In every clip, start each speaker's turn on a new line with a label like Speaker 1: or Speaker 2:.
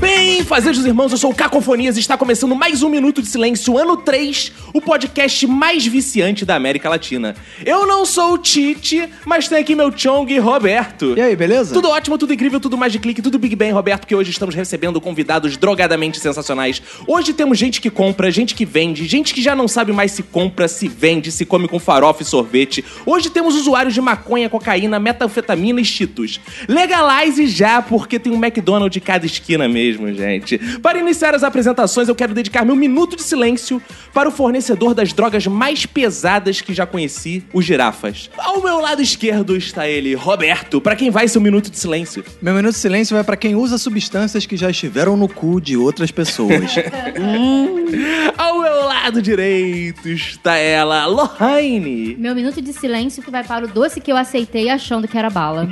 Speaker 1: Bem, fazejos irmãos, eu sou o Cacofonias e está começando mais um Minuto de Silêncio, ano 3, o podcast mais viciante da América Latina. Eu não sou o Tite, mas tem aqui meu Chong Roberto.
Speaker 2: E aí, beleza?
Speaker 1: Tudo ótimo, tudo incrível, tudo mais de clique, tudo Big Bang, Roberto, que hoje estamos recebendo convidados drogadamente sensacionais. Hoje temos gente que compra, gente que vende, gente que já não sabe mais se compra, se vende, se come com farofa e sorvete. Hoje temos usuários de maconha, cocaína, metanfetamina e cheetos. Legalize já, porque tem um McDonald's de cada esquina mesmo, gente. Para iniciar as apresentações, eu quero dedicar meu minuto de silêncio para o fornecedor das drogas mais pesadas que já conheci, os girafas. Ao meu lado esquerdo está ele, Roberto, para quem vai ser um minuto de silêncio.
Speaker 2: Meu minuto de silêncio vai pra quem usa substâncias que já estiveram no cu de outras pessoas.
Speaker 1: Ao meu lado direito está ela, Lohane.
Speaker 3: Meu minuto de silêncio que vai para o doce que eu aceitei achando que era bala.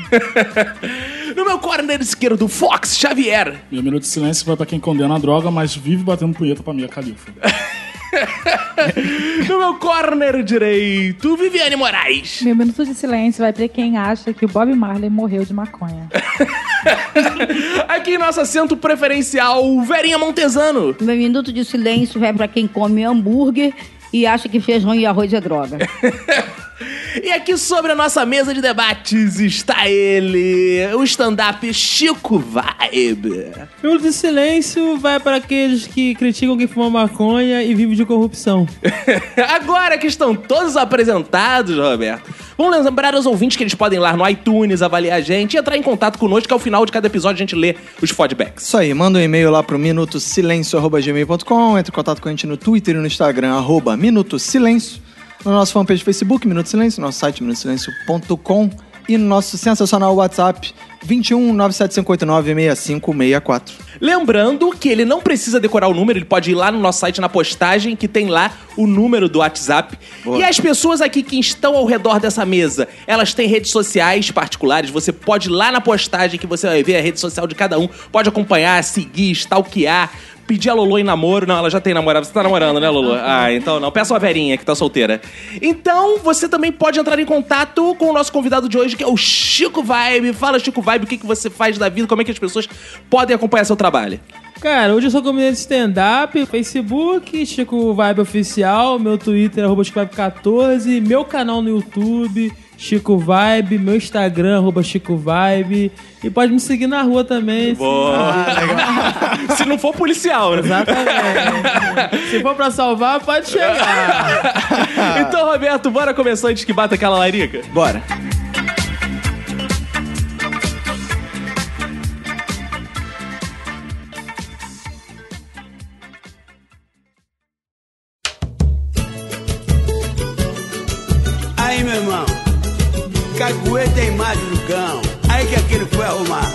Speaker 1: No meu corner esquerdo, Fox Xavier.
Speaker 4: Meu minuto de silêncio vai pra quem condena a droga, mas vive batendo punheta pra minha califa.
Speaker 1: No meu corner direito, Viviane Moraes.
Speaker 5: Meu minuto de silêncio vai pra quem acha que o Bob Marley morreu de maconha.
Speaker 1: Aqui em nosso assento preferencial, Verinha Montesano.
Speaker 6: Meu minuto de silêncio vai pra quem come hambúrguer e acha que feijão e arroz é droga.
Speaker 1: E aqui sobre a nossa mesa de debates está ele, o stand-up Chico Vibe.
Speaker 7: Minuto de silêncio vai para aqueles que criticam quem fuma maconha e vive de corrupção.
Speaker 1: Agora que estão todos apresentados, Roberto, vamos lembrar aos ouvintes que eles podem ir lá no iTunes, avaliar a gente e entrar em contato conosco, que ao final de cada episódio a gente lê os feedbacks.
Speaker 2: Isso aí, manda um e-mail lá pro minutosilencio.gmail.com, entre em contato com a gente no Twitter e no Instagram, arroba Minuto Silêncio, no nosso fanpage do Facebook, Minuto Silêncio, nosso site minutosilêncio.com e no nosso sensacional WhatsApp 21 97589 6564.
Speaker 1: Lembrando que ele não precisa decorar o número, ele pode ir lá no nosso site na postagem que tem lá o número do WhatsApp. E as pessoas aqui que estão ao redor dessa mesa, elas têm redes sociais particulares, você pode ir lá na postagem que você vai ver a rede social de cada um, pode acompanhar, seguir, stalkear. Pedir a Lolo em namoro. Não, ela já tem namorado. Você tá namorando, né, Lolo? Ah, então não. Peça uma verinha que tá solteira. Então, você também pode entrar em contato com o nosso convidado de hoje, que é o Chico Vibe. Fala, Chico Vibe, o que, que você faz da vida? Como é que as pessoas podem acompanhar seu trabalho?
Speaker 7: Cara, hoje eu sou comediante de stand-up, Facebook, Chico Vibe Oficial, meu Twitter, arroba Chico Vibe 14, meu canal no YouTube, Chico Vibe, meu Instagram, arroba Chico Vibe, e pode me seguir na rua também. se-
Speaker 1: Se não for policial, né?
Speaker 7: Exatamente. se for pra salvar, pode chegar.
Speaker 1: Então, Roberto, bora começar antes que bata aquela larica.
Speaker 2: Bora.
Speaker 8: Aí, meu irmão, cagueta é imagem do cão. Aí que aquele foi arrumar.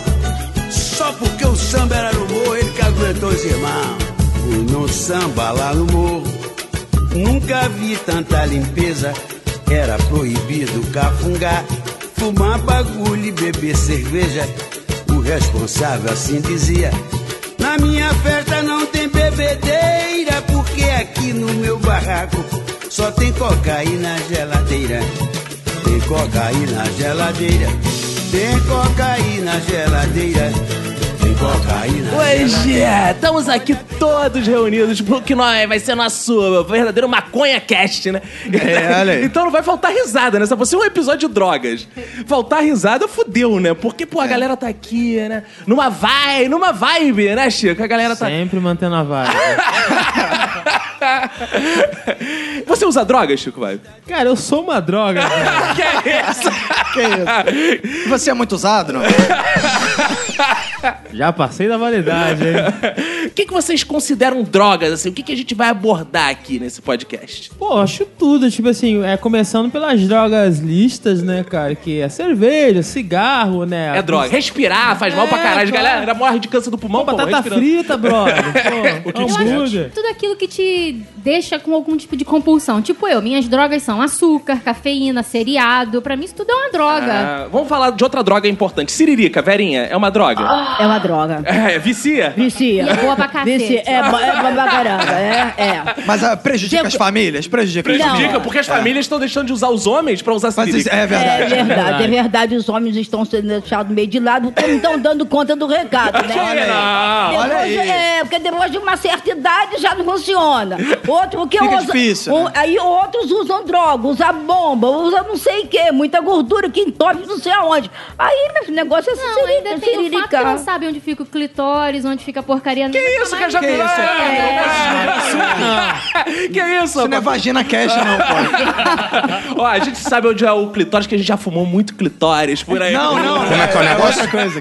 Speaker 8: Só porque o samba era no morro, ele caguetou os irmãos. Fui no samba lá no morro, nunca vi tanta limpeza. Era proibido cafungar, fumar bagulho e beber cerveja. O responsável assim dizia: Na minha festa não tem bebedeira, porque aqui no meu barraco só tem cocaína geladeira. Tem cocaína geladeira, tem cocaína geladeira, tem cocaína geladeira.
Speaker 1: Hoje, é, estamos aqui todos reunidos pro que nós, vai ser nosso verdadeiro maconha cast, né?
Speaker 2: É, olha aí.
Speaker 1: Então não vai faltar risada, né? Se fosse um episódio de drogas, faltar risada, fudeu, né? Porque, pô, a galera tá aqui, né? Numa vai, numa vibe, né, Chico? A galera tá...
Speaker 7: Sempre mantendo a vibe.
Speaker 1: Você usa drogas, Chico, vai?
Speaker 7: Cara, eu sou uma droga. cara.
Speaker 1: que é isso?
Speaker 2: Que isso? Você é muito usado, não?
Speaker 7: Já passei da validade, hein?
Speaker 1: O que, que vocês consideram drogas? Assim, o que, que a gente vai abordar aqui nesse podcast?
Speaker 7: Pô, acho tudo, tipo assim, é começando pelas drogas listas, né, cara? Que é cerveja, cigarro, né?
Speaker 1: É droga. É, Respirar faz mal pra caralho. Galera, morre de câncer do pulmão,
Speaker 7: Pô,
Speaker 1: pô,
Speaker 7: batata
Speaker 1: respirando.
Speaker 7: frita, brother.
Speaker 4: O
Speaker 7: Pô,
Speaker 4: que
Speaker 7: hambúrguer.
Speaker 9: Tudo aquilo que te deixa com algum tipo de compulsão. Tipo eu, minhas drogas são açúcar, cafeína, seriado. Pra mim isso tudo é uma droga.
Speaker 1: Ah, vamos falar de outra droga importante. Siririca, Verinha, é uma
Speaker 10: Ah.
Speaker 1: droga?
Speaker 6: É uma droga.
Speaker 1: É, vicia?
Speaker 6: Vicia.
Speaker 9: E é boa pra cacete.
Speaker 6: Vicia. É, bo- é boa pra caramba. É, é.
Speaker 10: Mas ah, prejudica
Speaker 6: Tipo-
Speaker 10: as famílias, prejudica.
Speaker 1: Prejudica,
Speaker 6: Não.
Speaker 1: porque as famílias estão deixando de usar os homens pra usar
Speaker 10: É. Mas isso
Speaker 1: siririca.
Speaker 10: é
Speaker 6: É
Speaker 10: verdade.
Speaker 6: verdade, é verdade. Os homens estão sendo deixados meio de lado, porque não estão dando conta do recado, né?
Speaker 10: Olha
Speaker 1: é.
Speaker 10: aí.
Speaker 6: Depois,
Speaker 10: Olha aí.
Speaker 6: É, porque depois de uma certa idade já não funciona. Outro, porque
Speaker 10: Fica
Speaker 6: usa-
Speaker 10: difícil,
Speaker 6: um-
Speaker 10: né?
Speaker 6: Aí outros usam droga, usam bomba, usam não sei o quê, muita gordura que entope não sei aonde. Aí, meu filho, o negócio é se
Speaker 9: Não, ainda tem o fato que
Speaker 6: siriricar.
Speaker 9: não sabe onde fica o clitóris, onde fica a porcaria.
Speaker 1: Que isso, que é eu já
Speaker 10: Que isso?
Speaker 1: é.
Speaker 10: é um
Speaker 1: Que isso,
Speaker 10: Isso não é
Speaker 1: rapaz?
Speaker 10: vagina cash, não, pô.
Speaker 1: Ó, a gente sabe onde é o clitóris, que a gente já fumou muito clitóris por aí.
Speaker 10: Não, não.
Speaker 11: Como é que é o negócio?
Speaker 10: outra coisa.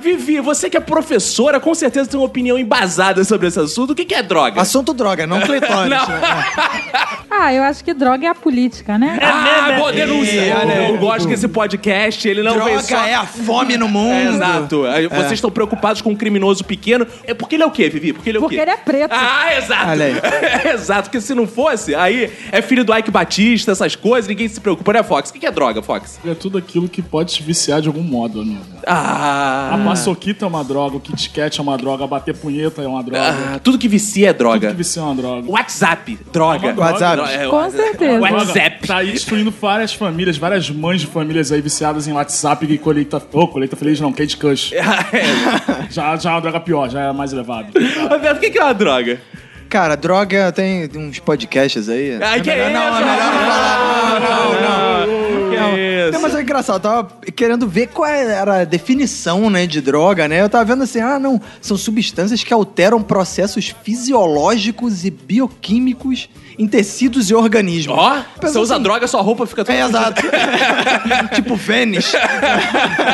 Speaker 1: Vivi, você que é professora, com certeza tem uma opinião embasada sobre esse assunto. O que, que é droga?
Speaker 10: Assunto droga, não clitóris. né?
Speaker 5: Ah, eu acho que droga é a política, né?
Speaker 10: É
Speaker 1: Ah, boa denúncia!
Speaker 10: Ih, olha aí.
Speaker 1: Eu gosto que esse podcast, ele não vem só...
Speaker 10: Droga é a fome no mundo.
Speaker 1: É, exato. Aí Vocês estão preocupados com um criminoso pequeno. É porque ele é o quê, Vivi? Porque ele é o
Speaker 5: Porque
Speaker 1: quê?
Speaker 5: ele é preto.
Speaker 1: Ah, exato.
Speaker 10: Olha
Speaker 1: exato, porque se não fosse, aí é filho do Ike Batista, essas coisas, ninguém se preocupa, né, Fox? O que que é droga, Fox?
Speaker 4: É tudo aquilo que pode te viciar de algum modo, amigo.
Speaker 1: Ah.
Speaker 4: A paçoquita é uma droga, o Kit Kat é uma droga, bater punheta é uma droga.
Speaker 1: ah, tudo que vicia é droga.
Speaker 4: Tudo que vicia é uma droga.
Speaker 1: WhatsApp, droga.
Speaker 4: droga.
Speaker 10: WhatsApp.
Speaker 1: Dro- é,
Speaker 5: Com certeza.
Speaker 4: Droga
Speaker 1: WhatsApp.
Speaker 4: Tá aí destruindo várias famílias, várias mães de famílias aí viciadas em WhatsApp e colheita. Ô, colheita feliz não, Kate Cush.
Speaker 1: É.
Speaker 4: já, já é uma droga pior, já é mais elevado.
Speaker 1: Roberto, o que que é uma droga?
Speaker 10: Cara, droga tem uns podcasts aí.
Speaker 1: Ai, que
Speaker 10: melhor-
Speaker 1: isso?
Speaker 10: Não, é melhor não falar.
Speaker 1: Que isso?
Speaker 10: Não, mas é engraçado, eu tava querendo ver qual era a definição né, de droga, né? Eu tava vendo assim, ah, não, são substâncias que alteram processos fisiológicos e bioquímicos em tecidos e organismos.
Speaker 1: Ó,
Speaker 10: Pensou
Speaker 1: você usa
Speaker 10: assim,
Speaker 1: droga, sua roupa fica toda...
Speaker 10: É, exato. tipo Vênis.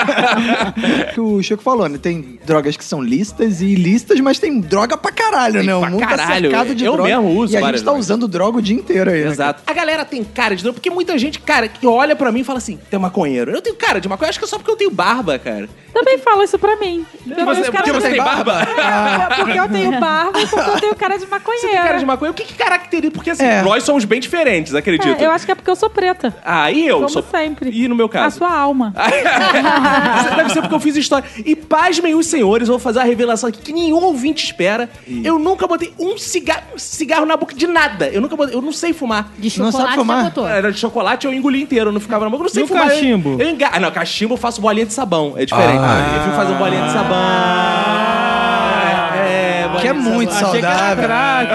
Speaker 10: que o Chico falou, né? Tem drogas que são listas e listas, mas tem droga pra caralho, né? O
Speaker 1: pra
Speaker 10: mundo tá
Speaker 1: caralho.
Speaker 10: cercado de
Speaker 1: Eu
Speaker 10: droga.
Speaker 1: mesmo uso
Speaker 10: E a
Speaker 1: várias
Speaker 10: gente tá
Speaker 1: drogas.
Speaker 10: usando droga o dia inteiro aí. né,
Speaker 1: Exato. A galera tem cara de droga, porque muita gente, cara, que olha pra mim e fala assim, tem maconheiro. Eu tenho cara de maconheiro, acho que é só porque eu tenho barba, cara.
Speaker 5: Também fala isso pra mim. Também os
Speaker 1: Você,
Speaker 5: caras
Speaker 1: porque você tem
Speaker 5: dizem,
Speaker 1: barba?
Speaker 5: "Ah, Porque eu tenho barba e porque eu tenho cara
Speaker 1: Você
Speaker 5: de
Speaker 1: tem cara de
Speaker 5: maconheiro.
Speaker 1: maconheiro. O que, que caracteriza? Porque assim,
Speaker 10: É.
Speaker 1: nós somos bem diferentes, acredito.
Speaker 5: É, eu acho que é porque eu sou preta.
Speaker 1: Ah, e eu
Speaker 5: Como
Speaker 1: sou...
Speaker 5: sempre.
Speaker 1: E no meu
Speaker 5: A
Speaker 1: caso?
Speaker 5: sua alma.
Speaker 1: Deve ser porque eu fiz história. E pasmem os senhores, eu vou fazer a revelação aqui que nenhum ouvinte espera. Eu nunca botei um cigarro, cigarro na boca de nada. Eu nunca botei, eu não sei fumar.
Speaker 9: De
Speaker 10: Não sabe
Speaker 9: chocolate
Speaker 10: fumar?
Speaker 9: já botou.
Speaker 1: Era de chocolate, eu engoli inteiro, não ficava na boca. Eu não sei
Speaker 7: E o
Speaker 1: fumar. eu-
Speaker 7: cachimbo?
Speaker 1: Eu, enga... ah, não, cachimbo eu faço bolinha de sabão. É diferente.
Speaker 10: Ah.
Speaker 1: Eu fui fazer bolinha de sabão. É,
Speaker 10: Que é
Speaker 1: bolinha de
Speaker 10: muito
Speaker 7: Achei que era
Speaker 10: saudável.
Speaker 7: crack.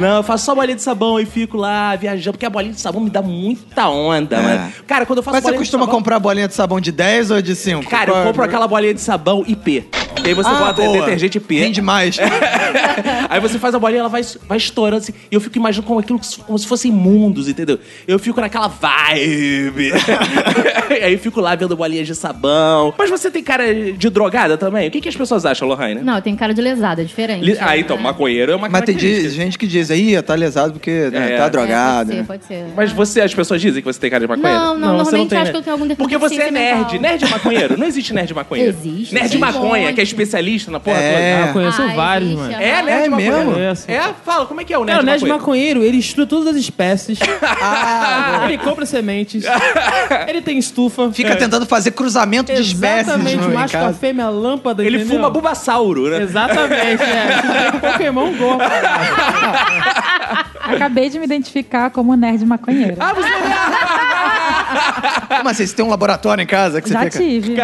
Speaker 1: Não, eu faço só bolinha de sabão e fico lá viajando, porque a bolinha de sabão me dá muita onda,
Speaker 10: É.
Speaker 1: mano. Cara, quando eu faço
Speaker 10: Mas você
Speaker 1: bolinha
Speaker 10: costuma
Speaker 1: de sabão,
Speaker 10: comprar bolinha de sabão de 10 ou de é 5?
Speaker 1: tá Cara, eu compro aquela bolinha de sabão IP. E aí você
Speaker 10: Ah,
Speaker 1: bota
Speaker 10: boa.
Speaker 1: detergente IP.
Speaker 10: Rende mais.
Speaker 1: Aí você faz a bolinha, ela vai, vai estourando assim. E eu fico imaginando como aquilo como se fossem mundos, entendeu? Eu fico naquela vibe. Aí eu fico lá vendo bolinhas de sabão. Mas você tem cara de drogada também? O que, que as pessoas acham, Lohane?
Speaker 9: Não, eu tenho cara de lesada, é diferente.
Speaker 1: Li- Ah, então, maconheiro é uma
Speaker 10: Mas tem
Speaker 1: característica.
Speaker 10: diz- gente que diz aí, tá lesado porque né,
Speaker 1: É.
Speaker 10: tá
Speaker 1: É,
Speaker 10: drogado.
Speaker 9: É,
Speaker 10: né?
Speaker 9: pode ser, pode ser.
Speaker 1: Mas você, as pessoas dizem que você tem cara de maconheiro?
Speaker 9: Não, não,
Speaker 7: Não, você não
Speaker 9: normalmente
Speaker 7: tem,
Speaker 9: acho
Speaker 7: né?
Speaker 9: que eu tenho algum
Speaker 1: Porque você é nerd.
Speaker 9: né?
Speaker 1: Nerd é maconheiro. Não existe nerd maconheiro.
Speaker 9: Existe,
Speaker 1: Nerd
Speaker 9: tem
Speaker 1: maconha,
Speaker 9: monte.
Speaker 1: que é especialista na porra
Speaker 10: É.
Speaker 7: Ah, conheço
Speaker 9: Ah,
Speaker 7: vários,
Speaker 9: existe,
Speaker 7: mano.
Speaker 1: toda. É, nerd
Speaker 10: É
Speaker 1: maconheiro.
Speaker 10: mesmo?
Speaker 1: É, fala, como é que é o nerd
Speaker 7: Cara, o assim. Nerd
Speaker 1: maconheiro?
Speaker 7: Maconheiro, ele estuda todas as espécies. ele compra sementes. ele tem estufa.
Speaker 10: Ah, Fica
Speaker 1: É.
Speaker 10: tentando fazer cruzamento de espécies
Speaker 7: Exatamente,
Speaker 10: no, em
Speaker 7: macho com a
Speaker 10: casa.
Speaker 7: fêmea, lâmpada,
Speaker 1: Ele
Speaker 7: entendeu?
Speaker 1: fuma bubasauro, né?
Speaker 7: Exatamente, é. Pokémon Go.
Speaker 5: Acabei de me identificar como nerd maconheiro.
Speaker 1: Ah, você
Speaker 10: Como assim? Você tem um laboratório em casa que você
Speaker 5: Já
Speaker 10: fica...
Speaker 5: tive.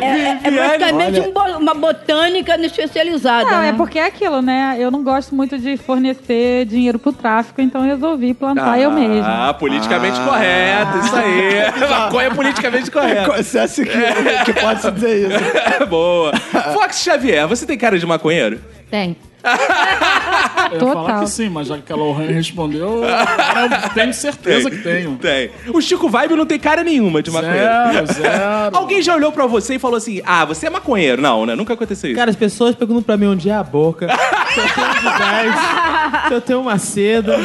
Speaker 6: É, é praticamente um bo- uma botânica especializada.
Speaker 5: Não,
Speaker 9: Ah,
Speaker 6: né?
Speaker 5: é porque é aquilo, né? Eu não gosto muito de fornecer dinheiro pro tráfico, então resolvi plantar eu mesma.
Speaker 1: Ah, politicamente
Speaker 10: Ah.
Speaker 1: correto, isso aí. Maconha é politicamente correta.
Speaker 10: Processo que, que pode se dizer isso.
Speaker 1: Boa. Fox Xavier, você tem cara de maconheiro?
Speaker 9: Tem.
Speaker 4: Eu ia falar
Speaker 5: Total.
Speaker 4: que sim, mas já que a Lohane respondeu, eu tenho certeza que tenho.
Speaker 1: Tem. O Chico Vibe não tem cara nenhuma de maconheiro.
Speaker 4: Zero, zero.
Speaker 1: Alguém já olhou pra você e falou assim: ah, você é maconheiro? Não, né? Nunca aconteceu isso.
Speaker 7: Cara, as pessoas perguntam pra mim onde é a boca. se eu tenho de gás, se eu tenho uma seda.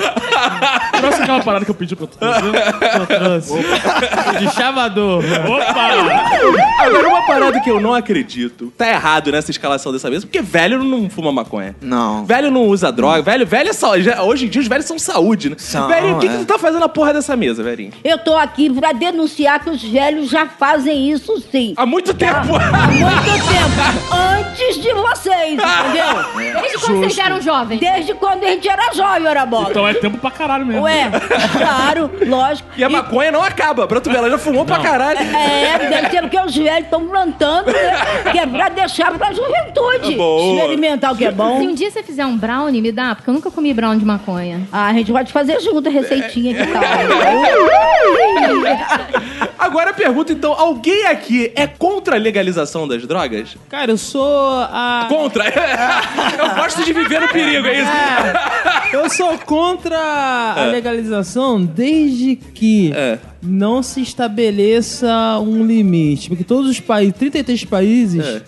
Speaker 4: Trouxe aquela parada que eu pedi pra tu tá fazer.
Speaker 7: Eu trouxe. De chavador.
Speaker 4: Opa!
Speaker 1: Agora, uma parada que eu não acredito. Tá errado nessa escalação dessa mesa, porque velho não fuma maconha.
Speaker 2: Não.
Speaker 1: Velho não usa droga. Velho, velho é sa- já- Hoje em dia os velhos são saúde, né?
Speaker 2: São,
Speaker 1: velho, o que,
Speaker 2: é.
Speaker 1: que tu tá fazendo na porra dessa mesa, velhinho?
Speaker 6: Eu tô aqui pra denunciar que os velhos já fazem isso sim.
Speaker 1: Há muito tempo.
Speaker 6: Há muito tempo. Antes de vocês, entendeu?
Speaker 3: Desde quando vocês eram jovens.
Speaker 6: Desde quando a gente era jovem, era bola.
Speaker 4: Então é tempo pra caralho mesmo.
Speaker 6: Ué, claro, lógico.
Speaker 1: E a maconha não acaba. Pra tu ver, ela já fumou pra caralho.
Speaker 6: É, deve ser porque os velhos estão plantando, né? Que é pra deixar pra juventude.
Speaker 1: Boa.
Speaker 6: Experimentar o que é bom.
Speaker 3: Se um dia você fizer um brownie, me dá, porque eu nunca comi brownie de maconha.
Speaker 6: Ah, a gente pode fazer junto a receitinha que tal.
Speaker 1: Agora a pergunta, então: alguém aqui é contra a legalização das drogas?
Speaker 7: Cara, eu sou a.
Speaker 1: Contra! Eu gosto de viver no perigo, é isso?
Speaker 7: Eu sou contra a legalização desde que
Speaker 1: É.
Speaker 7: não se estabeleça um limite. Porque todos os países, 33 países,
Speaker 1: É.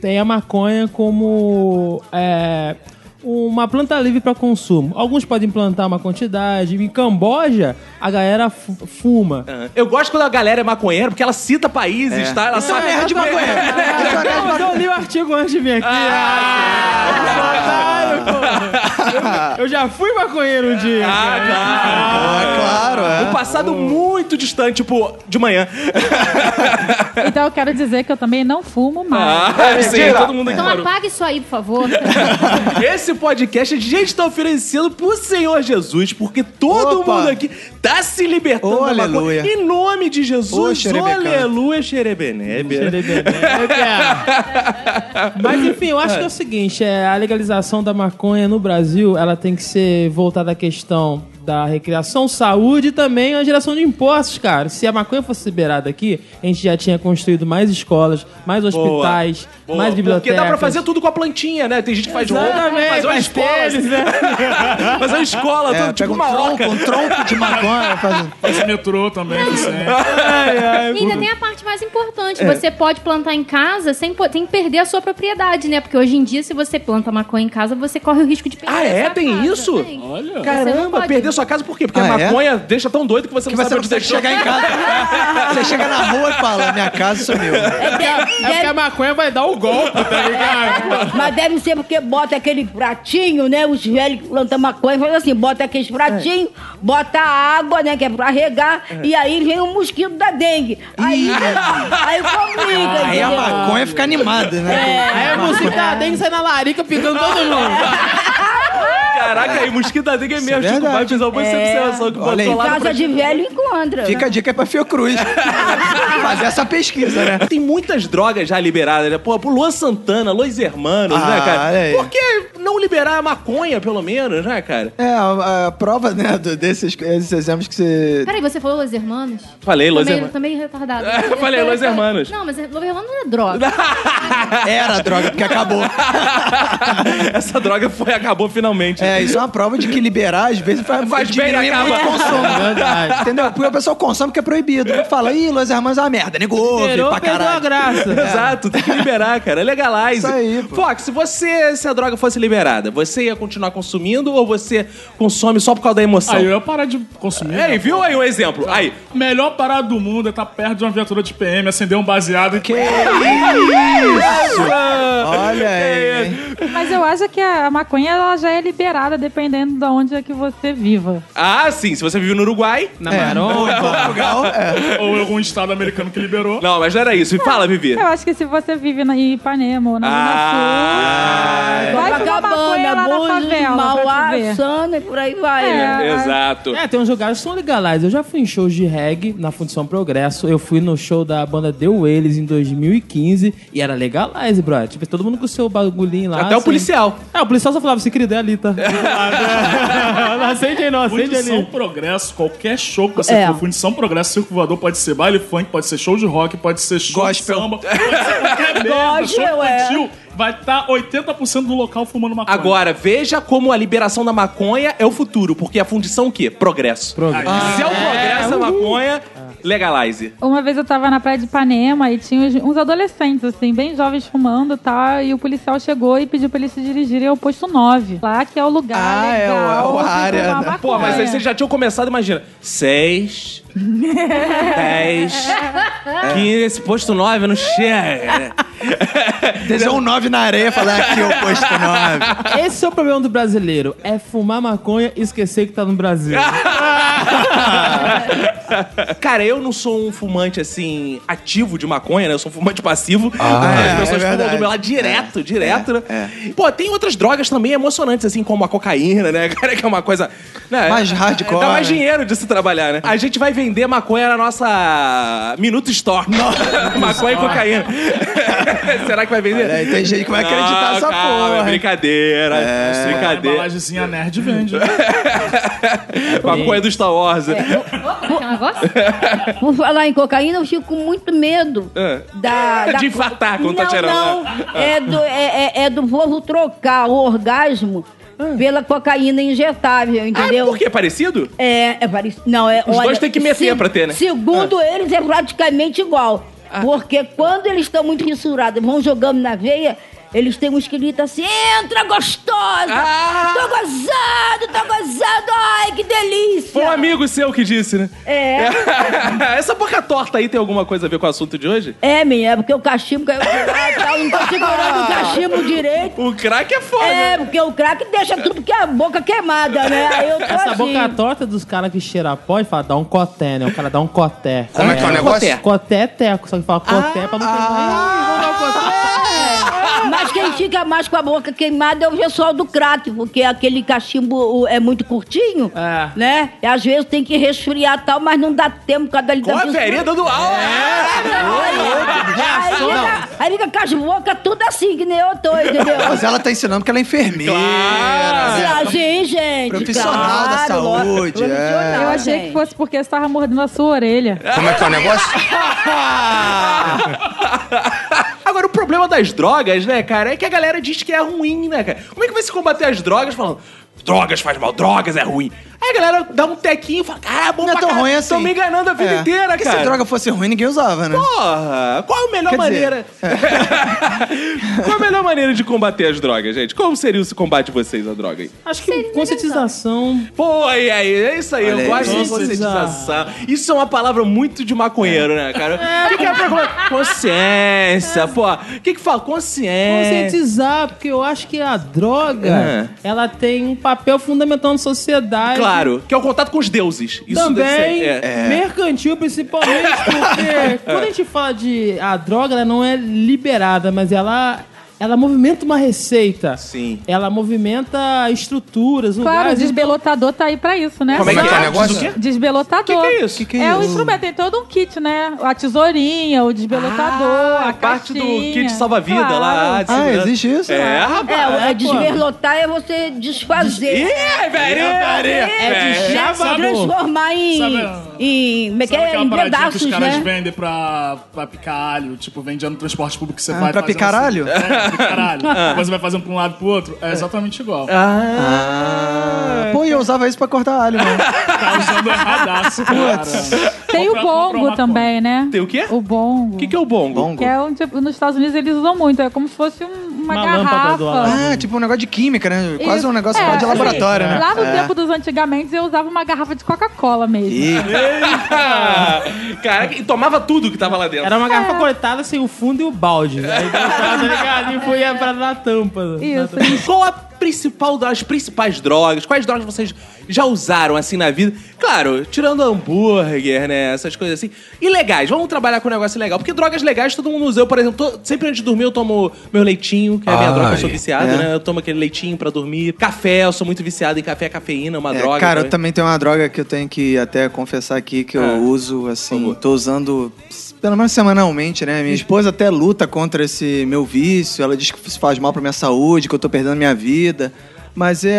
Speaker 7: têm a maconha como é, uma planta livre para consumo. Alguns podem plantar uma quantidade. Em Camboja, a galera fu- fuma.
Speaker 1: Eu gosto quando a galera é maconheira, porque ela cita países, tá? Ela sabe
Speaker 7: é,
Speaker 1: tipo,
Speaker 7: maconha. Ah, eu, eu li o artigo antes de vir aqui. Ah, sou otário, pô. eu, eu já fui maconheiro um dia.
Speaker 1: Ah,
Speaker 7: cara.
Speaker 1: claro.
Speaker 2: Claro,
Speaker 10: É,
Speaker 1: Um passado muito distante, tipo, de manhã.
Speaker 5: Então eu quero dizer que eu também não fumo mais.
Speaker 1: Ah, sim, todo mundo
Speaker 3: Então
Speaker 1: ignorou.
Speaker 3: apague isso aí, por favor.
Speaker 1: Esse podcast a gente tá oferecendo pro Senhor Jesus, porque todo
Speaker 2: Opa.
Speaker 1: mundo aqui tá se libertando
Speaker 2: Ô,
Speaker 1: da maconha.
Speaker 2: aleluia.
Speaker 1: Em nome de
Speaker 2: Ô,
Speaker 1: Jesus,
Speaker 2: xerebecan.
Speaker 1: aleluia, xerebenebe.
Speaker 7: Mas enfim, eu acho que é o seguinte, é, a legalização da maconha no Brasil, ela tem que ser voltada à questão da recreação, saúde e também a geração de impostos, cara. Se a maconha fosse liberada aqui, a gente já tinha construído mais escolas, mais hospitais,
Speaker 1: Boa.
Speaker 7: mais bibliotecas.
Speaker 1: Porque dá pra fazer tudo com a plantinha, né? Tem gente que faz roupa,
Speaker 7: Exatamente,
Speaker 1: fazer uma
Speaker 7: faz
Speaker 1: escola.
Speaker 7: tênis, né?
Speaker 1: fazer uma escola,
Speaker 2: É,
Speaker 1: tudo,
Speaker 2: pega
Speaker 1: tipo
Speaker 2: um
Speaker 1: uma
Speaker 2: tronco, um tronco de maconha.
Speaker 10: um-
Speaker 2: Faz...
Speaker 4: Esse metrô também, que sempre.
Speaker 3: E ainda tem a parte mais importante. Você pode plantar em casa sem, po- sem perder a sua propriedade, né? Porque hoje em dia, se você planta maconha em casa, você corre o risco de perder
Speaker 1: Ah,
Speaker 3: a
Speaker 1: é?
Speaker 3: sua
Speaker 1: Tem
Speaker 3: casa.
Speaker 1: isso?
Speaker 3: Tem.
Speaker 4: Olha.
Speaker 3: Você não
Speaker 1: Caramba,
Speaker 3: pode.
Speaker 1: perder sua casa por quê? Porque a
Speaker 2: Ah, é?
Speaker 1: maconha deixa tão doido que você
Speaker 2: Que
Speaker 1: não
Speaker 2: você
Speaker 1: sabe
Speaker 2: não
Speaker 1: onde
Speaker 2: consegue chegar
Speaker 1: deixou.
Speaker 2: em casa. Você chega na rua e fala, minha casa sumiu.
Speaker 7: É porque a maconha vai dar o golpe, tá ligado?
Speaker 6: Mas deve ser porque bota aquele pratinho, né? Os velhos que plantam maconha fazem assim, bota aqueles pratinhos, bota a água, né? Que é pra regar, e aí vem o mosquito da dengue. Aí, aí complica,
Speaker 2: Aí a
Speaker 5: é
Speaker 6: entendeu?
Speaker 2: maconha fica animada,
Speaker 1: É.
Speaker 2: né?
Speaker 7: Aí a música da dengue sai na larica picando todo mundo.
Speaker 1: Caraca, aí mosquito da dengue é mesmo.
Speaker 2: é
Speaker 1: Chico vai
Speaker 2: verdade.
Speaker 1: fazer uma boa
Speaker 3: É.
Speaker 1: observação que
Speaker 2: Olha
Speaker 1: botou
Speaker 2: aí.
Speaker 1: lá. no
Speaker 6: Casa de velho encontra.
Speaker 2: Fica a dica aí pra Fiocruz. Fazer essa pesquisa, né?
Speaker 1: Tem muitas drogas já liberadas, né? Pô, pro Luan Santana, Los Hermanos,
Speaker 2: Ah,
Speaker 1: né, cara?
Speaker 2: olha aí.
Speaker 1: Por que não liberar a maconha, pelo menos, né, cara?
Speaker 2: É, a, a prova, né, do- desses, esses exemplos que
Speaker 10: Ah.
Speaker 2: você...
Speaker 3: Peraí, você falou Los Hermanos?
Speaker 1: Falei, Los
Speaker 3: Também-
Speaker 1: Hermanos.
Speaker 3: Também retardado. Então,
Speaker 1: Eu falei, Los Hermanos.
Speaker 3: Não, mas Los Hermanos não é droga.
Speaker 2: Era droga, porque acabou.
Speaker 1: Essa droga foi, acabou finalmente.
Speaker 2: É, isso é uma prova de que liberar, às vezes, faz,
Speaker 1: Faz bem
Speaker 2: diminuir
Speaker 1: na
Speaker 2: muito o
Speaker 1: cama.
Speaker 2: consumo.
Speaker 7: Verdade.
Speaker 2: Entendeu? Porque o pessoal consome que é proibido. Não Fala, ih, Los Hermanos é uma merda. Nego ouve
Speaker 7: Liberou,
Speaker 2: pra
Speaker 7: perdeu a
Speaker 2: caralho. É.
Speaker 7: graça.
Speaker 1: Exato, tem que liberar, cara.
Speaker 2: Isso
Speaker 1: Legalize.
Speaker 2: aí, pô.
Speaker 1: Fox, se você, se a droga fosse liberada, você ia continuar consumindo ou você consome só por causa da emoção?
Speaker 4: Aí eu ia parar de consumir. né?
Speaker 1: Ei, viu aí um exemplo? Aí,
Speaker 4: Melhor parada do mundo é estar perto de uma viatura de PM, acender um baseado e
Speaker 2: Que isso! Olha aí. hein?
Speaker 5: Mas eu acho que a maconha ela já é liberada dependendo de onde é que você viva.
Speaker 1: Ah, sim, se você vive no Uruguai.
Speaker 7: Na maromba.
Speaker 2: É. Portugal, é.
Speaker 4: ou algum estado americano que liberou.
Speaker 1: Não, mas não era isso. Fala, Vivi.
Speaker 5: Eu acho que se você vive na em Ipanema ou na
Speaker 1: Ah,
Speaker 5: Zona Sul, vai fumar maconha lá na favela pra
Speaker 6: Mauá,
Speaker 5: te ver.
Speaker 6: Sana e por aí vai. né?
Speaker 5: É,
Speaker 1: Exato.
Speaker 7: É, tem uns lugares que são legais. Eu já fui em shows de reggae na Fundição Progresso. Eu fui no show da banda The Wales em 2015 e era legalize, bro. Tipo, todo mundo com o seu bagulhinho lá.
Speaker 1: Já Até o policial.
Speaker 7: É, o policial só falava assim, querida, é ali, tá? Não acende aí, não, acende
Speaker 4: Fundição
Speaker 7: ali.
Speaker 4: Progresso, qualquer show que você
Speaker 6: É.
Speaker 4: for, Fundição Progresso, Circo Voador, pode ser baile funk, pode ser show de rock, pode ser show
Speaker 2: Gospel.
Speaker 4: de samba, pode ser qualquer merda, show
Speaker 6: Gospel, é.
Speaker 4: infantil, vai tá estar 80% do local fumando maconha.
Speaker 1: Agora, veja como a liberação da maconha é o futuro, porque a fundição o quê? Progresso. Se é o progresso da maconha, legalize.
Speaker 5: Uma vez eu tava na praia de Ipanema e tinha uns- uns adolescentes, assim, bem jovens fumando e tal. E o policial chegou e pediu pra eles se dirigirem ao posto 9. Lá que é o lugar
Speaker 2: Ah, é,
Speaker 5: legal
Speaker 2: o- é o
Speaker 5: de
Speaker 2: área,
Speaker 5: fumar
Speaker 2: né?
Speaker 5: maconha.
Speaker 1: Pô, mas aí vocês já tinham começado, imagina. Seis, dez, quinze, esse posto nove não chega.
Speaker 2: Desenhou um 9 na areia e falar aqui é o posto 9.
Speaker 7: Esse é o problema do brasileiro, é fumar maconha e esquecer que tá no Brasil.
Speaker 1: Ah, Cara, eu não sou um fumante, assim, ativo de maconha, né? Eu sou um fumante passivo. As
Speaker 2: é,
Speaker 1: pessoas
Speaker 2: é
Speaker 1: fumam do
Speaker 2: verdade. É,
Speaker 1: meu lado direto, direto, né? Pô, tem outras drogas também emocionantes, assim, como a cocaína, né? Cara, que é uma coisa... né?
Speaker 2: Mais hardcore,
Speaker 1: Dá mais
Speaker 2: né?
Speaker 1: dinheiro de se trabalhar, né? A gente vai vender maconha na nossa Minuto Store. maconha e cocaína. Será que vai vender?
Speaker 2: Olha aí, tem gente que vai acreditar
Speaker 1: Não,
Speaker 2: nessa
Speaker 1: calma,
Speaker 2: porra,
Speaker 1: É
Speaker 2: hein?
Speaker 1: brincadeira, é
Speaker 4: a
Speaker 1: brincadeira.
Speaker 4: embalagemzinha nerd vende.
Speaker 1: Maconha do Star Wars. né?
Speaker 3: Como é que é o negócio?
Speaker 6: Por falar em cocaína, eu fico com muito medo
Speaker 1: É.
Speaker 6: da, da-
Speaker 1: De infartar quando
Speaker 6: não,
Speaker 1: tá cheirando,
Speaker 6: Não, é do, é, é- é do povo trocar o orgasmo pela cocaína injetável,
Speaker 1: Ah,
Speaker 6: entendeu?
Speaker 1: por quê? Parecido?
Speaker 6: É, é parecido. Não, é.
Speaker 1: Os dois têm que meter pra ter, né? Ah.
Speaker 6: Segundo eles, é praticamente igual. Porque quando eles estão muito fissurados, vão jogando na veia, eles têm um esqueleto assim: entra gostosa!
Speaker 1: Ah!
Speaker 6: Tô gozando, tô gozando! Ai, que delícia!
Speaker 1: Foi um
Speaker 2: É.
Speaker 1: amigo seu que disse, né?
Speaker 6: É.
Speaker 1: Essa boca torta aí tem alguma coisa a ver com o assunto de hoje?
Speaker 6: É, menina, é porque o cachimbo caiu do lado, tá? não tá segurando o cachimbo direito.
Speaker 1: O crack é foda.
Speaker 6: É, porque o crack deixa tudo que é a boca queimada, né? Aí eu tô
Speaker 1: é
Speaker 7: Essa
Speaker 6: assim.
Speaker 7: boca torta dos caras que cheira pó e fala, dá um coté, né? O cara dá um coté.
Speaker 12: Como é que é o negócio?
Speaker 1: Coté.
Speaker 7: Coté é teco, só que fala
Speaker 1: Ah,
Speaker 7: coté pra não um
Speaker 6: Mas quem fica mais com a boca queimada é o pessoal do crack, porque aquele cachimbo o- é muito curtinho,
Speaker 7: É.
Speaker 6: né? E às vezes tem que resfriar e tal, mas não dá tempo, cada ali
Speaker 2: tá
Speaker 1: Com a ferida do aula. É.
Speaker 6: Aí fica- aí fica com as bocas tudo assim, que nem eu tô, entendeu?
Speaker 2: Mas ela tá ensinando que ela é enfermeira.
Speaker 6: Assim, assim, gente.
Speaker 2: Profissional da
Speaker 6: claro, lógico,
Speaker 2: saúde, é.
Speaker 6: profissional,
Speaker 5: Eu achei
Speaker 6: gente.
Speaker 5: que fosse porque você tava mordendo a sua orelha.
Speaker 12: Como é que é o negócio?
Speaker 1: Agora, o problema das drogas, né, cara, é que a galera diz que é ruim, né, cara? Como é que vai se combater as drogas falando... Drogas faz mal, drogas é ruim. Aí a galera dá um tequinho e fala, cara, é bom
Speaker 2: Não é
Speaker 1: pra
Speaker 2: tão
Speaker 1: caralho."
Speaker 2: ruim assim.
Speaker 1: Tão me enganando a vida
Speaker 2: É.
Speaker 1: inteira,
Speaker 2: Porque
Speaker 1: cara.
Speaker 2: se droga fosse ruim, ninguém usava, né?
Speaker 1: Porra, qual a melhor
Speaker 2: Quer dizer,
Speaker 1: maneira... qual a melhor maneira de combater as drogas, gente? Como seria o combate de vocês à droga aí?
Speaker 7: Acho que conscientização.
Speaker 1: Pô, aí, aí, é isso aí, eu
Speaker 2: Olha
Speaker 1: gosto
Speaker 7: aí.
Speaker 1: de conscientização. Isso é uma palavra muito de maconheiro, né, cara? O que, que é pra falar? Consciência, pô. O que, que fala? Consciência.
Speaker 7: Conscientizar, porque eu acho que a droga, ela tem um papel fundamental na sociedade.
Speaker 1: É. Claro, que é o contato com os deuses. Isso deve
Speaker 7: Também,
Speaker 1: ser, é.
Speaker 7: mercantil principalmente, porque quando a gente fala de a droga, ela não é liberada, mas ela, ela movimenta uma receita.
Speaker 1: Sim.
Speaker 7: Ela movimenta estruturas,
Speaker 5: Claro, o
Speaker 7: lugares.
Speaker 5: desbelotador tá aí pra isso, né?
Speaker 12: Como é que é o negócio?
Speaker 5: Desbelotador.
Speaker 1: Que que é isso? Que
Speaker 2: que é
Speaker 5: é o
Speaker 2: isso?
Speaker 5: instrumento, tem todo um kit, né? A tesourinha, o desbelotador,
Speaker 1: Ah,
Speaker 5: a
Speaker 1: parte do
Speaker 5: caixinha.
Speaker 1: kit salva-vida
Speaker 5: Claro.
Speaker 1: lá. de
Speaker 2: Ah,
Speaker 1: segurança.
Speaker 2: existe isso?
Speaker 1: É, rapaz.
Speaker 6: É, é desverlotar é você desfazer.
Speaker 1: Ih, é
Speaker 7: é
Speaker 1: velho, velho.
Speaker 5: É
Speaker 6: Né?
Speaker 7: deschavar,
Speaker 6: transformar em,
Speaker 4: Sabe-
Speaker 6: em, como é que
Speaker 4: Sabe
Speaker 6: é?
Speaker 4: aquela
Speaker 6: em
Speaker 4: paradinha que
Speaker 6: pedaços,
Speaker 4: os caras
Speaker 6: né?
Speaker 4: vendem pra, pra picar alho? Tipo, vende no transporte público que você
Speaker 2: Ah,
Speaker 4: vai
Speaker 2: pra
Speaker 4: fazendo
Speaker 2: picar alho?
Speaker 4: Assim, é, picar alho. Você vai fazendo pra um lado e pro outro. É exatamente igual.
Speaker 2: Ah, pô, e eu usava isso pra cortar alho, né? mano.
Speaker 4: Tá usando erradaço, cara.
Speaker 5: Tem o
Speaker 4: Comprar- comprar
Speaker 5: bongo
Speaker 4: uma
Speaker 5: também, né?
Speaker 1: Tem o quê?
Speaker 5: O bongo.
Speaker 1: O que, que é o bongo?
Speaker 2: Bongo.
Speaker 5: Que é um tipo, nos Estados Unidos eles usam muito, é como se fosse um- uma,
Speaker 7: Uma lâmpada do
Speaker 5: garrafa.
Speaker 7: Alan.
Speaker 2: Ah, tipo um negócio de química, né? Quase
Speaker 5: Isso.
Speaker 2: um negócio
Speaker 5: É,
Speaker 2: de laboratório, né?
Speaker 5: Lá no
Speaker 2: É.
Speaker 5: tempo dos antigamente eu usava uma garrafa de Coca-Cola mesmo.
Speaker 2: Ih,
Speaker 1: Ah, Caraca, e tomava tudo que tava lá dentro.
Speaker 7: Era uma
Speaker 5: É.
Speaker 7: garrafa cortada sem o fundo e o balde. Aí tá ligado? E foi pra na tampa. Na
Speaker 5: Isso.
Speaker 7: tampa.
Speaker 1: Qual a principal das principais drogas? Quais drogas vocês já usaram assim na vida? Claro, tirando hambúrguer, né? Essas coisas assim. Ilegais, vamos trabalhar com um negócio legal. Porque drogas legais todo mundo usa. Eu, por exemplo, to- sempre antes de dormir eu tomo meu leitinho, que é a minha
Speaker 12: Ai.
Speaker 1: droga, eu sou viciado,
Speaker 2: É.
Speaker 1: né? Eu tomo aquele leitinho pra dormir. Café, eu sou muito viciado em café, cafeína, é uma
Speaker 2: É,
Speaker 1: droga.
Speaker 2: cara,
Speaker 1: É,
Speaker 2: eu também tenho uma droga que eu tenho que até confessar aqui que eu uso, assim, tô usando
Speaker 10: pelo menos semanalmente, né?
Speaker 1: Uhum.
Speaker 10: Minha esposa até luta contra esse meu vício. Ela diz que isso faz mal pra minha saúde, que eu tô perdendo minha vida. Mas eu,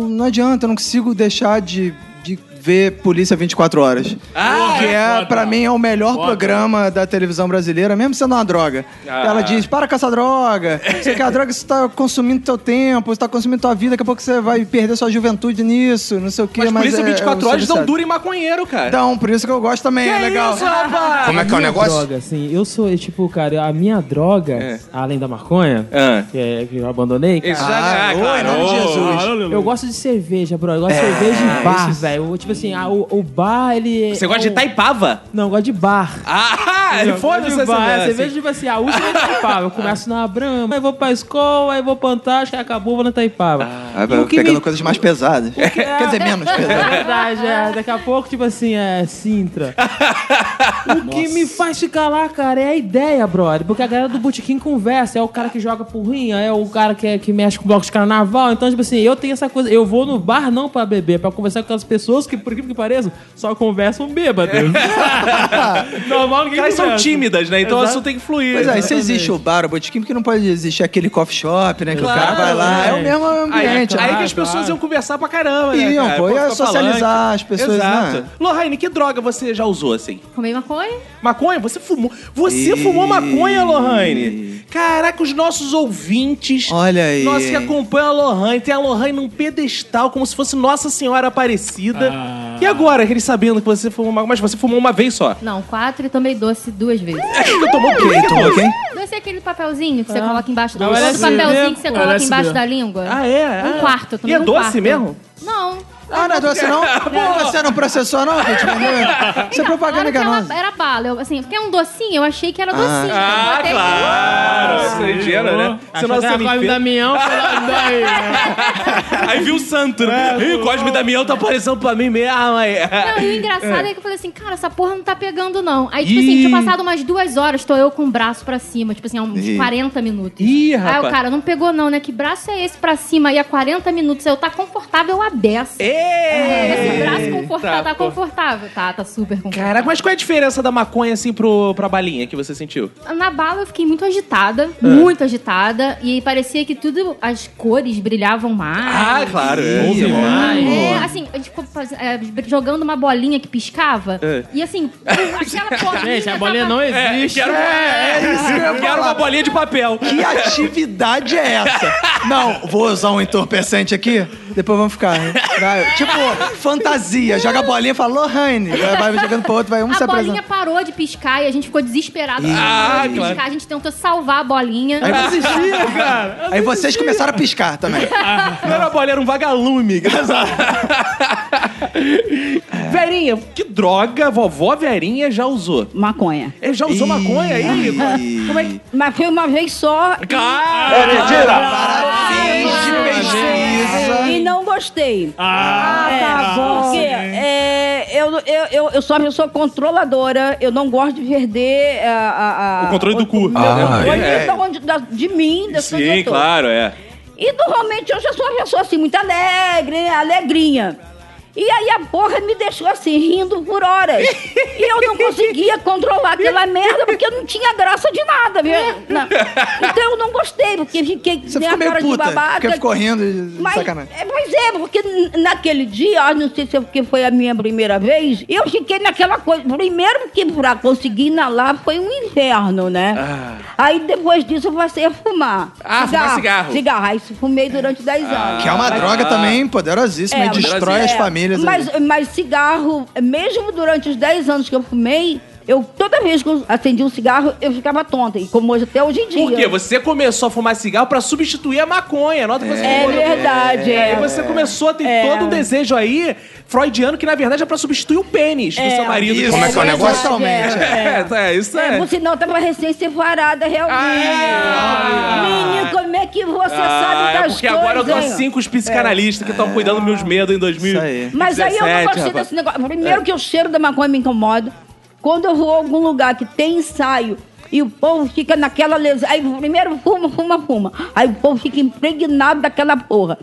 Speaker 10: eu- não adianta, eu não consigo deixar de, de ver Polícia 24 Horas.
Speaker 1: Ah,
Speaker 10: que
Speaker 4: é
Speaker 10: é,
Speaker 4: foda.
Speaker 10: pra mim, é o melhor
Speaker 4: Foda.
Speaker 10: programa da televisão brasileira, mesmo sendo uma droga.
Speaker 1: Ah.
Speaker 10: Ela diz, para com essa droga. Você que a droga isso tá consumindo teu tempo, você tá consumindo tua vida, daqui a pouco você vai perder sua juventude nisso, não sei o quê.
Speaker 1: Mas por isso
Speaker 10: é-
Speaker 1: 24
Speaker 10: eu
Speaker 1: horas
Speaker 10: sou
Speaker 1: não
Speaker 10: viciado.
Speaker 1: dura em maconheiro, cara.
Speaker 10: Então, por isso que eu gosto também, é legal.
Speaker 1: rapaz?
Speaker 13: Como é
Speaker 10: um
Speaker 13: que é o
Speaker 7: Minha
Speaker 13: negócio?
Speaker 7: droga, assim, eu sou, eu, tipo, cara, a minha droga,
Speaker 1: É.
Speaker 7: além da maconha,
Speaker 1: Ah.
Speaker 7: que, é, que eu abandonei, cara,
Speaker 1: Isso já é,
Speaker 10: Ah, ô, em
Speaker 1: claro.
Speaker 10: nome de
Speaker 1: Ô.
Speaker 10: Jesus.
Speaker 4: Aleluia.
Speaker 7: eu gosto de cerveja, bro. Eu gosto de cerveja e bar, É, velho. Tipo assim, a- o, o bar, ele...
Speaker 1: Você gosta
Speaker 7: é
Speaker 1: de
Speaker 7: o-
Speaker 1: Taipava?
Speaker 7: Não, eu gosto de bar.
Speaker 1: Ah, foda-se
Speaker 7: Eu gosto de
Speaker 1: essa
Speaker 7: bar,
Speaker 1: merda,
Speaker 7: Você veja, tipo assim, a última é Taipava. Eu começo na Brahma, aí vou pra escola, aí vou pra Antártica, aí acabou, vou na Taipava.
Speaker 10: Ah,
Speaker 7: E o que
Speaker 10: pegando
Speaker 7: me-
Speaker 10: coisas mais pesadas. Quer dizer, menos
Speaker 7: É
Speaker 10: pesadas.
Speaker 7: verdade, é. Daqui a pouco, tipo assim, é Sintra. O que me faz ficar lá, cara, é a ideia, brother. Porque a galera do botequim conversa. É o cara que joga porrinha, é o cara que, que mexe com blocos de carnaval. Então, tipo assim, eu tenho essa coisa. Eu vou no bar não pra beber, pra conversar com as pessoas que, por incrível que pareça, só conversam bêbadas. Normal,
Speaker 1: As
Speaker 7: ninguém
Speaker 1: caras são
Speaker 7: conversa.
Speaker 1: tímidas, né? Então o
Speaker 7: Exato.
Speaker 1: assunto tem que fluir.
Speaker 10: Pois é, e se existe o bar, o botequim, porque não pode existir aquele coffee shop, né? Que
Speaker 1: Claro,
Speaker 10: o cara vai lá, é,
Speaker 7: é.
Speaker 10: o mesmo
Speaker 1: Aí,
Speaker 10: ambiente.
Speaker 1: aí
Speaker 10: né?
Speaker 1: que as pessoas iam conversar pra caramba, né?
Speaker 10: Iam,
Speaker 1: cara?
Speaker 10: pô, ia
Speaker 1: ficar
Speaker 10: socializar
Speaker 1: falando.
Speaker 10: as pessoas,
Speaker 1: Exato.
Speaker 10: né?
Speaker 1: Lohane, que droga você já usou, assim?
Speaker 5: Comei maconha?
Speaker 1: Maconha? Você fumou. Você fumou maconha, Lohane? Caraca, os nossos ouvintes.
Speaker 10: Olha aí.
Speaker 1: Nós que acompanham a Lohane. Tem a Lohane num pedestal, como se fosse Nossa Senhora Aparecida. E agora, eles sabendo que você fumou maconha, mas você fumou uma vez só.
Speaker 5: Não, quatro e tomei doce duas vezes.
Speaker 1: Eu tomou o quê?
Speaker 10: Tomou quem?
Speaker 5: Doce é aquele papelzinho que você coloca embaixo do
Speaker 7: Não,
Speaker 5: Todo
Speaker 7: LSD,
Speaker 5: papelzinho que você
Speaker 4: pô.
Speaker 5: coloca
Speaker 4: LSD.
Speaker 5: embaixo da língua.
Speaker 1: Ah, é?
Speaker 5: Um
Speaker 1: Ah.
Speaker 5: quarto, eu
Speaker 1: E
Speaker 5: tomei
Speaker 1: é
Speaker 5: um
Speaker 1: doce
Speaker 5: quarto.
Speaker 1: mesmo?
Speaker 5: Não.
Speaker 10: Ah, não é doce não? Pô, você não processou não, gente? Entendeu? Isso é propaganda
Speaker 5: Era que ela-
Speaker 10: enganosa.
Speaker 5: Era bala. Eu, assim, quer um docinho? Eu achei que era docinho. então eu
Speaker 1: Ah,
Speaker 5: botei-
Speaker 1: claro! Você é ingênua, né? Você não
Speaker 7: Achou que era
Speaker 1: sabe
Speaker 7: Cosme Damião, foi lá, daí.
Speaker 1: Aí viu o santo, né? Ih, o Cosme Damião tá aparecendo pra mim mesmo. aí.
Speaker 5: Não, e o engraçado é. que eu falei assim, cara, essa porra não tá pegando, não. Aí, tipo assim, tinha passado umas duas horas, tô eu com o braço pra cima, tipo assim, há uns
Speaker 10: Ih.
Speaker 5: 40 minutos.
Speaker 1: Ih,
Speaker 5: Aí o
Speaker 1: rapaz.
Speaker 5: cara, não pegou não, né? Que braço é esse pra cima? E há 40 minutos, eu tá confortável a beça. É, Esse braço confortável, tá
Speaker 1: pô.
Speaker 5: confortável. Tá, tá super confortável.
Speaker 1: Caraca, mas qual é a diferença da maconha, assim, pro, pra balinha que você sentiu?
Speaker 5: Na bala eu fiquei muito agitada,
Speaker 1: Ah.
Speaker 5: muito agitada, e parecia que tudo, as cores brilhavam mais.
Speaker 1: Ah, claro. É.
Speaker 7: Bom demais.
Speaker 5: É, assim, a gente ficou faz- é, jogando uma bolinha que piscava.
Speaker 1: É.
Speaker 5: E assim, aquela bolinha.
Speaker 7: Gente, a bolinha não
Speaker 1: É,
Speaker 7: existe.
Speaker 1: quero,
Speaker 10: isso que eu ia
Speaker 1: quero É, uma
Speaker 10: falar.
Speaker 1: bolinha de papel.
Speaker 10: Que atividade é essa? Não, vou usar um entorpecente aqui, depois vamos ficar. né? Vai, tipo, fantasia. Joga a bolinha e fala, Lohane. Vai jogando pro outro, vai um se
Speaker 5: a bolinha
Speaker 10: apresentando.
Speaker 5: parou de piscar e a gente ficou desesperado. porque ela
Speaker 1: Ah,
Speaker 5: parou de
Speaker 1: claro.
Speaker 5: piscar. A gente tentou salvar a bolinha.
Speaker 10: Aí vocês, aí vocês começaram a piscar também.
Speaker 1: Não era uma bolinha, era um vagalume. Verinha, que droga a vovó Verinha já usou?
Speaker 6: Maconha.
Speaker 1: Ele já usou maconha aí?
Speaker 10: Ih.
Speaker 6: Como é que- Mas foi uma vez só
Speaker 1: Cara!
Speaker 5: Ah,
Speaker 10: Parabéns de pesquisa.
Speaker 6: e não gostei.
Speaker 4: Ah,
Speaker 6: É,
Speaker 1: tá
Speaker 6: Porque é, eu, eu, eu, eu sou uma pessoa controladora, eu não gosto de perder é, a, a-
Speaker 1: O controle do cu.
Speaker 6: meu
Speaker 1: Ah,
Speaker 6: controle
Speaker 1: é.
Speaker 6: da onde- da- de mim, da pessoa que
Speaker 1: Sim,
Speaker 6: eu tô.
Speaker 1: claro, é.
Speaker 6: E normalmente hoje eu sou uma pessoa assim, muito alegre, alegrinha. E aí a porra me deixou assim, rindo por horas. E eu não conseguia controlar aquela merda, porque eu não tinha graça de nada, viu? Não. Então eu não gostei, porque fiquei
Speaker 10: É. Você ficou
Speaker 6: dei uma
Speaker 10: meio
Speaker 6: cara de
Speaker 10: puta,
Speaker 6: babaca.
Speaker 10: porque ficou rindo de
Speaker 6: Mas,
Speaker 10: sacanagem.
Speaker 6: é, mas é, porque n- naquele dia, ah, não sei se é porque foi a minha primeira vez, eu fiquei naquela coisa. Primeiro que pra conseguir inalar foi um inferno, né? Aí depois disso eu passei a fumar.
Speaker 1: Ah, fumar cigarro. Ah.
Speaker 6: Cigarro, aí isso fumei durante 10 anos.
Speaker 10: Que é uma droga também poderosíssima e
Speaker 6: É,
Speaker 1: né?
Speaker 10: destrói as
Speaker 6: É,
Speaker 10: famílias.
Speaker 6: Mas, mas cigarro, mesmo durante os 10 anos que eu fumei, eu toda vez que eu acendia um cigarro, eu ficava tonta. E como hoje, até hoje em dia.
Speaker 1: Por quê? Você começou a fumar cigarro pra substituir a maconha. Nota que você
Speaker 6: É
Speaker 1: fumou.
Speaker 6: verdade,
Speaker 1: E aí
Speaker 6: é.
Speaker 1: você começou a ter todo um desejo aí, freudiano, que na verdade é pra substituir o pênis do seu marido.
Speaker 10: Isso,
Speaker 13: Como é que é o negócio?
Speaker 10: Totalmente.
Speaker 1: É, é, isso
Speaker 6: É,
Speaker 1: é.
Speaker 6: você não tava recém-separada, realmente.
Speaker 1: Ah, é.
Speaker 6: Menino, como é que você
Speaker 1: Ah,
Speaker 6: sabe
Speaker 1: é
Speaker 6: das
Speaker 1: porque
Speaker 6: coisas?
Speaker 1: agora eu tô
Speaker 6: hein? É.
Speaker 1: assim com os psicanalistas que estão cuidando dos meus medos em 2000.
Speaker 10: Isso aí.
Speaker 6: Mas aí eu não gostei desse negócio. Primeiro
Speaker 1: É.
Speaker 6: que o cheiro da maconha me incomoda. Quando eu vou a algum lugar que tem ensaio e o povo fica naquela lesão. Aí primeiro fuma, fuma, fuma. Aí o povo fica impregnado daquela porra.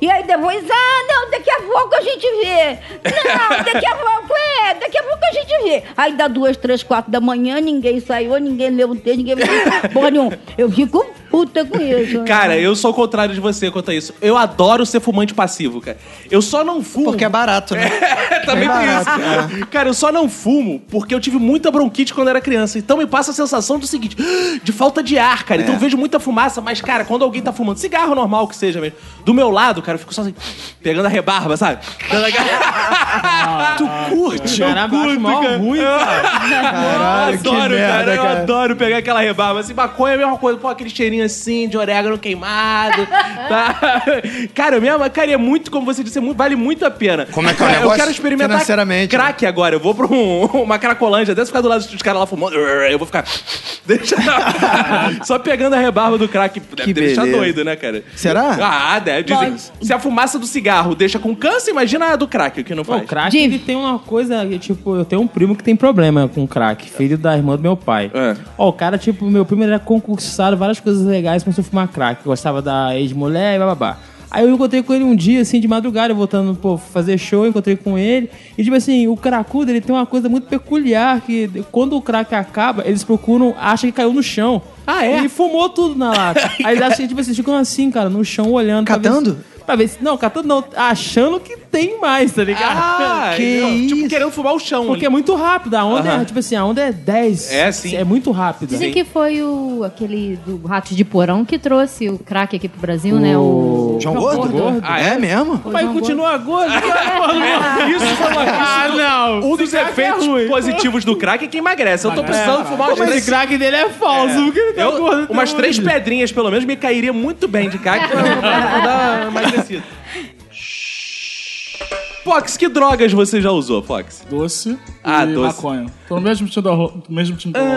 Speaker 6: E aí depois, ah, não, daqui a pouco a gente vê. Não, daqui a pouco é, daqui a pouco a gente vê. Aí dá duas, três, quatro da manhã, ninguém saiu, ninguém leu o texto, ninguém viu porra nenhuma. Eu fico puta com isso. né?
Speaker 1: Cara, eu sou o contrário de você quanto a isso. Eu adoro ser fumante passivo, cara. Eu só não fumo.
Speaker 10: Porque é barato, né?
Speaker 1: Também
Speaker 10: É
Speaker 1: tem isso.
Speaker 10: barato,
Speaker 1: Cara, eu só não fumo porque eu tive muita bronquite quando era criança. Então me passa a sensação do seguinte: de falta de ar, cara.
Speaker 10: É.
Speaker 1: Então eu vejo muita fumaça, mas, cara, quando alguém tá fumando, cigarro normal que seja mesmo, do meu lado, cara, eu fico só assim, pegando a rebarba, sabe? Dando a-
Speaker 7: Ah,
Speaker 1: tu curte, eu
Speaker 7: Caramba, acho
Speaker 1: curto,
Speaker 7: mó
Speaker 1: cara.
Speaker 7: ruim,
Speaker 10: Caralho, que
Speaker 1: eu adoro,
Speaker 10: merda,
Speaker 1: cara. Eu
Speaker 10: cara.
Speaker 1: adoro pegar aquela rebarba. Assim, maconha é a mesma coisa. Pô, aquele cheirinho assim, de orégano queimado. tá? Cara, eu mesmo, cara, é muito, como você disse, é muito- vale muito a pena.
Speaker 14: Como é que é o
Speaker 1: Cara, Eu
Speaker 14: negócio?
Speaker 1: quero experimentar
Speaker 10: Financeiramente,
Speaker 1: crack agora. Eu vou pra um- uma cracolândia dessa, ficar do lado dos caras lá fumando. Eu vou ficar... Deixa... Só pegando a rebarba do crack. Deve
Speaker 10: Que
Speaker 1: deixar
Speaker 10: beleza.
Speaker 1: doido, né, cara?
Speaker 10: Será?
Speaker 1: Ah, deve. Dizem, se a fumaça do cigarro deixa com câncer, imagina a do crack, o que não
Speaker 7: Pô,
Speaker 1: faz.
Speaker 7: o crack,
Speaker 6: Div-
Speaker 7: ele tem uma coisa, que, tipo, eu tenho um primo que tem problema com crack, filho da irmã do meu pai.
Speaker 1: É.
Speaker 7: Ó, o cara, tipo, meu primo ele era concursado, várias coisas legais, começou a fumar crack, gostava da ex-mulher e bababá. Aí eu encontrei com ele um dia, assim, de madrugada, eu voltando, pô, fazer show, encontrei com ele. E, tipo assim, o cracudo, ele tem uma coisa muito peculiar, que quando o crack acaba, eles procuram, acham que caiu no chão.
Speaker 1: Ah, é?
Speaker 7: Ele fumou tudo na lata. Aí eles acham que, tipo assim, ficam assim, cara, no chão, olhando. pra ver se-
Speaker 10: Catando?
Speaker 7: Pra ver se... Não, catando não. Achando que tem mais, tá ligado?
Speaker 1: Ah,
Speaker 10: Que
Speaker 1: não, tipo
Speaker 10: isso?
Speaker 1: querendo fumar o chão
Speaker 7: Porque é
Speaker 1: ali.
Speaker 7: muito rápido. A onda
Speaker 1: Aham.
Speaker 7: é, tipo assim, a onda é 10.
Speaker 1: É, sim.
Speaker 7: É muito rápido.
Speaker 5: Dizem que foi o aquele do Ratos de Porão que trouxe o crack aqui pro Brasil, né?
Speaker 7: O-
Speaker 5: O
Speaker 10: João Gordo?
Speaker 1: Ah,
Speaker 10: é? mesmo?
Speaker 7: O pai continua gordo.
Speaker 5: é?
Speaker 1: É, né? Isso foi uma
Speaker 4: é
Speaker 7: Ah, não.
Speaker 1: Um dos efeitos positivos do crack é que emagrece. Eu tô precisando fumar umas
Speaker 7: Mas
Speaker 1: três-
Speaker 7: esse craque dele é falso. Porque ele tá
Speaker 1: eu-
Speaker 7: gordo. até
Speaker 1: umas três
Speaker 7: hoje.
Speaker 1: pedrinhas, pelo menos, me cairia muito bem de crack pra, pra- pra dar uma emagrecida. Fox, que drogas você já usou, Fox?
Speaker 4: Doce
Speaker 1: Ah,
Speaker 4: e
Speaker 1: doce.
Speaker 4: maconha. Tô no mesmo time do Arro- do mesmo time do Arroba.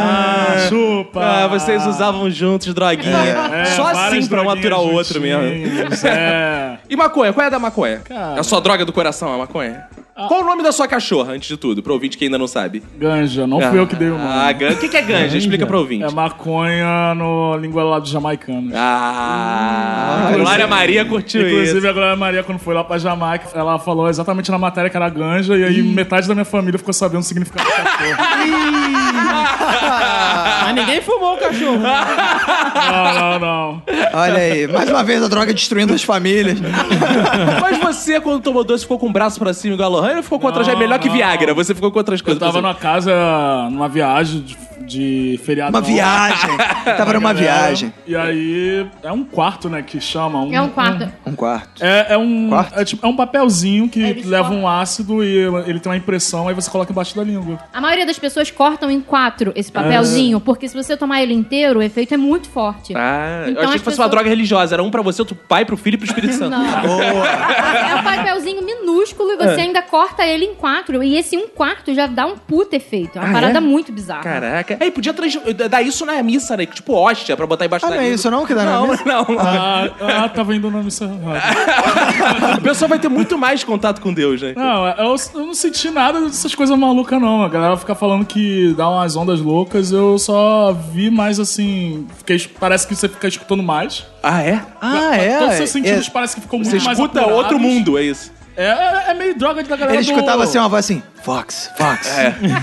Speaker 1: Ah,
Speaker 4: Ah, chupa!
Speaker 1: ah, vocês usavam juntos droguinha.
Speaker 4: É,
Speaker 1: Só
Speaker 4: várias
Speaker 1: assim pra um aturar o
Speaker 4: droguinhas
Speaker 1: outro mesmo.
Speaker 4: juntinhas, É.
Speaker 1: E maconha? Qual é a da maconha?
Speaker 4: Cara. Ah.
Speaker 1: É a sua droga do coração, a maconha? Qual o nome da sua cachorra, antes de tudo, pro ouvinte que ainda não sabe?
Speaker 4: Ganja, não fui eu que dei o nome.
Speaker 1: Ah, ganja. O que que é ganja? Explica pro ouvinte.
Speaker 4: É maconha no língua lá dos jamaicanos.
Speaker 1: Ah, Glória Maria curtiu
Speaker 4: Inclusive,
Speaker 1: isso.
Speaker 4: a Glória Maria, quando foi lá pra Jamaica, ela falou exatamente na matéria que era ganja, e aí metade da minha família ficou sabendo o significado do cachorro.
Speaker 7: Mas ninguém fumou o cachorro.
Speaker 4: não, não, não.
Speaker 10: Olha aí, mais uma vez a droga destruindo as famílias.
Speaker 1: Mas você, quando tomou doce, ficou com o braço pra cima igual a Lohane ou ficou com outras... É melhor que
Speaker 4: não.
Speaker 1: Viagra, você ficou com outras
Speaker 4: Eu
Speaker 1: coisas.
Speaker 4: tava
Speaker 1: pra
Speaker 4: numa casa, numa viagem de, de feriado.
Speaker 10: Uma viagem. Tava numa viagem.
Speaker 4: E aí, é um quarto, né, que chama. Um,
Speaker 5: é um quarto.
Speaker 10: Um quarto.
Speaker 4: É, é um,
Speaker 10: Quarto?
Speaker 4: é, tipo- é um papelzinho que
Speaker 5: eles
Speaker 4: leva
Speaker 5: cortam.
Speaker 4: um ácido e ele tem uma impressão, aí você coloca embaixo da língua.
Speaker 5: A maioria das pessoas cortam em quatro esse papelzinho, porque se você tomar ele inteiro, o efeito é muito forte.
Speaker 1: Ah, eu
Speaker 5: Então
Speaker 1: achei
Speaker 5: as
Speaker 1: que fosse uma
Speaker 5: pessoas-
Speaker 1: droga religiosa. Era um pra você, outro pro pai, pro filho e pro Espírito Santo.
Speaker 10: Tá
Speaker 5: Não. É um papelzinho minúsculo e
Speaker 1: Ah.
Speaker 5: você ainda corta ele em quatro. E esse um quarto já dá um puta efeito. É uma
Speaker 1: Ah,
Speaker 5: parada
Speaker 1: é?
Speaker 5: muito bizarra.
Speaker 1: Caraca. Aí podia trans... dar isso na missa, né? Tipo hóstia, pra botar embaixo
Speaker 10: Ah,
Speaker 1: da
Speaker 10: não é
Speaker 1: língua.
Speaker 10: isso não que dá na
Speaker 1: Não,
Speaker 10: missa?
Speaker 1: não.
Speaker 4: Ah, ah, tava indo na missa errada.
Speaker 1: A pessoa vai ter muito mais contato com Deus, né?
Speaker 4: Não, é, eu, eu não senti nada dessas coisas malucas, não. A galera fica falando que dá umas ondas loucas, eu só vi mais assim. Fiquei, parece que você fica escutando mais.
Speaker 1: Ah, é?
Speaker 10: Ah, é?
Speaker 4: Todos os seus sentidos
Speaker 10: É,
Speaker 4: parece que ficam muito
Speaker 1: Você
Speaker 4: mais
Speaker 1: escuta
Speaker 4: apurados.
Speaker 1: outro mundo, é isso.
Speaker 4: É, é, é meio droga da galera
Speaker 10: Ele
Speaker 4: do...
Speaker 10: escutava assim uma voz assim, Fox, Fox,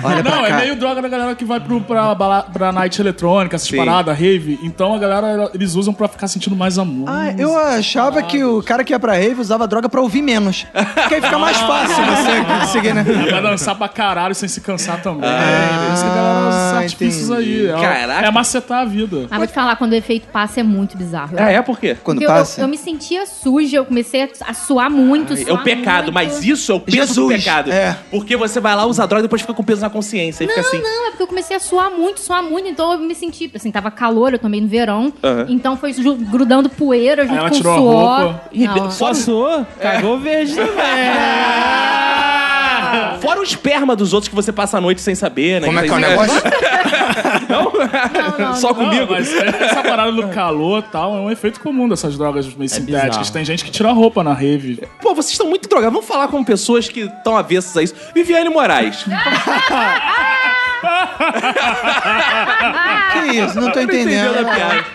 Speaker 10: olha pra
Speaker 4: Não,
Speaker 10: cá.
Speaker 4: é meio droga da galera que vai pro, pra, bala- pra night eletrônica, essas
Speaker 1: Sim.
Speaker 4: paradas, rave. Então a galera, eles usam pra ficar sentindo mais amor.
Speaker 10: Ah, eu achava que o cara que ia pra rave usava droga pra ouvir menos. Porque aí fica mais fácil você conseguir, né?
Speaker 4: É pra dançar pra caralho sem se cansar também. É, esse galera, esses artifícios
Speaker 10: Ah, entendi.
Speaker 4: aí. É,
Speaker 1: Caraca.
Speaker 4: é macetar a vida.
Speaker 5: Mas vou te falar, quando o efeito passa é muito bizarro.
Speaker 1: Ah, é? Por quê?
Speaker 10: Quando
Speaker 5: Porque eu-
Speaker 10: passa.
Speaker 5: Eu, eu me sentia suja, eu comecei a- a suar muito,
Speaker 1: É o pecado, mas isso é o peso do
Speaker 10: Jesus,
Speaker 1: pecado.
Speaker 10: é.
Speaker 1: Porque você vai lá, usa droga e depois fica com peso na consciência. E fica assim.
Speaker 5: Não, é porque eu comecei a suar muito, suar muito, então eu me senti, assim, tava calor, eu tomei no verão, então foi ju- grudando poeira junto
Speaker 4: Aí ela
Speaker 5: com
Speaker 4: tirou a
Speaker 5: suor.
Speaker 4: roupa.
Speaker 7: Ih,
Speaker 5: Não,
Speaker 7: Só suou? Cagou verde
Speaker 1: né?
Speaker 7: também.
Speaker 1: Fora o esperma dos outros que você passa a noite sem saber, né?
Speaker 14: Como é que é o
Speaker 1: Então,
Speaker 14: negócio?
Speaker 5: não, não,
Speaker 1: Só
Speaker 4: Não,
Speaker 1: comigo?
Speaker 4: mas essa parada do calor e tal é um efeito comum dessas drogas meio sintéticas.
Speaker 7: É bizarro.
Speaker 4: Tem gente que tira a roupa na rave.
Speaker 1: Pô, vocês estão muito drogados. Vamos falar com pessoas que estão avessas a isso. Viviane Moraes. Tá
Speaker 10: Que isso? Não tô
Speaker 1: Não entendeu
Speaker 10: entendendo.
Speaker 1: a piada.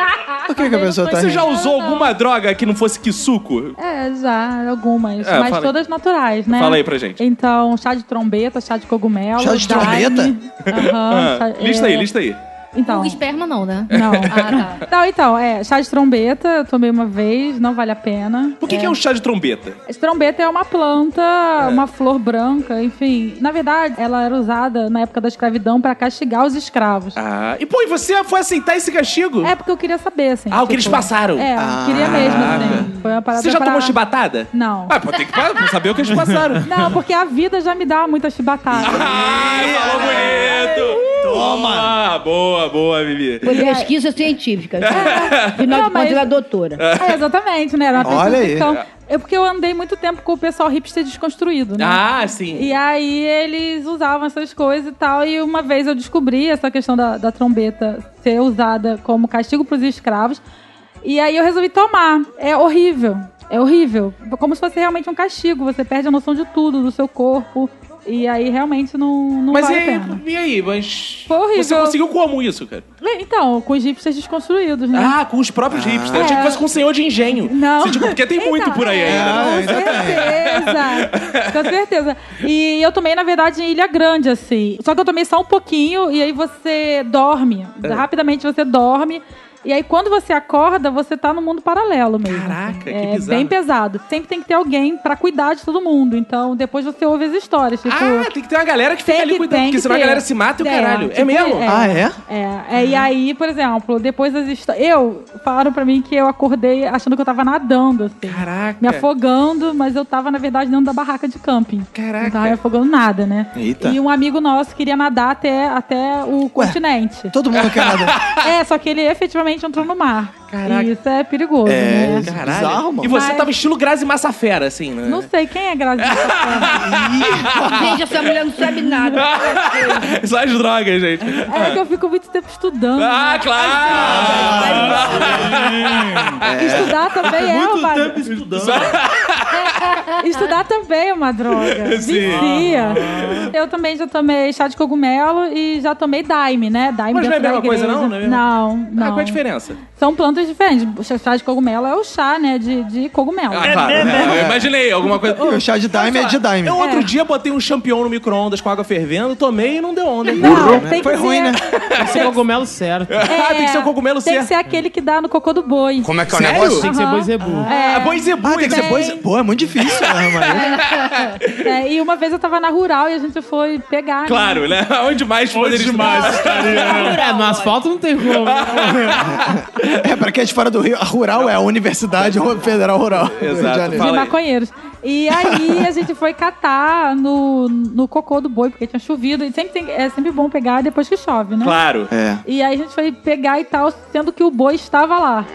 Speaker 2: Por que, que a pessoa tá
Speaker 1: Você já
Speaker 2: rindo?
Speaker 1: usou alguma droga que não fosse que suco?
Speaker 5: É, já, algumas.
Speaker 1: É,
Speaker 5: mas
Speaker 1: fala aí.
Speaker 5: todas naturais, né?
Speaker 1: Fala aí pra gente.
Speaker 5: Então, chá de trombeta, chá de cogumelo.
Speaker 2: Chá de
Speaker 5: daime.
Speaker 2: trombeta?
Speaker 5: Aham,
Speaker 1: Ah,
Speaker 5: chá-
Speaker 1: lista
Speaker 5: é,
Speaker 1: aí, lista aí.
Speaker 5: Então.
Speaker 1: Um
Speaker 3: O esperma não, né?
Speaker 1: É.
Speaker 5: Não.
Speaker 3: Ah, tá.
Speaker 5: Não, então, é, chá de trombeta, eu tomei uma vez, não vale a pena.
Speaker 1: O que que é um chá de trombeta?
Speaker 5: A trombeta é uma planta,
Speaker 1: É.
Speaker 5: uma flor branca, enfim. Na verdade, ela era usada na época da escravidão pra castigar os escravos.
Speaker 1: Ah, e pô, e você foi aceitar esse castigo?
Speaker 5: É porque eu queria saber, assim.
Speaker 1: Ah, o que eles passaram.
Speaker 5: É,
Speaker 2: Ah.
Speaker 5: eu queria mesmo, assim. Foi uma parada
Speaker 1: Você já
Speaker 5: pra-
Speaker 1: tomou chibatada?
Speaker 5: Não.
Speaker 1: Ah, pô, tem que pa- saber o que eles passaram.
Speaker 5: Não, porque a vida já me dá muita chibatada.
Speaker 1: Ai, falou bonito! Toma! Boa, boa, Bibi.
Speaker 6: Foi pesquisa científica. Afinal
Speaker 5: Não,
Speaker 6: de contas,
Speaker 5: mas-
Speaker 6: ela é doutora.
Speaker 5: É, exatamente, né? Era uma pessoa
Speaker 2: Olha aí.
Speaker 5: que, então, é porque eu andei muito tempo com o pessoal hipster desconstruído, né?
Speaker 1: Ah, sim.
Speaker 5: E aí eles usavam essas coisas e tal. E uma vez eu descobri essa questão da, da trombeta ser usada como castigo pros escravos. E aí eu resolvi tomar. É horrível. É horrível. Como se fosse realmente um castigo. Você perde a noção de tudo, do seu corpo. E aí realmente não, não
Speaker 1: Mas e
Speaker 5: vale a
Speaker 1: aí,
Speaker 5: pena.
Speaker 1: e aí, mas.
Speaker 5: Foi horrível.
Speaker 1: Você conseguiu como isso, cara?
Speaker 5: Então, com os hipsters desconstruídos, né?
Speaker 1: Ah, com os próprios hipsters. Eu tinha que fosse com um senhor de engenho.
Speaker 5: É. Não.
Speaker 1: Você, tipo, porque tem
Speaker 5: Então,
Speaker 1: muito por aí
Speaker 5: é,
Speaker 1: ainda. né?
Speaker 2: Ah,
Speaker 5: Com certeza. com certeza. E eu tomei, na verdade, em Ilha Grande, assim. Só que eu tomei só um pouquinho e aí você dorme.
Speaker 1: É.
Speaker 5: Rapidamente você dorme. E aí, quando você acorda, você tá no mundo paralelo mesmo.
Speaker 1: Caraca, que
Speaker 5: é
Speaker 1: bizarro.
Speaker 5: bem pesado. Sempre tem que ter alguém pra cuidar de todo mundo. Então, depois você ouve as histórias. Tipo,
Speaker 1: Ah, tem que ter uma galera que
Speaker 5: tem
Speaker 1: fica ali
Speaker 5: que-
Speaker 1: cuidando,
Speaker 5: tem
Speaker 1: porque
Speaker 5: que
Speaker 1: senão a
Speaker 5: ter.
Speaker 1: galera se mata e o
Speaker 5: É,
Speaker 1: caralho. É
Speaker 5: tipo,
Speaker 1: mesmo?
Speaker 2: Ah, é?
Speaker 5: É, é, e aí, por exemplo, depois das histórias. Eu, falaram pra mim que eu acordei achando que eu tava nadando, assim.
Speaker 1: Caraca.
Speaker 5: Me afogando, mas eu tava, na verdade, dentro da barraca de camping.
Speaker 1: Caraca.
Speaker 5: Não tava me afogando nada, né?
Speaker 2: Eita.
Speaker 5: E um amigo nosso queria nadar até, até o continente.
Speaker 2: Todo mundo quer nadar.
Speaker 5: É, só que ele efetivamente entrou no mar.
Speaker 1: Caraca.
Speaker 5: E isso é perigoso,
Speaker 2: É,
Speaker 5: né?
Speaker 2: isso é bizarro,
Speaker 1: E
Speaker 2: mano.
Speaker 1: você
Speaker 5: Mas-
Speaker 1: tava estilo Grazi Massafera, assim, né?
Speaker 5: Não sei quem é Grazinha.
Speaker 6: Gente, essa mulher não sabe nada.
Speaker 1: Só as drogas, gente.
Speaker 5: é que eu fico muito tempo estudando.
Speaker 1: Ah,
Speaker 5: né?
Speaker 1: claro!
Speaker 5: Estudar também é uma
Speaker 7: Muito tempo estudando.
Speaker 5: Estudar também é uma droga.
Speaker 1: Sim.
Speaker 5: Vicia. Eu também já tomei chá de cogumelo e já tomei daime, né? Daime
Speaker 1: Mas não é a
Speaker 5: dentro da
Speaker 1: mesma coisa,
Speaker 5: igreja.
Speaker 1: não? Não é a mesma-
Speaker 5: Não,
Speaker 1: Ah,
Speaker 5: não.
Speaker 1: qual é a diferença?
Speaker 5: São plantas diferentes. O chá de cogumelo é o chá, né? De, de cogumelo.
Speaker 1: Ah, claro.
Speaker 5: é.
Speaker 1: Eu imaginei alguma coisa.
Speaker 2: O chá de daime é de daime.
Speaker 1: Eu outro dia botei um champião no micro-ondas com água fervendo, tomei e não deu onda.
Speaker 5: Não, tem que
Speaker 2: Foi
Speaker 5: ser,
Speaker 2: ruim, né?
Speaker 7: Esse é o cogumelo certo.
Speaker 5: é,
Speaker 1: Ah, tem que ser o cogumelo
Speaker 5: Tem
Speaker 1: certo.
Speaker 5: que ser aquele que dá no cocô do boi.
Speaker 8: Como é que é o
Speaker 1: Sério?
Speaker 8: negócio?
Speaker 7: Tem que ser
Speaker 5: Aham.
Speaker 7: boizebu.
Speaker 1: Ah, pois é,
Speaker 2: Ah, tem que ser
Speaker 5: Tem.
Speaker 2: coisa. Pô, é muito difícil, né, mano?
Speaker 5: É, e uma vez eu tava na rural e a gente foi pegar. né?
Speaker 1: Claro, né? Onde mais
Speaker 4: Onde
Speaker 1: poderia
Speaker 4: mais estaria?
Speaker 7: É, no asfalto não tem como. né?
Speaker 2: É, pra quem é de fora do Rio, a rural é a Universidade Federal Rural. do Rio de
Speaker 1: Exato,
Speaker 2: Janeiro.
Speaker 1: fala.
Speaker 5: de
Speaker 1: aí.
Speaker 5: maconheiros. E aí a gente foi catar no, no cocô do boi, porque tinha chovido. E sempre tem- é sempre bom pegar depois que chove, né?
Speaker 1: Claro.
Speaker 2: É.
Speaker 5: E aí a gente foi pegar e tal, sendo que o boi estava lá.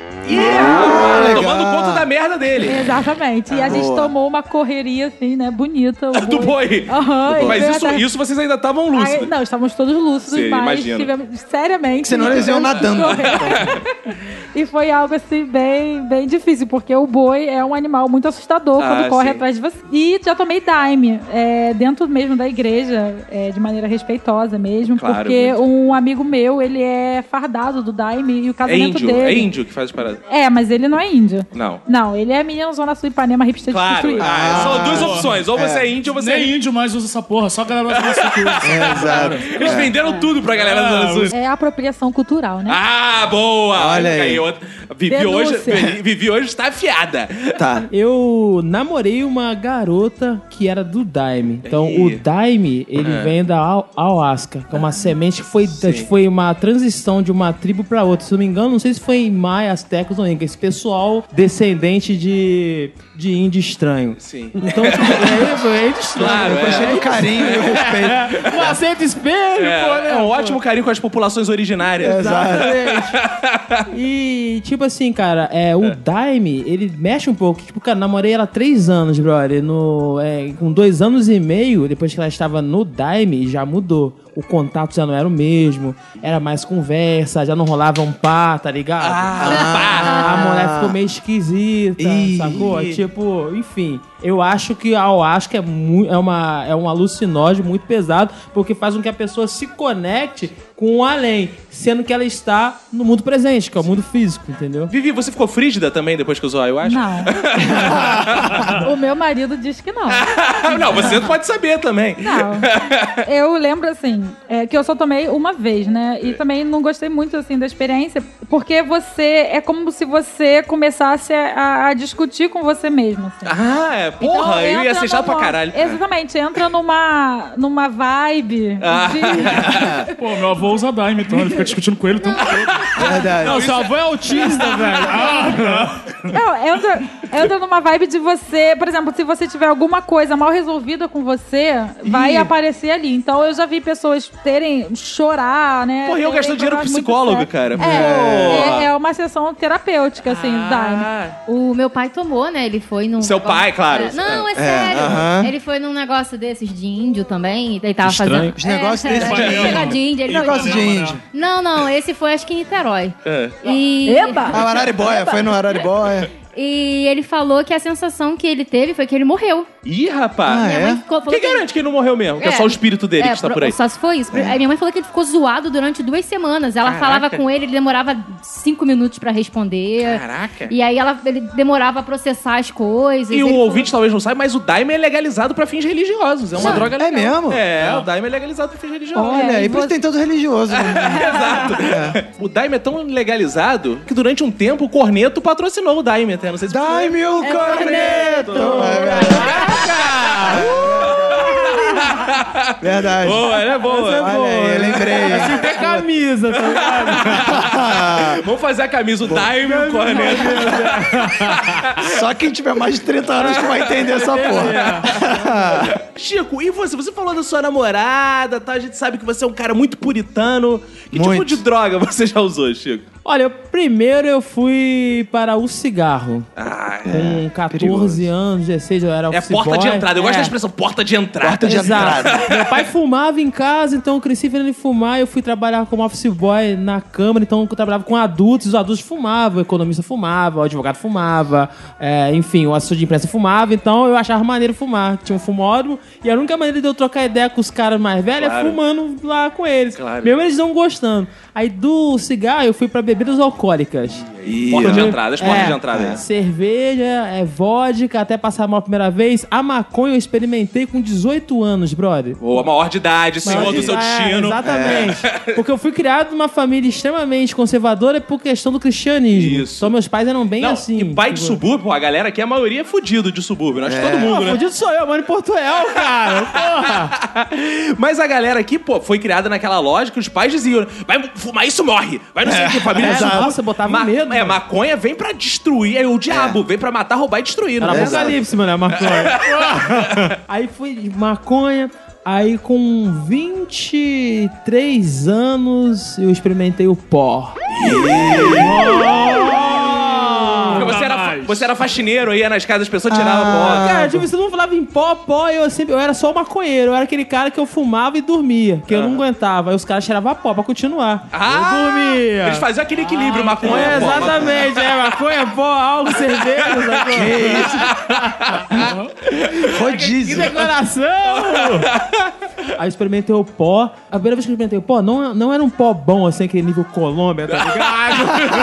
Speaker 2: legal.
Speaker 1: Tomando conta da merda dele.
Speaker 5: Exatamente. E a gente
Speaker 2: Boa.
Speaker 5: tomou uma correria, assim, né? Bonita. o
Speaker 1: Do boi.
Speaker 5: Aham, e
Speaker 1: Mas
Speaker 5: veio
Speaker 1: isso,
Speaker 5: atrás-
Speaker 1: isso vocês ainda estavam
Speaker 5: Aí-
Speaker 1: lúcidos.
Speaker 5: não, estávamos todos lúcidos,
Speaker 1: Sim,
Speaker 5: mas
Speaker 1: imagino.
Speaker 5: tivemos, seriamente.
Speaker 2: Senão eles iam
Speaker 5: tivemos que
Speaker 2: nadando.
Speaker 5: correr. e foi algo assim bem, bem difícil, porque o boi é um animal muito assustador
Speaker 1: Ah,
Speaker 5: quando corre
Speaker 1: sim.
Speaker 5: atrás de você. E já tomei daime, é, dentro mesmo da igreja, é, de maneira respeitosa mesmo,
Speaker 1: Claro,
Speaker 5: porque um amigo meu, ele é fardado do daime e o
Speaker 1: É
Speaker 5: casamento
Speaker 1: índio, é
Speaker 5: dele.
Speaker 1: índio que faz as paradas.
Speaker 5: É, mas ele não é índio.
Speaker 1: Não.
Speaker 5: Não, ele é menino zona sul Ipanema, hipster
Speaker 1: Claro.
Speaker 5: desconstruído.
Speaker 1: Ah, são duas opções. Ou você é índio ou você é
Speaker 4: Nem
Speaker 1: índio.
Speaker 4: índio mais usa essa porra, só a galera usa isso aqui.
Speaker 2: É, Exato.
Speaker 1: Eles venderam tudo pra galera do Zona Sul.
Speaker 5: É apropriação cultural, né?
Speaker 1: Ah, boa!
Speaker 2: Olha aí.
Speaker 1: Caiu outra. Vivi hoje,
Speaker 5: Denúncia.
Speaker 1: Vivi- Vivi hoje está afiada.
Speaker 2: Tá.
Speaker 7: Eu namorei uma garota que era do Daime. Então,
Speaker 1: Ih.
Speaker 7: o Daime, ele
Speaker 1: É.
Speaker 7: vem da au- ayahuasca, que é uma semente que foi, foi uma transição de uma tribo pra outra. Se eu não me engano, não sei se foi em Maia, Aztecas ou Inca. Esse pessoal descendente de, de índio estranho.
Speaker 1: Sim.
Speaker 7: Então, tipo, é, é índio estranho.
Speaker 1: Claro,
Speaker 2: Eu gostei do carinho e o respeito.
Speaker 7: Não aceita espelho,
Speaker 1: É,
Speaker 7: pô, né?
Speaker 1: é um ótimo carinho com as populações originárias.
Speaker 7: Exatamente. e, tipo assim, cara, é, o Daime, ele mexe um pouco. Tipo, cara, namorei ela há três anos, brother. No, é, com dois anos e meio, depois que ela estava no Daime, já mudou. o contato já não era o mesmo, era mais conversa, já não rolava um pá, tá ligado?
Speaker 2: Ah.
Speaker 7: a mulher ficou meio esquisita,
Speaker 2: Ih.
Speaker 7: sacou? Tipo, enfim, eu acho que a Oasca é, mu- é, uma, é um alucinógeno muito pesado, porque faz com que a pessoa se conecte com o além, sendo que ela está no mundo presente, que é o mundo físico, entendeu?
Speaker 1: Vivi, você ficou frígida também depois que usou a ayahuasca?
Speaker 5: Não. o meu marido diz que não.
Speaker 1: Ah, não, você pode saber também.
Speaker 5: Não. Eu lembro, assim, é, que eu só tomei uma vez, né?
Speaker 1: É.
Speaker 5: E também não gostei muito, assim, da experiência, porque você... É como se você começasse a, a discutir com você mesmo, assim.
Speaker 1: Ah, é, porra,
Speaker 5: Então,
Speaker 1: eu ia
Speaker 5: entra
Speaker 1: ser chato pra
Speaker 5: numa-
Speaker 1: caralho.
Speaker 5: Exatamente, entra numa, numa vibe.
Speaker 1: Ah.
Speaker 5: de-
Speaker 4: Pô, meu avô usa Daime, então ele fica discutindo com ele o tempo todo. Ah, tá.
Speaker 2: Verdade.
Speaker 7: Não, seu avô é autista, velho. Ah, tá.
Speaker 5: Não, entra, entra numa vibe de você, por exemplo, se você tiver alguma coisa mal resolvida com você, vai aparecer ali. Então eu já vi pessoas terem chorar, né?
Speaker 1: Porra, eu
Speaker 5: terem
Speaker 1: gastando dinheiro com
Speaker 5: problemas muito
Speaker 1: psicólogo,
Speaker 5: sérios.
Speaker 1: cara.
Speaker 5: É, é, é uma sessão terapêutica, assim,
Speaker 1: Ah.
Speaker 5: Daime.
Speaker 3: O meu pai tomou, né? Ele foi num.
Speaker 1: Seu pai, claro.
Speaker 3: É, Não, é, sério. Ele foi num negócio desses de índio também. Ele tava
Speaker 15: Estranho.
Speaker 3: fazendo.
Speaker 2: Os negócios tipo. desses de
Speaker 3: esse
Speaker 4: índio.
Speaker 3: negócio de índio. é, Ele foi-
Speaker 2: Negócio de índio.
Speaker 3: Não, não, esse foi acho que em Niterói.
Speaker 1: É.
Speaker 3: E,
Speaker 2: Ah, o Araribóia, foi no Araribóia.
Speaker 3: e ele falou que a sensação que ele teve foi que ele morreu.
Speaker 1: Ih,
Speaker 2: Ah,
Speaker 1: rapaz.
Speaker 3: Minha
Speaker 2: é?
Speaker 3: mãe ficou, falou
Speaker 1: Quem garante que ele não morreu mesmo? Que é
Speaker 3: É.
Speaker 1: só o espírito dele
Speaker 3: É,
Speaker 1: que está
Speaker 3: pro-
Speaker 1: por aí. É.
Speaker 3: Só se foi isso. Aí minha mãe falou que ele ficou zoado durante duas semanas. Ela falava com ele, ele demorava cinco minutos pra responder.
Speaker 1: Caraca.
Speaker 3: E aí ela, ele demorava a processar as coisas.
Speaker 1: E
Speaker 3: Ele
Speaker 1: o
Speaker 3: falou-
Speaker 1: ouvinte talvez não saiba, mas o Daime é legalizado pra fins religiosos. É uma
Speaker 3: Não.
Speaker 1: droga
Speaker 2: É
Speaker 1: legal.
Speaker 2: mesmo?
Speaker 1: É, o Daime é legalizado pra fins religiosos.
Speaker 3: É,
Speaker 2: Olha, e por isso tem tanto religioso. né?
Speaker 1: Exato. O Daime é tão legalizado que durante um tempo o Corneto patrocinou o Daime até. Não sei se
Speaker 2: Dai-me o
Speaker 7: É
Speaker 2: corneto! É verdade. Verdade.
Speaker 1: Boa, ela é boa.
Speaker 2: Olha aí, lembrei.
Speaker 7: Assim, tem camisa, tá ligado?
Speaker 1: Vamos fazer a camisa, o Daime
Speaker 7: é
Speaker 1: e o Corneto.
Speaker 2: Só quem tiver mais de 30 anos que vai entender essa porra.
Speaker 1: Chico, e você? Você falou da sua namorada, tá? A gente sabe que você é um cara muito puritano. Que tipo
Speaker 2: Muito.
Speaker 1: de droga você já usou, Chico?
Speaker 7: Olha, eu- primeiro eu fui para o cigarro.
Speaker 1: Ah,
Speaker 7: Com 14
Speaker 2: perigoso.
Speaker 7: anos, 16, eu era
Speaker 1: é
Speaker 7: office
Speaker 1: porta de
Speaker 7: boy.
Speaker 1: entrada. Eu gosto
Speaker 7: É.
Speaker 1: da expressão porta de entrada.
Speaker 2: Porta de
Speaker 7: Exato.
Speaker 2: entrada.
Speaker 7: Meu pai fumava em casa, então eu cresci vendo ele fumar. Eu fui trabalhar como office boy na Câmara, então eu trabalhava com adultos. Os adultos fumavam, o economista fumava, o advogado fumava, é, enfim, o assessor de imprensa fumava. Então eu achava maneiro fumar. Tinha um fumódromo e a única maneira de eu trocar ideia com os caras mais velhos
Speaker 1: Claro.
Speaker 7: é fumando lá com eles.
Speaker 1: Claro.
Speaker 7: Mesmo eles não gostando. Aí do cigarro eu fui pra bebidas alcoólicas.
Speaker 1: Porta de entrada, as portas de entrada.
Speaker 7: Né? É. Cerveja, é vodka, até passar mal a primeira vez. A maconha eu experimentei com 18 anos, brother.
Speaker 1: Ou a maior de idade, senhor
Speaker 7: Mas-
Speaker 1: do seu
Speaker 7: É,
Speaker 1: destino. É.
Speaker 7: exatamente. Porque eu fui criado numa família extremamente conservadora por questão do cristianismo.
Speaker 1: Isso.
Speaker 7: Então meus pais eram bem
Speaker 1: Não,
Speaker 7: assim.
Speaker 1: e pai de
Speaker 7: tipo, É.
Speaker 1: subúrbio, a galera aqui, a maioria é fudido de subúrbio. Nós todo
Speaker 7: Pô,
Speaker 1: mundo, né?
Speaker 7: fudido sou eu, mano, em Portugal, cara. Porra.
Speaker 1: Mas a galera aqui, pô, foi criada naquela loja que os pais diziam: né? vai fumar isso, morre. Vai não sei o que, família.
Speaker 7: É,
Speaker 1: de subúrbio.
Speaker 7: nossa, botava medo, né?
Speaker 1: É,
Speaker 7: mano.
Speaker 1: maconha vem pra destruir, é o diabo, vem pra matar, roubar e destruir.
Speaker 7: Era
Speaker 1: né?
Speaker 7: apocalipse, mano, a maconha. aí fui maconha. Aí com 23 anos eu experimentei o pó.
Speaker 1: Porque você, era, fa-
Speaker 4: Jamais.
Speaker 1: você era faxineiro, ia nas casas, as pessoas tiravam foto.
Speaker 7: Cara, tipo, você não falava em pó, pó, eu sempre eu era só o maconheiro, eu era aquele cara que eu fumava e dormia, que eu
Speaker 1: Ah.
Speaker 7: não aguentava. Aí os caras tiravam pó pra continuar. Ah, eu dormia.
Speaker 1: Eles faziam aquele equilíbrio, maconha.
Speaker 7: É,
Speaker 1: pô,
Speaker 7: exatamente, é maconha, pó, álcool, cerveja, sacou? Que
Speaker 2: Rodízio.
Speaker 7: decoração! é Aí eu experimentei o pó. A primeira vez que eu experimentei o pó, não, não era um pó bom, assim, aquele nível Colômbia, tá ligado?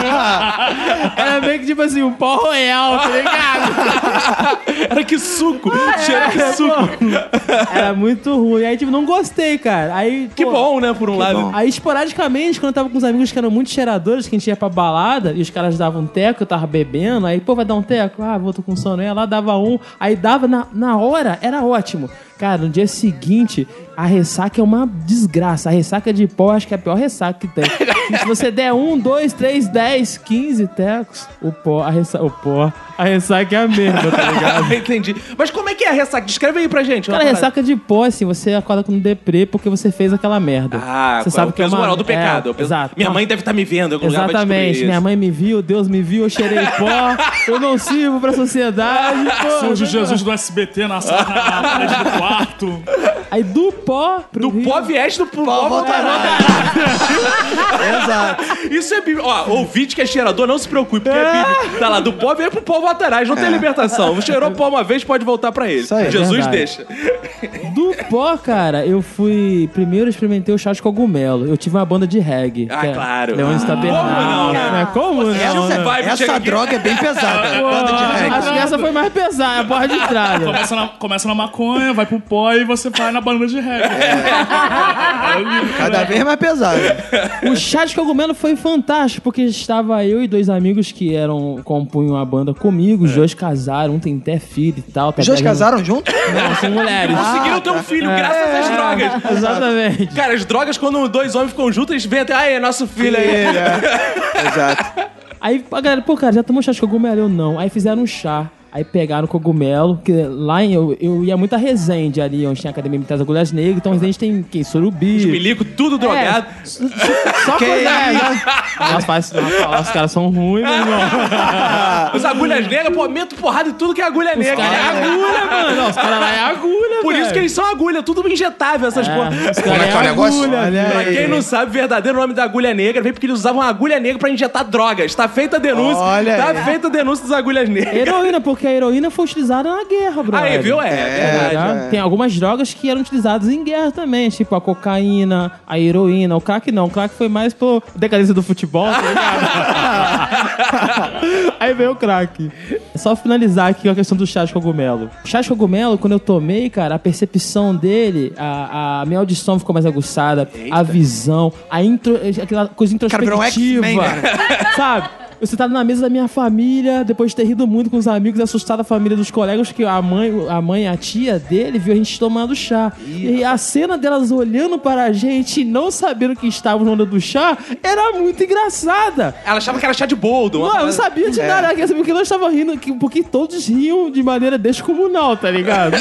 Speaker 7: era meio que tipo assim, um pó royal, tá ligado?
Speaker 1: Era que suco. Cheira que suco.
Speaker 7: Era muito ruim. Aí, tipo, não gostei, cara. Aí,
Speaker 1: Que
Speaker 7: pô,
Speaker 1: bom, né, por um lado.
Speaker 2: bom.
Speaker 7: Aí, esporadicamente, quando eu tava com os amigos que eram muito cheiradores, que a gente ia pra balada, e os caras davam um teco, eu tava bebendo, aí, pô, vai dar um teco? Ah, vou, tô com sono. Aí lá dava um, aí dava, na, na hora, era ótimo. Cara, no dia seguinte, a ressaca é uma desgraça. A ressaca de pó, acho que é a pior ressaca que tem. Se você der um, dois, três, dez, quinze tecos, o pó, a ressaca. O pó, a ressaca é a mesma, tá ligado?
Speaker 1: Entendi. Mas como é que é a ressaca? Descreve aí pra gente. uma
Speaker 7: Cara,
Speaker 1: parada.
Speaker 7: ressaca de pó, assim, você acorda com deprê porque você fez aquela merda.
Speaker 1: Ah,
Speaker 7: você
Speaker 1: o peso moral do pecado.
Speaker 7: é,
Speaker 1: o peso-
Speaker 7: Exato.
Speaker 1: Minha mãe deve estar me vendo em algum lugar pra descobrir
Speaker 7: Exatamente.
Speaker 1: isso.
Speaker 7: Minha mãe me viu, Deus me viu, eu cheirei pó, eu não sirvo pra sociedade. Pô,
Speaker 4: Surge
Speaker 7: Não-
Speaker 4: o Jesus do SBT na sala, na parede do quarto.
Speaker 7: Aí do pó pro
Speaker 1: Do
Speaker 7: Rio.
Speaker 1: pó viés do pó voltará.
Speaker 10: Exato.
Speaker 1: Isso é bíblico. Ó, ouvinte que é cheirador, não se preocupe, porque é bíblico. Tá lá, do pó viés pro pó voltarás,
Speaker 7: É.
Speaker 1: não tem libertação. Cheirou pó uma vez, pode voltar pra ele.
Speaker 10: Isso aí,
Speaker 1: Jesus
Speaker 7: verdade. Ah,
Speaker 1: deixa.
Speaker 7: Do pó, cara, eu fui. Primeiro eu experimentei o chá de cogumelo. Eu tive uma banda de reggae.
Speaker 1: Ah,
Speaker 7: que é
Speaker 1: claro.
Speaker 7: Leones Tabernáculos.
Speaker 1: Como não, né?
Speaker 7: Né? Como não? né?
Speaker 1: vai, chega
Speaker 10: Essa
Speaker 1: aqui-
Speaker 10: droga é bem pesada. Banda de reggae.
Speaker 7: Acho que essa foi mais pesada, a porra de tralha.
Speaker 4: Começa na, começa na maconha, vai pro pó e você vai na banana de reggae.
Speaker 7: É.
Speaker 10: Cada vez mais pesada.
Speaker 7: O chá de cogumelo foi fantástico, porque estava eu e dois amigos que eram compunham a banda comigo. Os
Speaker 1: É.
Speaker 7: dois casaram, um tem até filho e tal. tá
Speaker 10: Os dois
Speaker 7: até-
Speaker 10: casaram junto?
Speaker 7: Não, são mulheres.
Speaker 1: Conseguiram ter um
Speaker 7: É.
Speaker 1: filho, graças às drogas.
Speaker 7: Exatamente.
Speaker 1: Cara, as drogas, quando dois homens ficam juntos, eles vêm até. Ah, é nosso filho aí.
Speaker 10: É. Exato.
Speaker 7: Aí a galera, pô, cara, já tomou chá de cogumelo? Eu não. Aí fizeram um chá. Aí pegaram cogumelo, que lá em- eu, eu ia muito a Resende ali, onde tinha a Academia Militar das Agulhas Negras. Então Resende tem quem? Surubi.
Speaker 1: Milico, tudo drogado.
Speaker 7: É, s- s- só que coisa. Não faz não fala, os caras são ruins, meu irmão.
Speaker 1: Os agulhas negras, pô, meto porrada em tudo que é agulha
Speaker 7: Ah. Os
Speaker 1: negra.
Speaker 7: caras
Speaker 1: É
Speaker 7: é
Speaker 1: agulha.
Speaker 7: agulha, mano. Não, Os caras lá é agulha,
Speaker 1: Por isso que
Speaker 7: velho.
Speaker 1: eles são agulha, tudo injetável essas
Speaker 7: É,
Speaker 1: porra.
Speaker 7: os caras
Speaker 16: Como é que é o negócio?
Speaker 7: agulha,
Speaker 10: Olha
Speaker 7: velho.
Speaker 1: Pra quem não sabe, o verdadeiro nome da agulha negra vem porque eles usavam a agulha negra pra injetar drogas. Tá feita a denúncia.
Speaker 10: Olha
Speaker 1: tá
Speaker 10: aí.
Speaker 1: feita a denúncia das agulhas negras.
Speaker 7: Heroína, porque a heroína foi utilizada na guerra, brother.
Speaker 1: Aí, viu? É,
Speaker 7: Tá
Speaker 1: verdade.
Speaker 7: ligado? Tem algumas drogas que eram utilizadas em guerra também, tipo a cocaína, a heroína, o crack não. O crack foi mais por decadência do futebol, tá ligado? Aí veio o crack. É Só finalizar aqui a questão do chá de cogumelo. O chá de cogumelo, quando eu tomei, cara, a percepção dele, a, a minha audição ficou mais aguçada, a visão, a intro, aquela coisa
Speaker 10: Cara, virou um
Speaker 7: introspectiva.
Speaker 10: X-Men, cara.
Speaker 7: Sabe? Eu sentado na mesa da minha família, depois de ter rido muito com os amigos, assustado a família dos colegas, que a mãe, a mãe, a tia dele viu a gente tomando chá. E a cena delas olhando para a gente e não sabendo que estávamos na onda do chá era muito engraçada.
Speaker 1: Ela achava que era chá de boldo. uma
Speaker 7: Mano, eu não
Speaker 1: parada- assim. É.
Speaker 7: sabia de nada, quer saber porque nós estávamos rindo, que- porque todos riam de maneira descomunal, tá ligado?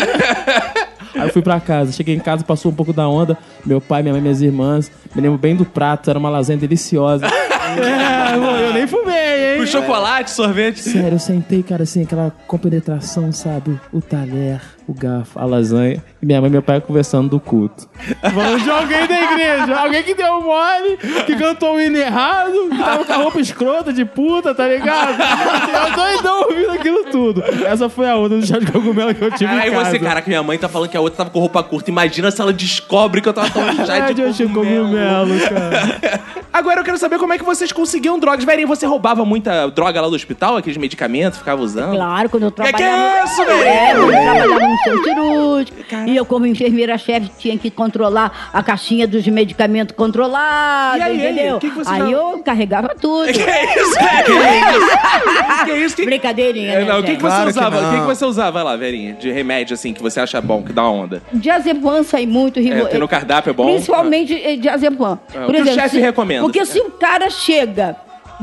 Speaker 7: Aí eu fui pra casa, cheguei em casa, passou um pouco da onda, meu pai, minha mãe, minhas irmãs, me lembro bem do prato, era uma lasanha deliciosa. é, mano, eu nem fumei, hein?
Speaker 1: Com chocolate, sorvete.
Speaker 7: Sério, eu sentei, cara, assim, aquela compenetração, sabe? O talher, o garfo, a lasanha. E minha mãe e meu pai conversando do culto. Falando de alguém da igreja. Alguém que deu mole, que cantou o hino errado, que tava com a roupa escrota de puta, tá ligado? Eu doidão ouvindo aquilo tudo. Essa foi a onda do chá de cogumelo que eu tive
Speaker 1: Aí
Speaker 7: em casa.
Speaker 1: você, caraca, minha mãe tá falando que a outra tava com roupa curta. Imagina se ela descobre que eu tava tomando chá
Speaker 7: Ai,
Speaker 1: tá de
Speaker 7: É, de
Speaker 1: cogumelo.
Speaker 7: cogumelo, cara.
Speaker 1: Agora eu quero saber como é que vocês conseguiam drogas. Verinho, você roubava muita droga lá do hospital? Aqueles medicamentos, ficava usando?
Speaker 6: Claro, quando eu
Speaker 1: Que que
Speaker 6: trabalhava...
Speaker 1: é isso,
Speaker 6: É,
Speaker 1: velho?
Speaker 6: eu trabalhava no centro cirúrgico. E eu, como enfermeira-chefe, tinha que controlar a caixinha dos medicamentos controlados,
Speaker 1: E aí,
Speaker 6: entendeu?
Speaker 1: o que que você
Speaker 6: aí
Speaker 1: já-
Speaker 6: eu carregava tudo.
Speaker 1: Que isso, velho? Que isso? Que isso? Que
Speaker 6: Brincadeirinha,
Speaker 1: É,
Speaker 6: né,
Speaker 1: não, o que, que
Speaker 6: gente?
Speaker 1: você
Speaker 10: Claro que
Speaker 1: usava? o que, que
Speaker 10: não.
Speaker 1: você usava? Vai lá, Verinha, de remédio, assim, que você acha bom, que dá onda.
Speaker 6: Diazepam sai muito
Speaker 1: É,
Speaker 6: rigor.
Speaker 1: tem no cardápio é bom.
Speaker 6: Principalmente eh, diazepam.
Speaker 1: É, o que o chefe
Speaker 6: se-
Speaker 1: recomenda?
Speaker 6: Porque se o cara chega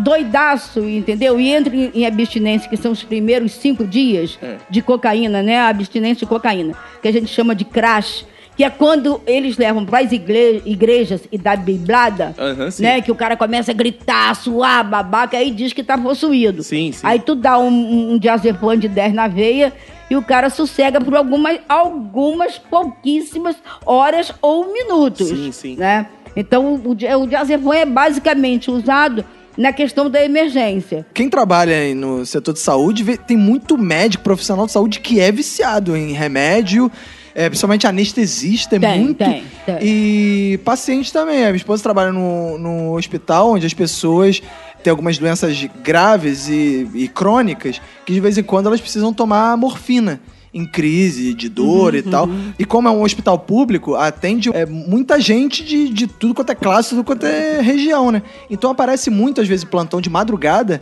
Speaker 6: doidaço, entendeu? E entra em em abstinência, que são os primeiros cinco dias
Speaker 1: É.
Speaker 6: de cocaína, né? A abstinência de cocaína, que a gente chama de crash. Que é quando eles levam para as igrejas e da biblada,
Speaker 1: Aham, sim.
Speaker 6: né? Que o cara começa a gritar, suar, babaca, aí diz que tá possuído.
Speaker 1: Sim, sim.
Speaker 6: Aí tu dá um, um- um diazepam de 10 na veia e o cara sossega por algumas, algumas pouquíssimas horas ou minutos.
Speaker 1: Sim, sim.
Speaker 6: Né? Então, o, di- o diazepam é basicamente usado na questão da emergência.
Speaker 10: Quem trabalha aí no setor de saúde vê- tem muito médico, profissional de saúde que é viciado em remédio, é, principalmente anestesista, é
Speaker 6: Tem,
Speaker 10: muito.
Speaker 6: tem, tem.
Speaker 10: E paciente também. A minha esposa trabalha no, no hospital onde as pessoas têm algumas doenças graves e, e crônicas que de vez em quando elas precisam tomar morfina. Em crise, de dor e tal. E como é um hospital público, atende é, muita gente de, de tudo quanto é classe, tudo quanto é região, né? Então aparece muitas vezes plantão de madrugada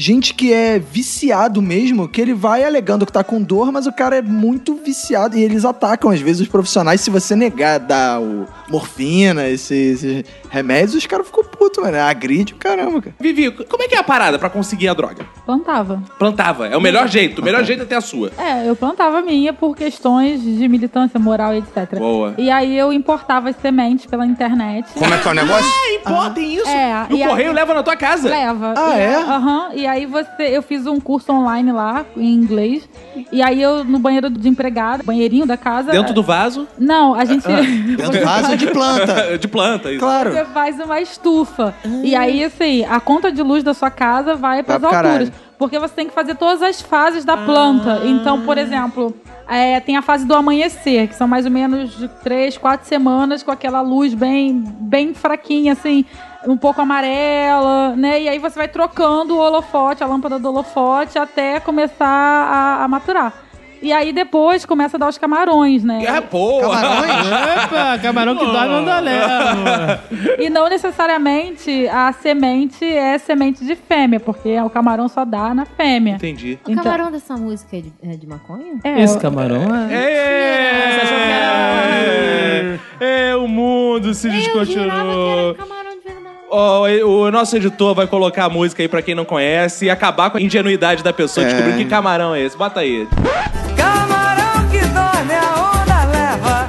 Speaker 10: Gente que é viciado mesmo, que ele vai alegando que tá com dor, mas o cara é muito viciado e eles atacam às vezes os profissionais. Se você negar dar o morfina, esses, esses remédios, os caras ficam
Speaker 2: puto, mano. Agride o caramba, cara.
Speaker 1: Vivi, como é que é a parada pra conseguir a droga?
Speaker 5: Plantava.
Speaker 1: Plantava. É o melhor jeito. O melhor jeito é ter a sua.
Speaker 5: É, eu plantava a minha por questões de militância moral e etc.
Speaker 1: Boa.
Speaker 5: E aí eu importava as sementes pela internet.
Speaker 1: Ah, importem isso.
Speaker 5: É,
Speaker 1: e
Speaker 5: e
Speaker 1: o
Speaker 5: a-
Speaker 1: correio leva na tua casa.
Speaker 5: Leva.
Speaker 2: Ah,
Speaker 5: E-
Speaker 2: é?
Speaker 5: Aham. E aí você, eu fiz um curso online lá, em inglês. E aí eu, no banheiro de empregada, banheirinho da casa.
Speaker 1: Dentro do vaso.
Speaker 5: Não, a gente.
Speaker 2: Dentro do vaso de planta.
Speaker 1: É, De planta, isso.
Speaker 2: Claro. Ah.
Speaker 5: Você faz uma estufa. E aí, assim, a conta de luz da sua casa vai para as
Speaker 2: pro
Speaker 5: alturas.
Speaker 2: caralho. Ah.
Speaker 5: Porque você tem que fazer todas as fases da planta. Então, por exemplo, é, tem a fase do amanhecer, que são mais ou menos de três, quatro semanas com aquela luz bem, bem fraquinha, assim, um pouco amarela, né? E aí você vai trocando o holofote, a lâmpada do holofote, até começar a, a maturar. E aí depois começa a dar os camarões, né?
Speaker 1: Ah, porra.
Speaker 2: Camarões?
Speaker 7: Opa, camarão que dorme anda leva.
Speaker 5: E não necessariamente a semente é semente de fêmea, porque o camarão só dá na fêmea.
Speaker 1: Entendi.
Speaker 3: O
Speaker 5: Então-
Speaker 3: camarão dessa música é de, é de maconha?
Speaker 5: É,
Speaker 7: Esse camarão é... É, o mundo se
Speaker 3: Eu jurava que
Speaker 7: descontinuou.
Speaker 3: era camarão de verdade.
Speaker 1: Ó, o, o nosso editor vai colocar a música aí pra quem não conhece e acabar com a ingenuidade da pessoa
Speaker 2: É.
Speaker 1: descobrir que camarão é esse. Bota aí.
Speaker 8: Camarão que dorme, a onda leva.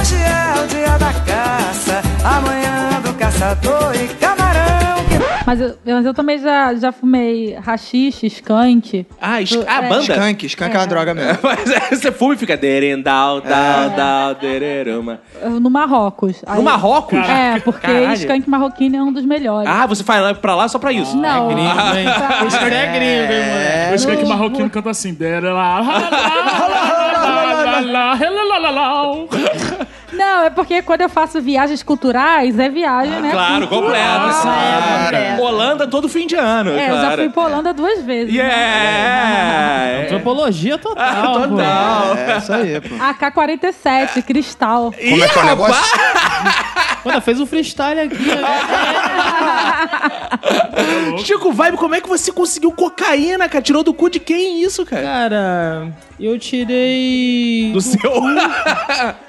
Speaker 8: Hoje é o dia da caça, amanhã do caçador e camarão que.
Speaker 5: Mas eu, mas eu também já, já fumei rachixe, skunk.
Speaker 1: Ah, es- ah,
Speaker 5: É.
Speaker 1: banda?
Speaker 2: Skunk, skunk é uma droga mesmo.
Speaker 1: Mas aí você fuma e fica
Speaker 7: É.
Speaker 1: derendal, dal, dal, dererama.
Speaker 5: eu- No Marrocos. Aí-
Speaker 1: No Marrocos?
Speaker 5: É, porque
Speaker 1: Caralho.
Speaker 5: skunk marroquino é um dos melhores.
Speaker 1: Ah, você vai lá- pra lá só pra isso? Ah,
Speaker 5: Não.
Speaker 7: É Gringo, hein? Isso é gringo, hein, moleque?
Speaker 4: Por isso que é que marroquino canta assim. derelá, lalalá, relalalau.
Speaker 5: Não, é porque quando eu faço viagens culturais, é viagem, né?
Speaker 1: Ah, Claro,
Speaker 5: cultural.
Speaker 1: completo. Claro. Holanda todo fim de ano,
Speaker 5: É, eu
Speaker 1: claro.
Speaker 5: já fui pra Holanda duas vezes. né?
Speaker 1: Yeah!
Speaker 7: É, Antropologia
Speaker 1: Ah,
Speaker 7: total, pô.
Speaker 2: É isso aí, pô.
Speaker 5: AK-47, cristal.
Speaker 17: Como é que é o negócio?
Speaker 7: Pô, ela fez um freestyle aqui. né,
Speaker 1: Chico Vibe, como é que você conseguiu cocaína, cara? Tirou do cu de quem isso, cara?
Speaker 7: Cara, eu tirei...
Speaker 1: Do
Speaker 5: é
Speaker 1: seu.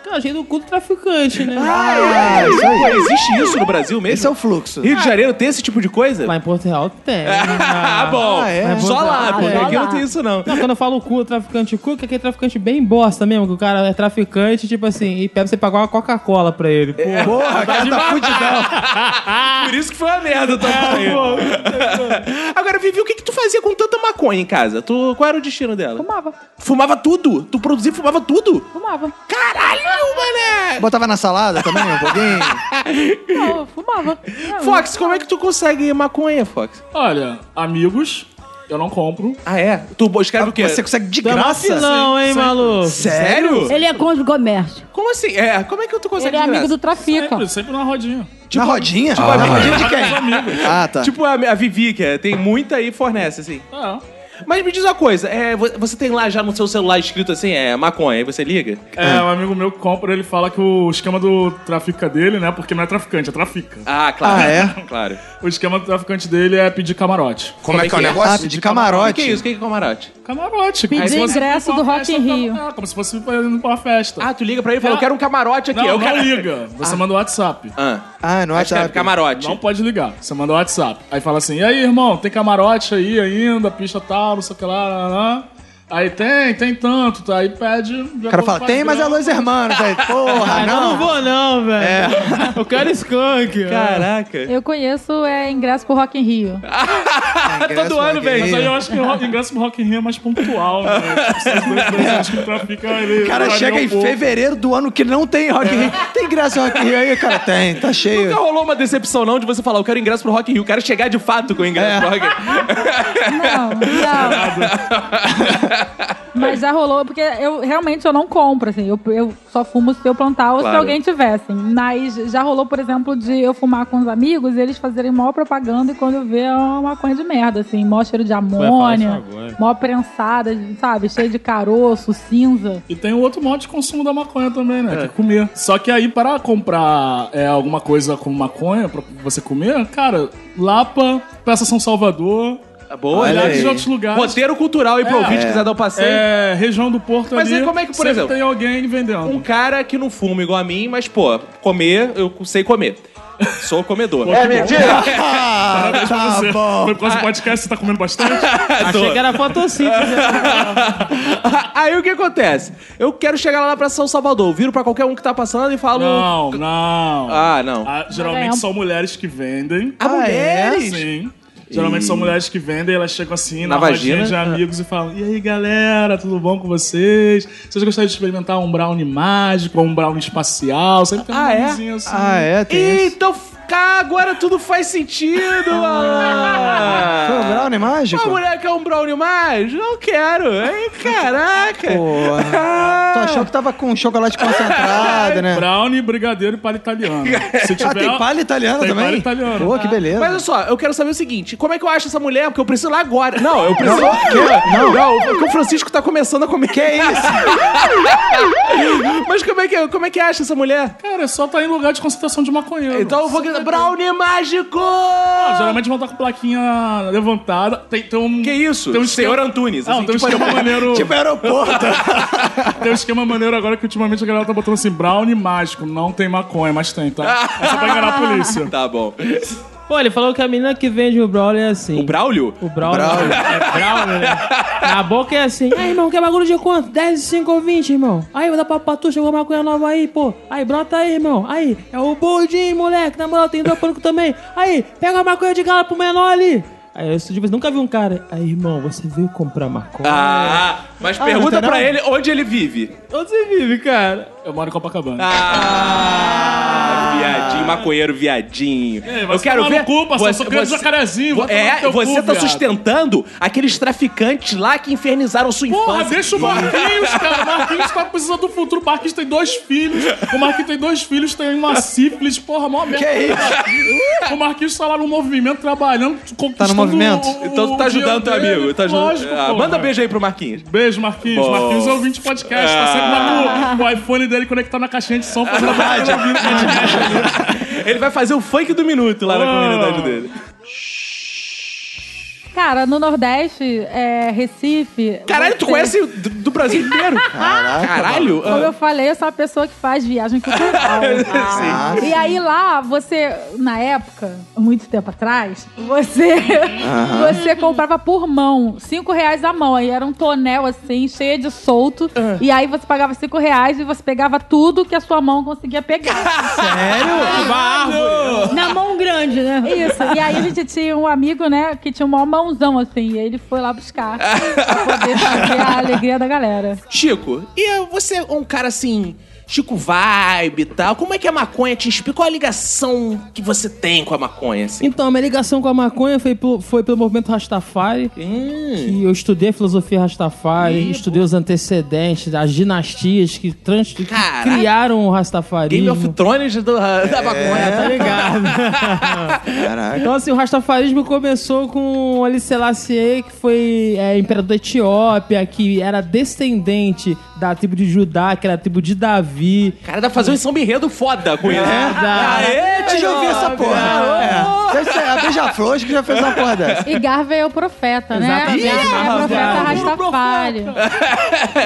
Speaker 7: Cara, achei do cu do traficante, né?
Speaker 10: Ah.
Speaker 2: É isso aí.
Speaker 1: Pô, existe isso no Brasil mesmo?
Speaker 2: Esse é o fluxo.
Speaker 1: Rio de Janeiro tem esse tipo de coisa?
Speaker 7: Lá em Porto Real tem.
Speaker 1: Ah, bom.
Speaker 2: Ah, é?
Speaker 1: Só lá,
Speaker 7: Ah,
Speaker 1: porque
Speaker 7: só
Speaker 1: aqui
Speaker 7: lá.
Speaker 1: não tem isso, não.
Speaker 7: Não, quando eu falo cu, traficante cu, que aquele traficante bem bosta mesmo, que o cara é traficante, tipo assim, e pede pra você pagar uma Coca-Cola pra ele. Pô,
Speaker 2: Porra, cara tá fudidão.
Speaker 1: Por isso que foi uma merda tua
Speaker 5: Ah,
Speaker 1: é, Agora, Vivi, o que, que tu fazia com tanta maconha em casa? Tu, qual era o destino dela?
Speaker 5: Fumava,
Speaker 1: Fumava tudo? Tu produzia e fumava tudo?
Speaker 5: fumava.
Speaker 1: Caralho, mané!
Speaker 2: Botava na salada também, um pouquinho.
Speaker 5: Não, eu fumava. Não,
Speaker 1: Fox, como é que tu consegue maconha, Fox?
Speaker 4: Olha, amigos, eu não compro.
Speaker 1: Ah, é? Tu bo- escreve o quê?
Speaker 2: Você consegue de
Speaker 7: tu é
Speaker 2: graça?
Speaker 7: vacilão, hein, maluco?
Speaker 1: Sério?
Speaker 6: Ele é contra o comércio.
Speaker 1: Como assim? É, como é que tu consegue de
Speaker 5: Ele é amigo
Speaker 1: graça?
Speaker 5: do Trafica.
Speaker 4: Sempre, sempre na rodinha.
Speaker 2: Na rodinha? Na rodinha de quem? Ah, tá.
Speaker 1: Tipo a, a Vivi, que é- tem muita aí fornece, assim.
Speaker 4: Ah,
Speaker 1: Mas me diz uma coisa, é, vo- você tem lá já no seu celular escrito assim, é maconha, aí você liga?
Speaker 4: É, um amigo meu que compra, ele fala que o esquema do trafica dele, né? Porque não é traficante, é trafica.
Speaker 1: Ah, claro.
Speaker 2: Ah, é?
Speaker 1: Claro.
Speaker 4: O esquema do traficante dele é pedir camarote.
Speaker 17: Como é que é o
Speaker 2: Ah,
Speaker 17: negócio?
Speaker 2: de
Speaker 1: O que é
Speaker 2: camarote.
Speaker 1: isso? O que é camarote?
Speaker 4: Camarote.
Speaker 5: Pedir
Speaker 4: como se fosse
Speaker 5: ingresso
Speaker 4: pra uma
Speaker 5: do Rock
Speaker 4: festa,
Speaker 5: in Rio.
Speaker 4: É, como se fosse pra- indo pra uma festa.
Speaker 1: Ah, tu liga pra ele e fala,
Speaker 4: Não.
Speaker 1: eu quero um camarote aqui.
Speaker 4: não,
Speaker 1: eu
Speaker 4: não
Speaker 1: quero...
Speaker 4: liga. Você manda o WhatsApp.
Speaker 1: Ah,
Speaker 2: Ah, no
Speaker 1: aí escreve
Speaker 2: WhatsApp.
Speaker 1: camarote.
Speaker 4: Não pode ligar. Você manda o WhatsApp. Aí fala assim, e aí, irmão, tem camarote aí ainda, pista tal, não sei o que lá, lá, lá. Aí tem, tem tanto, tá? Aí pede...
Speaker 2: O cara fala, tem, mas é Los Hermanos. Aí, porra,
Speaker 7: Ah, não. não
Speaker 2: não.
Speaker 7: vou não, velho. Eu quero skunk.
Speaker 1: Caraca.
Speaker 5: Eu conheço é ingresso pro Rock in Rio.
Speaker 1: tá Todo ano,
Speaker 4: Mas aí
Speaker 2: velho.
Speaker 4: eu acho que o rock- ingresso pro Rock in Rio é mais pontual, né? Tipo, esses dois, três anos que o trafica, ele
Speaker 2: O cara
Speaker 4: varia
Speaker 2: chega
Speaker 4: um
Speaker 2: em
Speaker 4: pouco.
Speaker 2: fevereiro do ano que não tem Rock in Rio. Tem ingresso em Rock in Rio aí, cara? Tem, tá cheio.
Speaker 1: É. Nunca rolou uma decepção, não, de você falar, eu quero ingresso pro Rock in Rio. Quero chegar de fato com o ingresso pro Rock in Rio.
Speaker 5: Não, não. Mas já rolou, porque eu realmente eu não compro, assim. Eu, eu só fumo se eu plantar ou
Speaker 1: Claro.
Speaker 5: se alguém tivesse. Mas já rolou, por exemplo, de eu fumar com os amigos e eles fazerem maior propaganda e quando eu ver é uma maconha de merda, assim. Mó cheiro de amônia, mó prensada, sabe? Cheio de caroço, cinza.
Speaker 4: E tem o outro modo de consumo da maconha também, né? Que é comer. Só que aí, para comprar é, alguma coisa como maconha pra você comer, cara, Lapa, Peça São Salvador,
Speaker 1: Tá boa,
Speaker 2: Olha
Speaker 1: né?
Speaker 4: milhares de
Speaker 2: aí.
Speaker 4: outros lugares.
Speaker 1: Roteiro cultural aí pro
Speaker 4: É.
Speaker 1: ouvinte que quiser dar o passeio.
Speaker 4: É, região do Porto
Speaker 1: Mas
Speaker 4: ali.
Speaker 1: aí como é que, por
Speaker 4: sempre
Speaker 1: exemplo,
Speaker 4: tem alguém vendendo.
Speaker 1: Um cara que não fuma igual a mim, mas, pô, comer, eu sei comer. Sou comedor. é um
Speaker 4: Parabéns
Speaker 1: Ah,
Speaker 4: pra
Speaker 2: tá
Speaker 4: você.
Speaker 2: bom.
Speaker 4: Foi por causa do podcast, você tá comendo bastante?
Speaker 7: Achei que era fotossíntese.
Speaker 1: Aí o que acontece? Eu quero chegar lá pra São Salvador. Viro pra qualquer um que tá passando e falo.
Speaker 4: Não, não.
Speaker 1: Ah, não.
Speaker 4: Ah, geralmente são mulheres que vendem.
Speaker 1: Ah, mulheres?
Speaker 4: Sim. Geralmente são mulheres que vendem, elas chegam assim
Speaker 1: Na
Speaker 4: na, vagina de
Speaker 1: vagina? Ah.
Speaker 4: amigos e falam: E aí galera, tudo bom com vocês? Vocês gostariam de experimentar um brownie mágico ou um brownie espacial? Sempre tem um
Speaker 1: Ah, é?
Speaker 4: browniezinho assim.
Speaker 2: Ah, é? Tem
Speaker 1: Ih,
Speaker 2: isso.
Speaker 1: então f- cá, agora tudo faz sentido,
Speaker 2: Ah. Foi o
Speaker 1: mano.
Speaker 2: brownie mágico?
Speaker 1: Uma mulher quer um brownie mais? Não quero. Hein? Caraca.
Speaker 2: Porra. Tu achou que tava com chocolate concentrado,
Speaker 1: é.
Speaker 2: né?
Speaker 4: Brownie, brigadeiro e palha italiana. Se tiver,
Speaker 2: Ah, tem palha italiana
Speaker 4: Tem
Speaker 2: também?
Speaker 4: palha italiana.
Speaker 2: Pô, que beleza.
Speaker 1: Mas olha só, eu quero saber o seguinte: como é que eu acho essa mulher? Porque eu preciso lá agora. Não, eu preciso.
Speaker 2: Não,
Speaker 1: Não,
Speaker 2: que- não.
Speaker 1: porque o Francisco tá começando a comer. Que isso? Mas como é, que, como é que acha essa mulher?
Speaker 4: Cara, só tá em lugar de concentração de maconheiro.
Speaker 1: Então eu vou gritar: Brownie mágico!
Speaker 4: Ah, Geralmente vão estar com plaquinha levantada. Tem, tem um.
Speaker 1: Que isso?
Speaker 4: Tem um esquema-
Speaker 1: Senhor Antunes.
Speaker 4: Não,
Speaker 1: assim,
Speaker 4: tem um
Speaker 1: tipo-
Speaker 4: esquema maneiro.
Speaker 2: Tipo aeroporto.
Speaker 4: Tem um esquema maneiro agora que ultimamente a galera tá botando assim, brownie mágico. Não tem maconha, mas tem, tá? É só pra enganar a polícia.
Speaker 1: Tá bom.
Speaker 7: Pô, ele falou que a menina que vende o Brawler é assim.
Speaker 1: O Braulio?
Speaker 7: O Brawler. É Brawler, né? Na boca é assim. Aí, irmão, quer bagulho de quanto? 10, 5 ou 20, irmão. Aí, vou dar pra Patu, chegou uma maconha nova aí, pô. Aí, brota aí, irmão. Aí, é o Boldin, moleque. Na moral, tem hidropônico também. Aí, pega a maconha de gala pro menor ali. Aí, eu tipo, nunca vi um cara. Aí, irmão, você veio comprar maconha?
Speaker 1: Ah, mas pergunta pra ele onde ele vive.
Speaker 7: Onde você vive, cara?
Speaker 4: Eu moro em Copacabana.
Speaker 1: Ah, viadinho, maconheiro, viadinho.
Speaker 4: Ei, vai se tomar tá no cu, parceiro, sou criança jacarezinho, vai tomar no
Speaker 1: é,
Speaker 4: teu
Speaker 1: você
Speaker 4: cu,
Speaker 1: tá
Speaker 4: viado.
Speaker 1: sustentando aqueles traficantes lá que infernizaram sua
Speaker 4: Porra,
Speaker 1: infância.
Speaker 4: deixa o Marquinhos, cara. O Marquinhos tá precisando do futuro. O Marquinhos tem dois filhos. O Marquinhos tem dois filhos, tem uma sífilis. Porra, mó merda.
Speaker 2: Que
Speaker 1: é
Speaker 4: isso? O Marquinhos tá lá no movimento, trabalhando, conquistando
Speaker 2: Tá no movimento?
Speaker 4: o- o-
Speaker 1: Então tu tá
Speaker 4: o
Speaker 1: ajudando teu
Speaker 4: dinheiro dele.
Speaker 1: amigo, tá ajudando.
Speaker 4: Lógico,
Speaker 1: Ah,
Speaker 4: pô,
Speaker 1: manda
Speaker 4: velho.
Speaker 1: beijo aí pro Marquinhos.
Speaker 4: Beijo, Marquinhos.
Speaker 1: Bom.
Speaker 4: Marquinhos é ouvinte de podcast. Tá sempre lá com o iPhone dele conectado na caixinha de som. Fazendo a verdade. Ouvindo podcast.
Speaker 1: Ele vai fazer o funk do minuto lá na
Speaker 4: Ah.
Speaker 1: comunidade dele.
Speaker 5: Cara, no Nordeste, é, Recife.
Speaker 1: Caralho, tu
Speaker 5: você-
Speaker 1: conhece do, do Brasil inteiro? Caralho.
Speaker 5: Como eu falei, eu sou uma pessoa que faz viagem cultural.
Speaker 2: Ah,
Speaker 5: E aí lá, você, na época, muito tempo atrás, você, você comprava por mão, cinco reais a mão. Aí era um tonel assim, cheio de solto. E aí você pagava cinco reais e você pegava tudo que a sua mão conseguia pegar.
Speaker 4: Ah,
Speaker 7: Sério? Barro.
Speaker 6: Na mão grande, né?
Speaker 5: Isso. E aí a gente tinha um amigo, né, que tinha um maior mãozão assim. E ele foi lá buscar pra poder fazer a alegria da galera.
Speaker 1: Chico, e você é um cara assim, Chico vibe e tal, como é que a maconha te inspira? Qual a ligação que você tem com a maconha, assim?
Speaker 7: Então, a minha ligação com a maconha foi, pelo- foi pelo movimento Rastafari. Que eu estudei a filosofia Rastafari, estudei os antecedentes, as dinastias que, trans, que
Speaker 1: Caralho.
Speaker 7: criaram o
Speaker 1: Game of
Speaker 7: Rastafarismo.
Speaker 1: Thrones do- da maconha, tá ligado?
Speaker 2: Caraca.
Speaker 7: Então, assim, o Rastafarismo começou com Ali Selassie, que foi é, imperador da Etiópia, que era descendente da tribo de Judá, que era a tribo de Davi.
Speaker 1: Cara, dá pra fazer um samba enredo foda com isso.
Speaker 7: Verdade.
Speaker 1: Aê,
Speaker 2: Eu já ouvi essa porra. É. Deve ser a Beija-Flor acho que já fez uma porra dessa.
Speaker 5: E Garvey é o profeta, né?
Speaker 7: Exatamente.
Speaker 5: Garvey é o profeta Rastafari.
Speaker 7: Garvey.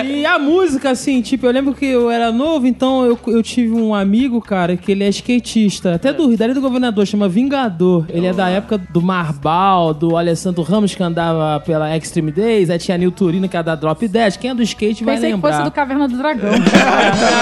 Speaker 7: E a música, assim, tipo, eu lembro que eu era novo, então eu, eu tive um amigo, cara, que ele é skatista, até do Rio, dali do governador, chama Vingador. Ele é da época do Marbal, do Alessandro Ramos, que andava pela Extreme Days, aí tinha a Nil Turino, que era da Drop 10. Quem é do skate vai
Speaker 5: Pensei que
Speaker 7: lembrar.
Speaker 5: fosse do Caverna do Dragão.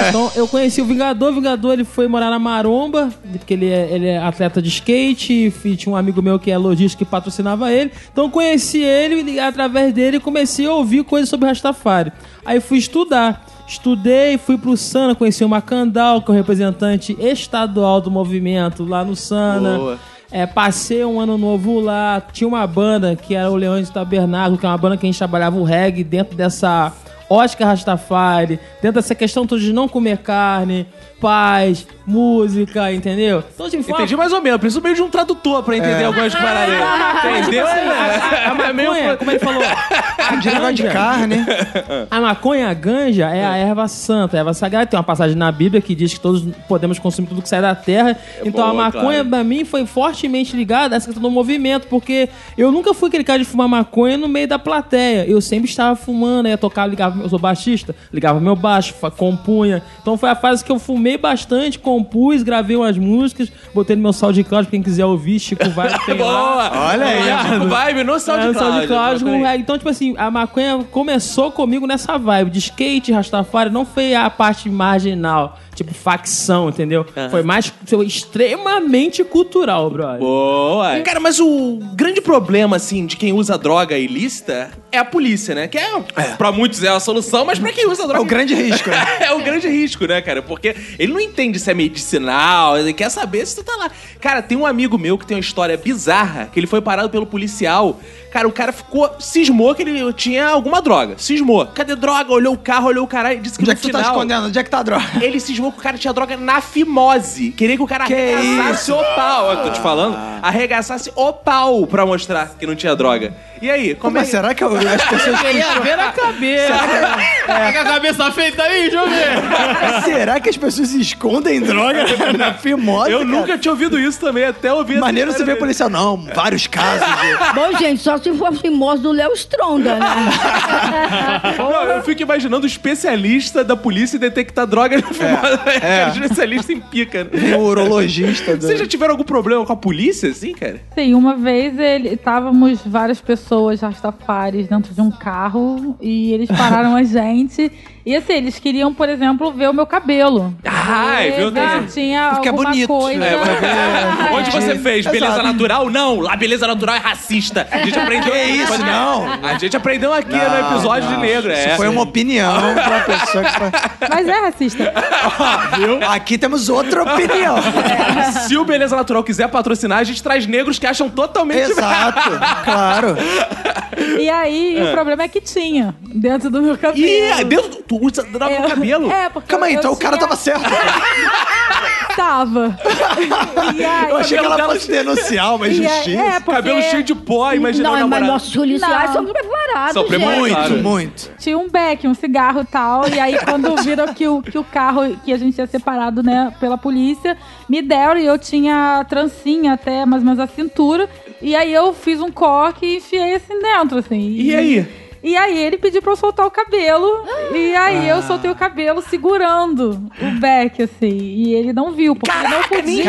Speaker 7: Então, eu conheci o Vingador. O Vingador ele foi morar na Maromba, porque ele é, ele é atleta de skate. E tinha um amigo meu que é lojista que patrocinava ele. Então, eu conheci ele e através dele comecei a ouvir coisas sobre Rastafari. Aí, fui estudar. Estudei, fui pro Sana, conheci o Macandal, que é o representante estadual do movimento lá no Sana. É, passei um ano novo lá. Tinha uma banda que era o Leões do Tabernáculo, que é uma banda que a gente trabalhava o reggae dentro dessa Oscar Rastafari, dentro dessa questão toda de não comer carne, paz, música, entendeu? Então, tipo, foi uma-
Speaker 1: Entendi mais ou menos, preciso meio de um tradutor pra entender algumas paradas. Entendeu?
Speaker 7: "Ah, tipo assim, a maconha, como é ele falou, a
Speaker 2: De negócio de
Speaker 7: ganja-
Speaker 2: carne.
Speaker 7: a maconha, a ganja, é a erva santa, a erva sagrada. Tem uma passagem na Bíblia que diz que todos podemos consumir tudo que sai da terra. então
Speaker 1: É boa,
Speaker 7: a maconha,
Speaker 1: claro.
Speaker 7: pra mim, foi fortemente ligada a essa questão do movimento, porque eu nunca fui aquele cara de fumar maconha no meio da plateia. Eu sempre estava fumando, ia tocar, ligava, eu sou baixista, ligava meu baixo, fa- compunha. Então foi a fase que eu fumei bastante, compus, gravei umas músicas, botei no meu SoundCloud, quem quiser ouvir, Chico vai tem lá.
Speaker 1: Boa! Olha aí. Chico Vibe no
Speaker 7: É, no
Speaker 1: SoundCloud.
Speaker 7: SoundCloud,
Speaker 1: Procura aí.
Speaker 7: com- é, então, tipo assim, a maconha começou comigo nessa vibe de skate, rastafari, não foi a parte marginal, tipo facção, entendeu? Foi mais foi extremamente cultural, brother.
Speaker 1: Boa! Cara, mas o grande problema, assim, de quem usa droga ilícita é a polícia, né? Que é, pra muitos é a solução, mas pra quem usa droga...
Speaker 2: É o grande risco, né?
Speaker 1: é o grande risco, né, cara? Porque ele não entende se é medicinal, ele quer saber se tu tá lá. Cara, tem um amigo meu que tem uma história bizarra, que ele foi parado pelo policial. Cara, o cara ficou... Cismou que ele tinha alguma droga. Cismou. Cadê droga? Olhou o carro, olhou o caralho e disse que
Speaker 2: Onde
Speaker 1: no
Speaker 2: é que tu tá
Speaker 1: final-
Speaker 2: escondendo? Onde é que tá a droga?
Speaker 1: ele cismou que o cara tinha droga na fimose. Queria que o cara
Speaker 2: Que
Speaker 1: arregaçasse o pau. Olha o que eu tô te falando. Arregaçasse o pau pra mostrar que não tinha droga. E aí, como é
Speaker 2: Mas
Speaker 1: que...
Speaker 2: será que eu- as pessoas
Speaker 7: Queria ver a cabeça. Tá com a cabeça feita aí, deixa eu ver.
Speaker 2: Será que as pessoas escondem droga na fimose?
Speaker 1: Eu
Speaker 2: cara?
Speaker 1: nunca tinha ouvido isso também, até ouvir essa
Speaker 2: Maneiro você
Speaker 1: história
Speaker 2: ver
Speaker 1: dele.
Speaker 2: policial, não. Vários casos. de-
Speaker 6: Bom, gente, só se for famoso do Léo Stronda, né?
Speaker 1: Não, eu fico imaginando o especialista da polícia em detectar droga na fimose. É, especialista em pica. né?
Speaker 2: de um urologista. do-
Speaker 1: Vocês já tiveram algum problema com a polícia, assim, cara?
Speaker 5: Sim, uma vez ele estávamos várias pessoas rastafares dentro de um carro e eles pararam a gente. E assim, eles queriam, por exemplo, ver o meu cabelo.
Speaker 1: Ai,
Speaker 5: Ver
Speaker 1: viu?
Speaker 5: se
Speaker 1: Tem...
Speaker 5: Tinha
Speaker 2: Porque é
Speaker 5: alguma
Speaker 2: bonito,
Speaker 5: coisa.
Speaker 2: né?
Speaker 5: É.
Speaker 1: Onde você fez? Beleza
Speaker 2: Exato.
Speaker 1: natural? Não, lá beleza natural é racista. A gente aprendeu
Speaker 2: Que isso,
Speaker 1: Pode-
Speaker 2: não.
Speaker 1: A gente aprendeu aqui né,
Speaker 2: Não,
Speaker 1: no episódio
Speaker 2: não.
Speaker 1: de negro,
Speaker 2: Ah, Isso
Speaker 1: é.
Speaker 2: foi uma opinião pra pessoa que foi...
Speaker 5: Mas é racista.
Speaker 2: Aqui temos outra opinião.
Speaker 1: É, tipo- Se o Beleza Natural quiser patrocinar, a gente traz negros que acham totalmente
Speaker 2: Exato, claro.
Speaker 5: E aí, o problema é que tinha dentro do meu cabelo.
Speaker 1: Ih, Deus, tu usa droga no
Speaker 5: Eu-
Speaker 1: cabelo?
Speaker 5: É, porque
Speaker 2: Calma aí,
Speaker 5: eu
Speaker 2: então o cara
Speaker 5: tinha-
Speaker 2: tava certo.
Speaker 5: Tava. e aí...
Speaker 2: Eu achei que
Speaker 1: cabelo
Speaker 2: ela
Speaker 1: dela
Speaker 2: fosse denunciar uma
Speaker 5: e aí-
Speaker 2: injustiça.
Speaker 5: é, porque
Speaker 1: Cabelo cheio de pó, imagina o
Speaker 6: Não, é mas
Speaker 1: namorado.
Speaker 6: nossos policiais
Speaker 5: Não.
Speaker 6: são preparados,
Speaker 1: São preparados.
Speaker 6: gente.
Speaker 1: claro.
Speaker 2: Muito, muito.
Speaker 5: tinha um beck, um cigarro e tal. E aí, quando viram que o, que o carro que a gente tinha separado, né, pela polícia, me deram e eu tinha trancinha até mais ou menos a cintura. E aí eu fiz um coque e enfiei assim dentro, assim.
Speaker 1: E aí?
Speaker 5: E aí ele pediu pra eu soltar o cabelo. E aí eu soltei o cabelo segurando o beck, assim. E ele não viu, porque ele não podia.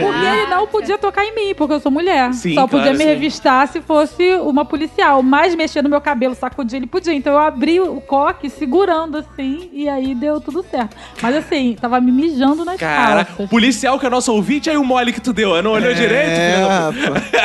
Speaker 5: Porque ele não podia tocar em mim, porque eu sou mulher.
Speaker 1: Sim,
Speaker 5: Só podia
Speaker 1: claro,
Speaker 5: me
Speaker 1: sim.
Speaker 5: revistar se fosse uma policial. Mas mexer no meu cabelo, sacudir, ele podia. Então eu abri o coque segurando assim, e aí deu tudo certo. Mas assim, tava me mijando nas
Speaker 1: Cara, o
Speaker 5: calças.
Speaker 1: policial que é nosso ouvinte, aí o mole que tu deu. Não olhou direito? filho?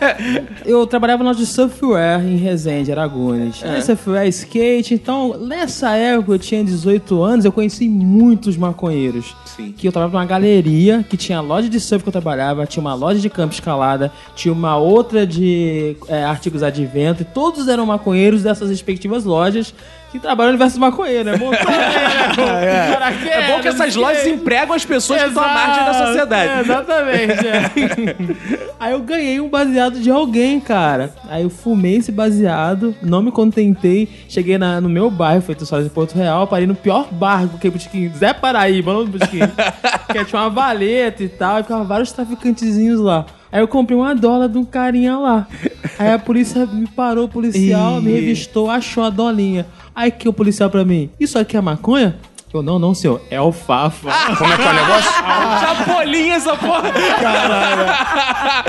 Speaker 2: É,
Speaker 7: Eu trabalhava na loja de surfwear em Resende, Aragones. É. Surfwear, skate. Então, nessa época, eu tinha 18 anos, eu conheci muitos maconheiros.
Speaker 1: Sim.
Speaker 7: Que eu trabalhava numa galeria, que tinha a loja de surf que eu trabalhava, tinha uma loja de campo escalada, tinha uma outra de é, artigos advento, e todos eram maconheiros dessas respectivas lojas que trabalham no universo maconheiro, né? Montanha, é.
Speaker 1: É bom que essas lojas empregam as pessoas que estão à margem da sociedade.
Speaker 7: É, exatamente. é. Aí eu ganhei um baseado de alguém, cara. Aí eu fumei esse baseado, não me contentei. Cheguei na- no meu bairro, feito só de Porto Real, parei no pior bar do que Butiquim. Zé Paraíba, não Butiquim. que tinha uma valeta e tal, e ficava vários traficantezinhos lá. Aí eu comprei uma dólar de um carinha lá. Aí a polícia me parou, o policial me revistou, achou a dolinha. Aí que o policial pra mim, isso aqui é maconha? Eu, não, não, senhor, é alfafa.
Speaker 17: Como é que é o negócio?
Speaker 1: Chapolinha É. essa porra.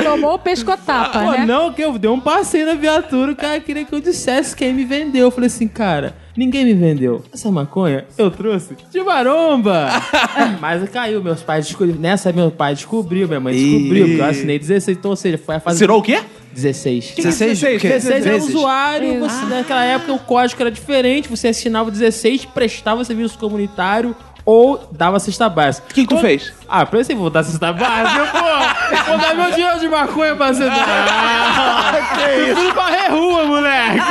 Speaker 5: Tomou o pescotapa,
Speaker 7: Pô,
Speaker 5: né?
Speaker 7: não, que eu dei um passeio na viatura, o cara queria que eu dissesse quem me vendeu. Eu falei assim, cara, ninguém me vendeu. Essa maconha eu trouxe de maromba. Mas caiu, meus pais descobriram. Nessa, meu pai descobriu, minha mãe descobriu, porque eu assinei 16, então, ou seja, foi a fase...
Speaker 1: Assinou o quê?
Speaker 7: 16.
Speaker 2: 16? o é quê?
Speaker 7: 16 era
Speaker 2: Vezes?
Speaker 7: usuário, você- naquela época o código era diferente, você assinava 16, prestava serviço comunitário ou dava cesta básica.
Speaker 1: O que que tu fez?
Speaker 7: Ah, pensei, vou dar cesta básica, eu, pô, vou dar meu dinheiro de maconha pra você dar. Ah, que isso? Tudo varrer rua, moleque.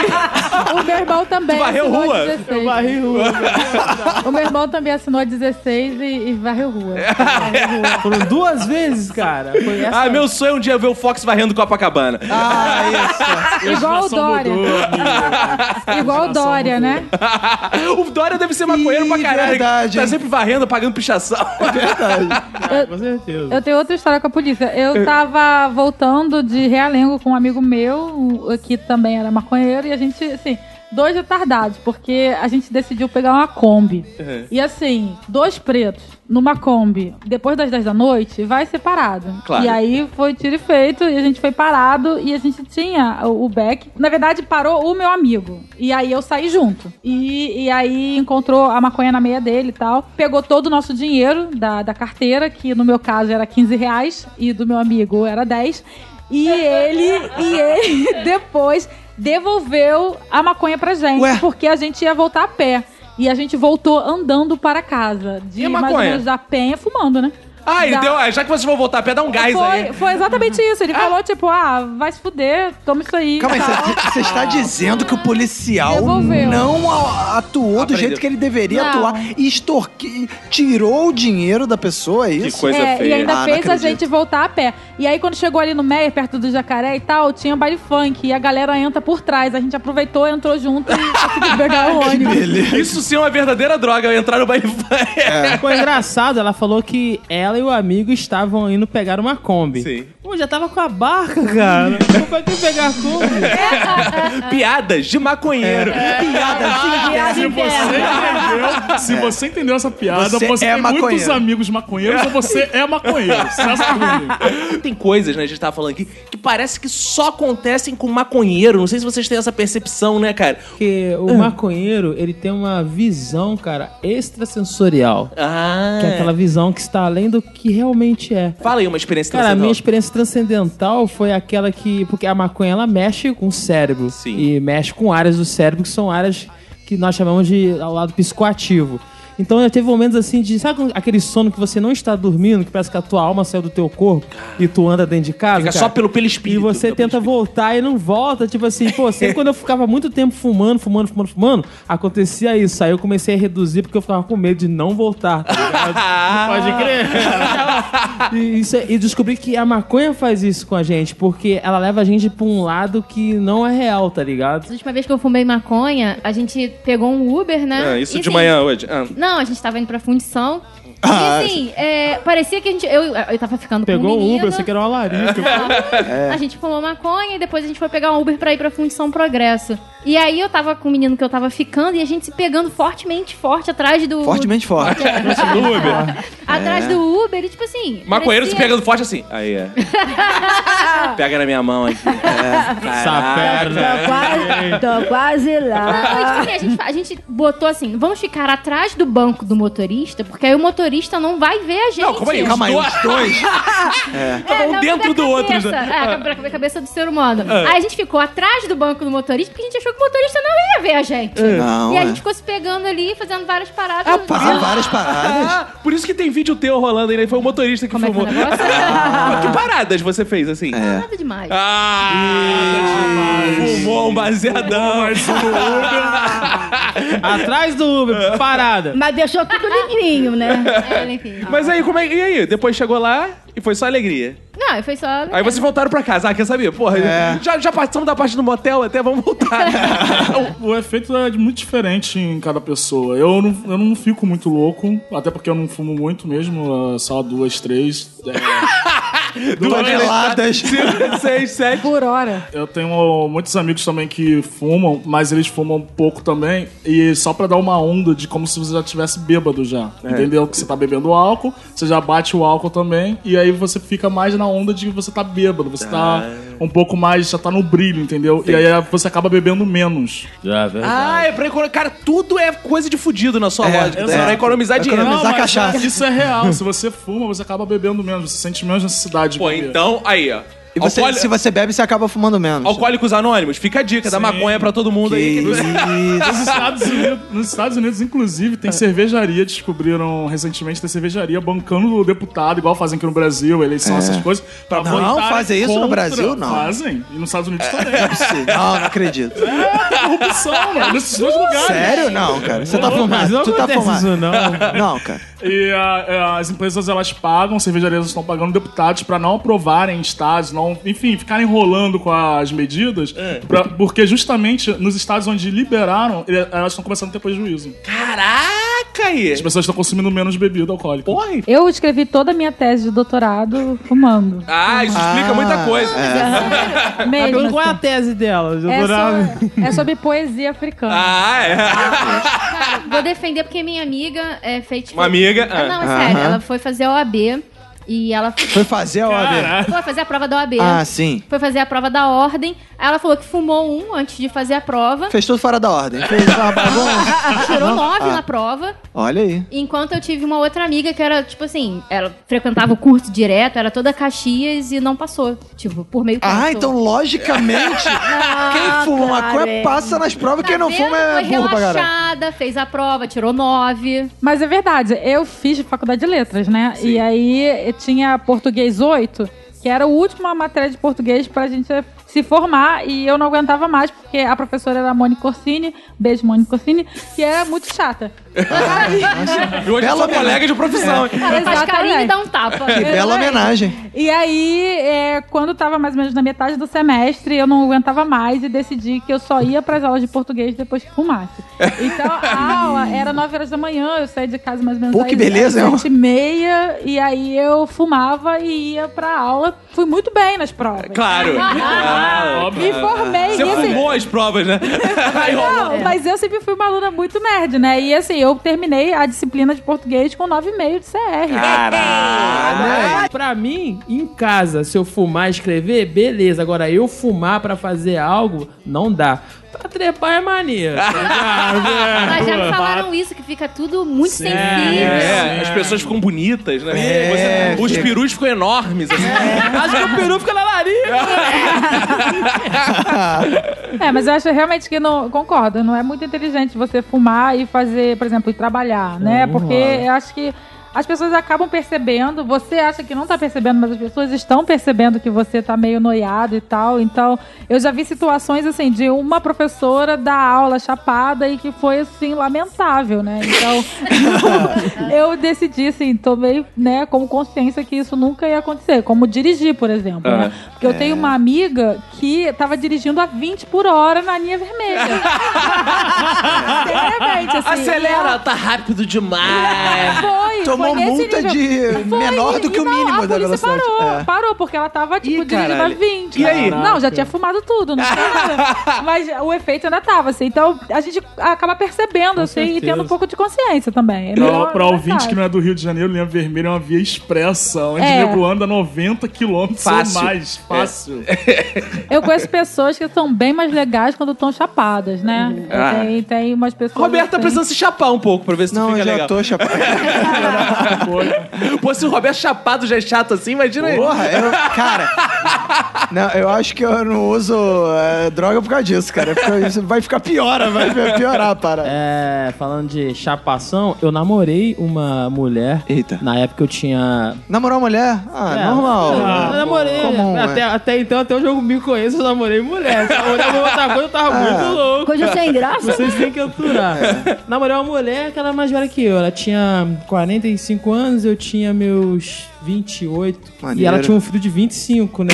Speaker 5: O meu irmão também.
Speaker 1: varreu
Speaker 5: assinou
Speaker 1: rua?
Speaker 5: 16.
Speaker 7: Eu varri rua.
Speaker 5: O meu irmão também assinou 16 e, e varreu rua. Varreu rua.
Speaker 7: Foram duas vezes, cara. Foi essa.
Speaker 1: Ah, meu sonho é um dia ver o Fox varrendo Copacabana.
Speaker 2: Ah, isso.
Speaker 5: Igual o Dória. Igual o Dória, né?
Speaker 1: o Dória deve ser maconheiro
Speaker 2: Ih,
Speaker 1: pra caralho.
Speaker 2: verdade,
Speaker 1: tá
Speaker 2: hein?
Speaker 1: sempre varrendo, pagando pichação.
Speaker 7: cara, com certeza.
Speaker 5: Eu tenho outra história com a polícia. Eu tava voltando de Realengo com um amigo meu, o- que também era maconheiro, e a gente, assim, dois retardados, porque a gente decidiu pegar uma Kombi. E assim, dois pretos numa Kombi, depois das 10 da noite, vai ser parado.
Speaker 1: Claro.
Speaker 5: E aí foi tiro e feito, e a gente foi parado, e a gente tinha o, o Beck. Na verdade, parou o meu amigo. E aí eu saí junto. E, e aí encontrou a maconha na meia dele e tal. Pegou todo o nosso dinheiro da, da carteira, que no meu caso era 15 reais, e do meu amigo era 10. E ele, e ele depois devolveu a maconha pra gente,
Speaker 2: Ué?
Speaker 5: porque a gente ia voltar a pé. E a gente voltou andando para casa. De
Speaker 1: E a
Speaker 5: mais ou
Speaker 1: maconha?
Speaker 5: menos da penha, fumando, né?
Speaker 1: Ah,
Speaker 5: Da-
Speaker 1: ele deu. ah, Já que vocês vão voltar a pé, dá um gás aí.
Speaker 5: foi, foi exatamente isso. Ele falou, tipo, ah, vai se fuder, toma isso aí.
Speaker 2: Calma aí,
Speaker 5: tal.
Speaker 2: você- você está dizendo que o policial
Speaker 5: Devolveu.
Speaker 2: não a- atuou do
Speaker 1: Aprendeu.
Speaker 2: jeito que ele deveria
Speaker 5: Não.
Speaker 2: atuar e extorqui, tirou o dinheiro da pessoa, é
Speaker 1: Que
Speaker 2: isso?
Speaker 1: coisa
Speaker 5: É, e
Speaker 1: feia.
Speaker 5: ainda
Speaker 2: Ah, não
Speaker 5: fez a
Speaker 2: acredito.
Speaker 5: gente voltar a pé. E aí, quando chegou ali no Meyer, perto do jacaré e tal, tinha baile funk. E a galera entra por trás. A gente aproveitou, entrou junto e conseguiu pegar o ônibus.
Speaker 1: Isso sim é uma verdadeira droga, entrar no baile funk.
Speaker 7: Ficou Ah, engraçado, ela falou que ela e o amigo estavam indo pegar uma Kombi.
Speaker 1: Sim.
Speaker 7: Pô, já tava com a barca, cara. Como vai que pegar a Kombi?
Speaker 1: Piadas de maconheiro.
Speaker 2: É.
Speaker 4: Se você entendeu, se você entendeu essa piada,
Speaker 2: Você
Speaker 4: você,
Speaker 2: é
Speaker 4: tem muitos
Speaker 2: maconheiro.
Speaker 4: amigos maconheiros ou você é maconheiro. Você é assim.
Speaker 1: Tem coisas, né? A gente tava falando aqui que parece que só acontecem com maconheiro. Não sei se vocês têm essa percepção, né, cara?
Speaker 7: Porque o maconheiro, ele tem uma visão, cara, extrasensorial.
Speaker 1: Ah.
Speaker 7: Que é aquela visão que está além do que realmente é.
Speaker 1: Fala aí uma experiência
Speaker 7: Cara, a
Speaker 1: transcendental.
Speaker 7: minha experiência transcendental foi aquela que. Porque a maconha ela mexe com o cérebro.
Speaker 1: Sim.
Speaker 7: E mexe com áreas do cérebro que são áreas que nós chamamos de ao lado psicoativo. Então já teve momentos assim de. Sabe quando- aquele sono que você não está dormindo, que parece que a tua alma saiu do teu corpo e tu anda dentro de casa?
Speaker 1: Fica
Speaker 7: cara?
Speaker 1: só pelo, pelo
Speaker 7: E
Speaker 1: espírito.
Speaker 7: você
Speaker 1: Pelo
Speaker 7: tenta voltar e não volta. Tipo assim, pô, sempre quando eu ficava muito tempo fumando, fumando, fumando, fumando, acontecia isso. Aí eu comecei a reduzir porque eu ficava com medo de não voltar. Tá ligado?
Speaker 2: Ah.
Speaker 7: Pode crer. e, isso é- e descobri que a maconha faz isso com a gente, porque ela leva a gente pra um lado que não é real, tá ligado?
Speaker 3: A última vez que eu fumei maconha, a gente pegou um Uber, né?
Speaker 1: Ah, isso de
Speaker 3: Enfim,
Speaker 1: manhã hoje. Ah.
Speaker 3: Não, a gente tava indo pra fundição.
Speaker 2: Ah,
Speaker 3: e assim, é, parecia que a gente. Eu, eu tava ficando
Speaker 7: Pegou
Speaker 3: com um
Speaker 7: o
Speaker 3: menino. Então,
Speaker 7: Uber, você que era uma larica.
Speaker 3: A gente fumou maconha e depois a gente foi pegar um Uber pra ir pra Fundição Progresso. E aí eu tava com o menino que eu tava ficando e a gente se pegando fortemente, forte, atrás do.
Speaker 2: Fortemente forte.
Speaker 3: Atrás do Uber e tipo assim.
Speaker 1: Maconheiro se
Speaker 3: parecia-
Speaker 1: pegando forte assim. Aí é. Pega na minha mão aqui. É,
Speaker 6: Tô quase, tô quase lá.
Speaker 3: Não, tipo assim, a, gente, a gente botou assim, vamos ficar atrás do banco do motorista, porque aí o motorista não vai ver a gente.
Speaker 1: Não, como é isso?
Speaker 2: Calma aí, os dois.
Speaker 3: É,
Speaker 1: um
Speaker 3: na-
Speaker 1: dentro
Speaker 3: na
Speaker 1: do outro Ah.
Speaker 3: cabeça.
Speaker 1: já.
Speaker 3: É, pra, pra cabeça do ser humano. Aí a gente ficou atrás do banco do motorista, porque a gente achou que o motorista não ia ver a gente.
Speaker 2: Não,
Speaker 3: e a
Speaker 2: é.
Speaker 3: gente ficou se pegando ali, fazendo várias paradas.
Speaker 2: Fazer várias paradas.
Speaker 1: Ah, por isso que tem vídeo teu rolando aí, né? Foi o motorista que
Speaker 3: Como é que é o
Speaker 1: filmou.
Speaker 3: negócio?
Speaker 1: Mas que paradas você fez assim?
Speaker 2: É.
Speaker 3: Nada demais.
Speaker 1: Ah! Fumou um baseadão.
Speaker 7: Atrás do Uber, parada.
Speaker 6: Mas deixou tudo limpinho, né?
Speaker 3: É, enfim.
Speaker 1: Mas aí, como é E aí? Depois chegou lá e foi só alegria.
Speaker 3: Não, e foi só.
Speaker 1: Aí vocês voltaram pra casa. Ah, quer saber? Porra, já, já passamos da parte do motel até, vamos voltar.
Speaker 4: O, o efeito é muito diferente em cada pessoa. Eu não, eu não fico muito louco, até porque eu não fumo muito mesmo, eh, só duas, três. É,
Speaker 2: Toneladas.
Speaker 1: 5, 6, 7.
Speaker 5: Por hora.
Speaker 4: eu tenho muitos amigos também que fumam, mas eles fumam pouco também, e só pra dar uma onda de como se você já tivesse bêbado já. Entendeu? Que você tá bebendo álcool, você já bate o álcool também, e aí você fica mais na onda de que você tá bêbado, você tá um pouco mais, já tá no brilho, entendeu? E aí você acaba bebendo menos.
Speaker 1: Ah, é pra economizar. Cara, tudo é coisa de fudido na sua
Speaker 2: É,
Speaker 1: lógica.
Speaker 2: é.
Speaker 1: É pra economizar dinheiro.
Speaker 2: Economizar
Speaker 4: mas
Speaker 2: cachaça.
Speaker 4: Isso é real. Se você fuma, você acaba bebendo menos. Você sente menos necessidade de
Speaker 1: Pô,
Speaker 4: beber.
Speaker 1: então, aí, ó.
Speaker 2: E você,
Speaker 1: Alcoóli-
Speaker 2: se você bebe, você acaba fumando menos.
Speaker 1: Alcoólicos Anônimos, fica a dica, dá maconha pra todo mundo
Speaker 2: Que
Speaker 1: aí.
Speaker 2: isso.
Speaker 4: Nos Estados, Unidos, nos Estados Unidos, inclusive, tem cervejaria. Descobriram recentemente tem cervejaria bancando o deputado, igual fazem aqui no Brasil, eleição, essas coisas. Pra
Speaker 2: É. Não,
Speaker 4: votarem
Speaker 2: fazem isso no Brasil? Não.
Speaker 4: Fazem. E nos Estados Unidos também. É
Speaker 2: Não, não acredito.
Speaker 4: Corrupção, mano. Nesses dois lugares.
Speaker 2: Sério? Não, cara. Você tá
Speaker 7: Mas
Speaker 2: fumando.
Speaker 7: não
Speaker 2: Tu tá
Speaker 7: acontece isso,
Speaker 2: fumando.
Speaker 7: não.
Speaker 2: Não, cara.
Speaker 4: E ah, eh, as empresas elas pagam, cervejarias estão pagando deputados pra não aprovarem estados, não, enfim, ficarem enrolando com as medidas, pra- porque justamente nos estados onde liberaram, eh, elas estão começando a ter prejuízo.
Speaker 1: Caraca! Caraca aí!
Speaker 4: As pessoas estão consumindo menos bebida alcoólica.
Speaker 1: É. Porra! hein?
Speaker 5: Eu escrevi toda a minha tese de doutorado fumando.
Speaker 1: Ah, isso explica muita coisa.
Speaker 2: é.
Speaker 5: Mesmo,
Speaker 2: Agora, qual é a
Speaker 5: assim.
Speaker 2: tese dela?
Speaker 5: é,
Speaker 2: Doutorado?
Speaker 5: so- é sobre poesia africana.
Speaker 1: Ah, é.
Speaker 7: Cara, vou defender porque minha amiga é, fez...
Speaker 1: Uma amiga.
Speaker 7: Ah, não, é
Speaker 10: Ah.
Speaker 7: sério.
Speaker 10: Aham.
Speaker 7: Ela foi fazer a OAB e ela foi
Speaker 10: Foi fazer a obra.
Speaker 7: fazer a prova da OAB.
Speaker 10: Ah, sim.
Speaker 7: Foi fazer a prova da ordem. Aí ela falou que fumou um antes de fazer a prova.
Speaker 10: Fez tudo fora da ordem. Fez uma bagunça. Ah.
Speaker 7: Tirou nove na prova.
Speaker 10: Olha
Speaker 5: Tá
Speaker 10: aí.
Speaker 7: Enquanto eu tive uma outra amiga que era, tipo assim, ela frequentava o curso direto, era toda Caxias e não passou. Tipo, por meio
Speaker 10: Ah,
Speaker 7: curso.
Speaker 10: então logicamente, quem fuma é maconha
Speaker 6: Karen.
Speaker 10: passa nas provas,
Speaker 7: Tá
Speaker 10: quem não
Speaker 7: vendo?
Speaker 10: fuma é
Speaker 7: Foi
Speaker 10: burro pra caralho.
Speaker 7: relaxada, fez a prova, tirou nove.
Speaker 5: Mas é verdade, eu fiz faculdade de letras, né? E aí eu tinha português 8, que era a última matéria de português pra gente se formar, e eu não aguentava mais, porque a professora era a Mônica Corsini, beijo Mônica Corsini, que era muito chata.
Speaker 1: E hoje eu
Speaker 10: Ah, Bela
Speaker 1: sou
Speaker 10: homenagem.
Speaker 1: um colega de profissão. hein?
Speaker 7: Ela faz
Speaker 5: Exatamente.
Speaker 7: carinho e dá um tapa.
Speaker 10: Que bela homenagem.
Speaker 5: E aí, é, quando tava mais ou menos na metade do semestre, eu não aguentava mais e decidi que eu só ia pras aulas de português depois que fumasse. Então, a aula era 9 horas da manhã, eu saía de casa mais ou menos
Speaker 10: Pô, que beleza,
Speaker 5: às
Speaker 10: hein?
Speaker 5: 7 e meia, e aí eu fumava e ia pra aula. Fui muito bem nas provas.
Speaker 1: Claro. Ah, óbvio.
Speaker 5: Me formei.
Speaker 1: Você
Speaker 5: e assim,
Speaker 1: fumou as provas, né? Aí, ó,
Speaker 5: não, mas eu sempre fui uma aluna muito nerd, né? E assim, eu terminei a disciplina de português com 9,5 de CR.
Speaker 10: Ah,
Speaker 2: Ah, Pra mim, em casa, se eu fumar e escrever, beleza. Agora, eu fumar pra fazer algo, não dá. Pra trepar é maneiro. tá ligado? É.
Speaker 7: Mas já me falaram isso, que fica tudo muito sensível.
Speaker 1: É, as pessoas ficam bonitas, né?
Speaker 10: É,
Speaker 1: Você- os perus ficam enormes, assim.
Speaker 2: Acho que o peru fica na larica.
Speaker 10: Ah,
Speaker 5: É, mas eu acho realmente que não. Concordo, não é muito inteligente você fumar e fazer, por exemplo, e trabalhar, né?
Speaker 2: não
Speaker 5: Porque
Speaker 2: rola.
Speaker 5: eu acho que as pessoas acabam percebendo, você acha que não tá percebendo, mas as pessoas estão percebendo que você tá meio noiado e tal. Então, eu já vi situações assim de uma professora dar aula chapada e que foi assim lamentável, né? Então, eu decidi assim, tomei, né, como consciência que isso nunca ia acontecer, como dirigir, por exemplo, né? Porque eu
Speaker 10: É.
Speaker 5: tenho uma amiga que tava dirigindo a 20 por hora na linha vermelha. De repente, assim. e ela-
Speaker 2: tá rápido demais.
Speaker 5: Foi,
Speaker 10: Tomou
Speaker 5: foi nesse
Speaker 10: multa
Speaker 5: nível.
Speaker 10: de
Speaker 5: Foi,
Speaker 10: menor do
Speaker 5: e
Speaker 10: que o
Speaker 5: não,
Speaker 10: mínimo
Speaker 5: a
Speaker 10: da
Speaker 5: polícia
Speaker 10: velocidade.
Speaker 5: Parou,
Speaker 10: É.
Speaker 5: parou, porque ela tava, tipo,
Speaker 2: Ih,
Speaker 5: dirigindo a
Speaker 2: caralho.
Speaker 5: 20.
Speaker 1: E aí?
Speaker 5: Não, já tinha fumado tudo, não tinha nada. Mas o efeito ainda tava, assim. Então, a gente acaba percebendo, assim, e
Speaker 2: certeza.
Speaker 5: tendo um pouco de consciência também. É
Speaker 4: Pra,
Speaker 5: melhor
Speaker 4: pra ouvinte
Speaker 5: pensar.
Speaker 4: que não é do Rio de Janeiro, linha vermelha é uma via expressa, onde
Speaker 5: É.
Speaker 4: o nego anda 90 quilômetros
Speaker 1: Fácil.
Speaker 4: ou mais. Fácil.
Speaker 5: Eu conheço pessoas que são bem mais legais quando estão chapadas, né?
Speaker 1: Ah.
Speaker 5: Tem, tem umas pessoas...
Speaker 1: Roberto tá
Speaker 5: assim-
Speaker 1: precisando se chapar um pouco pra ver se tu
Speaker 10: Não,
Speaker 1: fica
Speaker 10: eu já
Speaker 1: legal.
Speaker 10: tô chapado.
Speaker 1: Pô, se o Roberto chapado já é chato assim, imagina aí.
Speaker 10: Porra, eu, cara. Não, eu acho que eu não uso é, droga por causa disso, cara. Porque isso vai ficar pior, vai piorar a parada.
Speaker 2: É, falando de chapação, eu namorei uma mulher.
Speaker 10: Eita.
Speaker 2: Na época eu tinha.
Speaker 10: Namorar uma mulher? Ah,
Speaker 2: É,
Speaker 10: normal.
Speaker 2: Eu namorei.
Speaker 10: Comum,
Speaker 1: né?
Speaker 2: até,
Speaker 10: é.
Speaker 2: até então, até onde eu me conheço, eu namorei mulher. Se eu namorei alguma outra coisa, eu tava muito louco.
Speaker 6: é Coisa sem graça.
Speaker 2: Vocês têm que aturar. Namorei uma mulher que era mais velha que eu. Ela tinha 45 anos, eu tinha meus 28. E
Speaker 10: Maneiro.
Speaker 2: ela tinha um filho de 25, né?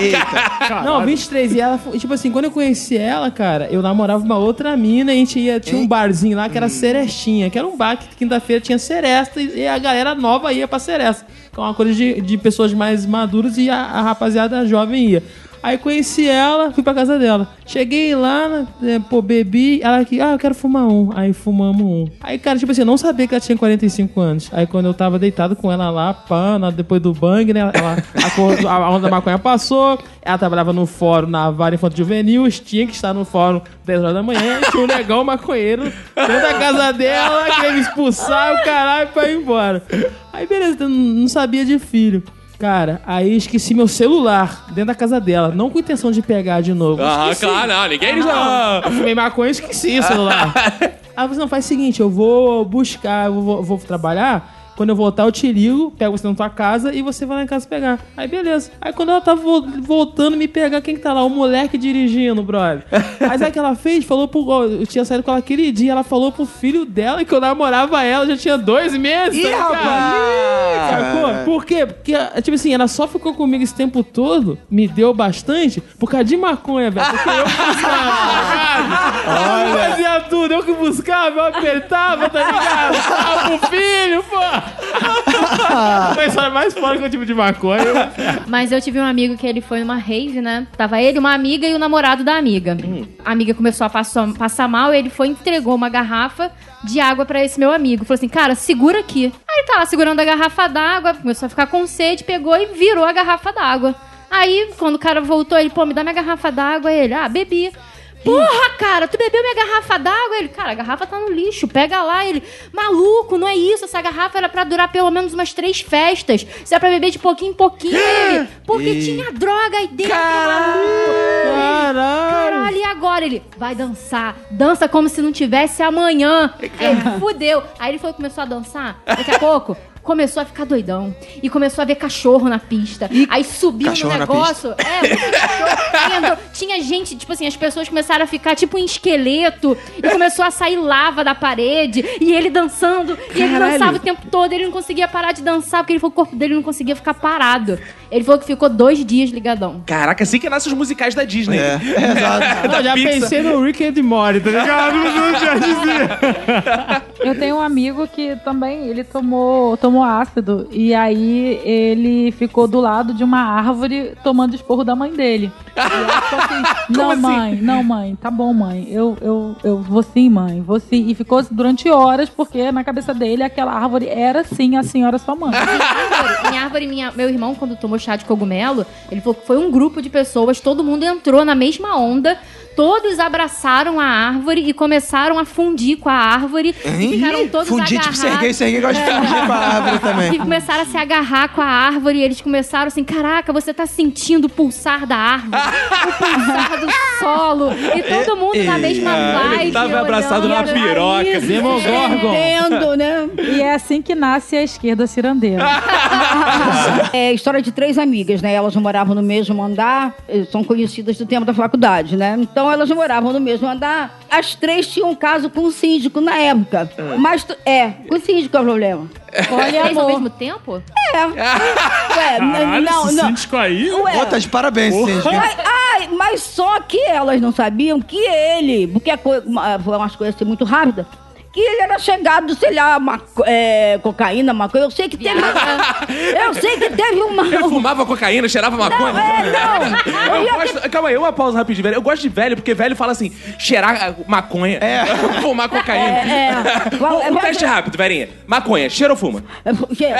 Speaker 10: Eita.
Speaker 2: Não, 23. E ela, fu- tipo assim, quando eu conheci ela, cara, eu namorava uma outra mina e a gente ia. Tinha um barzinho lá que era Serestinha, que era um bar que quinta-feira tinha Seresta e e a galera nova ia pra Seresta. Que é uma coisa de, de pessoas mais maduras e a, a rapaziada jovem ia. Aí conheci ela, fui pra casa dela. Cheguei lá, né, eh, pô, bebi. Ela aqui, ah, eu quero fumar um. Aí fumamos um. Aí, cara, tipo assim, eu não sabia que ela tinha 45 anos. Aí quando eu tava deitado com ela lá, pá, na- depois do bang, né? Ela acordou, a onda da maconha passou. Ela trabalhava no fórum na Vara Infanto Juvenil, tinha que estar no fórum 10 horas da manhã. E tinha um negão maconheiro dentro da casa dela, queria me expulsar, o caralho, pra ir embora. Aí, beleza, eu não sabia de filho. Cara, aí eu esqueci meu celular dentro da casa dela. Não com intenção de pegar de novo.
Speaker 1: Ah,
Speaker 2: esqueci.
Speaker 1: claro, não, ninguém
Speaker 2: Não,
Speaker 1: já.
Speaker 2: eu fumei maconha e assim, esqueci o celular. Aí você não faz o seguinte, eu vou buscar, eu vou, vou trabalhar. Quando eu voltar, eu te ligo, pego você na tua casa e você vai lá em casa pegar. Aí beleza. Aí quando ela tá vo- voltando me pegar, quem que tá lá? O moleque dirigindo, brother. Mas aí que ela fez, falou pro. ó, Eu tinha saído com ela aquele dia, ela falou pro filho dela que eu namorava ela, já tinha dois meses. tá
Speaker 10: Ih,
Speaker 2: cara.
Speaker 10: rapaz!
Speaker 2: Ih,
Speaker 10: É.
Speaker 2: Sacou? Por quê? Porque, tipo assim, ela só ficou comigo esse tempo todo, me deu bastante, por causa de maconha, velho. Porque eu buscava. eu fazia tudo, eu que buscava, eu apertava, tá ligado? Tava pro filho, pô! Foi só mais fora que o tipo de maconha.
Speaker 7: Mas eu tive um amigo que ele foi numa rave, né? Tava ele, uma amiga e o namorado da amiga. A amiga começou a passar, passar mal, ele foi e entregou uma garrafa de água pra esse meu amigo. Falou assim, cara, segura aqui. Aí ele tá lá segurando a garrafa d'água, começou a ficar com sede, pegou e virou a garrafa d'água. Aí, quando o cara voltou, ele, pô, me dá minha garrafa d'água. Ele, ah, bebi. Porra, cara, tu bebeu minha garrafa d'água? Ele, cara, a garrafa tá no lixo, pega lá. Ele, maluco, não é isso. Essa garrafa era pra durar pelo menos umas três festas. Isso é pra beber de pouquinho em pouquinho. Ele, porque tinha droga aí dentro, maluco.
Speaker 2: Caralho!
Speaker 7: Caralho, e agora? Ele vai dançar. Dança como se não tivesse amanhã. Ele fudeu. Aí ele foi, começou a dançar. Daqui a pouco. Começou a ficar doidão. E começou a ver cachorro na pista. aí subiu no
Speaker 10: cachorro na
Speaker 7: negócio. É, muito cachorro. Aí entrou- Tinha gente, tipo assim, as pessoas começaram a ficar tipo um esqueleto. E começou a sair lava da parede. E ele dançando. E ele dançava o tempo todo. Ele não conseguia parar de dançar, porque ele falou que o corpo dele não conseguia ficar parado. Ele falou que ficou dois dias ligadão.
Speaker 1: Caraca, assim que nascem os musicais da Disney.
Speaker 10: É.
Speaker 2: Eu já pensei no Rick and Morty, tá ligado? Não tinha dizer.
Speaker 5: Eu tenho um amigo que também ele tomou, tomou ácido e aí ele ficou do lado de uma árvore tomando esporro da mãe dele. E ela ficou assim, não, mãe, não, mãe, tá bom, mãe. Eu, eu, eu vou sim, mãe, vou sim. E ficou durante horas, porque na cabeça dele aquela árvore era sim a senhora sua mãe.
Speaker 7: Em árvore, em árvore, minha- meu irmão, quando tomou chá de cogumelo, ele falou que foi um grupo de pessoas, todo mundo entrou na mesma onda, todos abraçaram a árvore e começaram a fundir com a árvore. E ficaram todos
Speaker 10: Fundir É. tipo
Speaker 7: agarrados.
Speaker 10: Serguei, Serguei gosta de fundir com a árvore
Speaker 7: E
Speaker 10: também.
Speaker 7: começaram a se agarrar com a árvore e eles começaram assim: caraca, você tá sentindo o pulsar da árvore, o pulsar do solo. E todo mundo na mesma vibe.
Speaker 1: ele tava
Speaker 7: olhando. assim,
Speaker 1: abraçado na piroca.
Speaker 2: Demogorgon.
Speaker 6: Entendo, né?
Speaker 5: E é assim que nasce a esquerda cirandeira.
Speaker 6: É história de três amigas, né? Elas moravam no mesmo andar, eh, são conhecidas do tempo da faculdade, né? Então elas moravam no mesmo andar. As três tinham um caso com o síndico na época.
Speaker 4: Ah.
Speaker 6: Mas tu- é, com o síndico é o problema.
Speaker 7: Olha, ao
Speaker 6: amor.
Speaker 7: mesmo tempo?
Speaker 6: É. Ué, n-
Speaker 4: Caralho,
Speaker 6: não,
Speaker 4: esse
Speaker 6: não.
Speaker 4: síndico aí...
Speaker 6: Ué,
Speaker 10: Ô, tá de parabéns, Sérgio.
Speaker 6: Mas, ai, mas só que elas não sabiam que ele, porque a coi- uma- foi umas coisas assim muito rápidas, que ele era chegado, sei lá, maco- é, cocaína, maconha. Eu sei que teve. eu sei que teve uma.
Speaker 1: Ele fumava cocaína, cheirava maconha.
Speaker 6: é, não.
Speaker 1: Tá Eu
Speaker 6: E eu
Speaker 1: gosto- Calma aí, uma pausa rapidinho, velho. Eu gosto de velho, porque velho fala assim, cheirar ah, maconha,
Speaker 10: É.
Speaker 1: fumar cocaína.
Speaker 6: É, é. É Vai-
Speaker 1: Um, um
Speaker 6: vai-
Speaker 1: teste rápido, velhinha. Maconha, cheira ou fuma?
Speaker 6: Gente.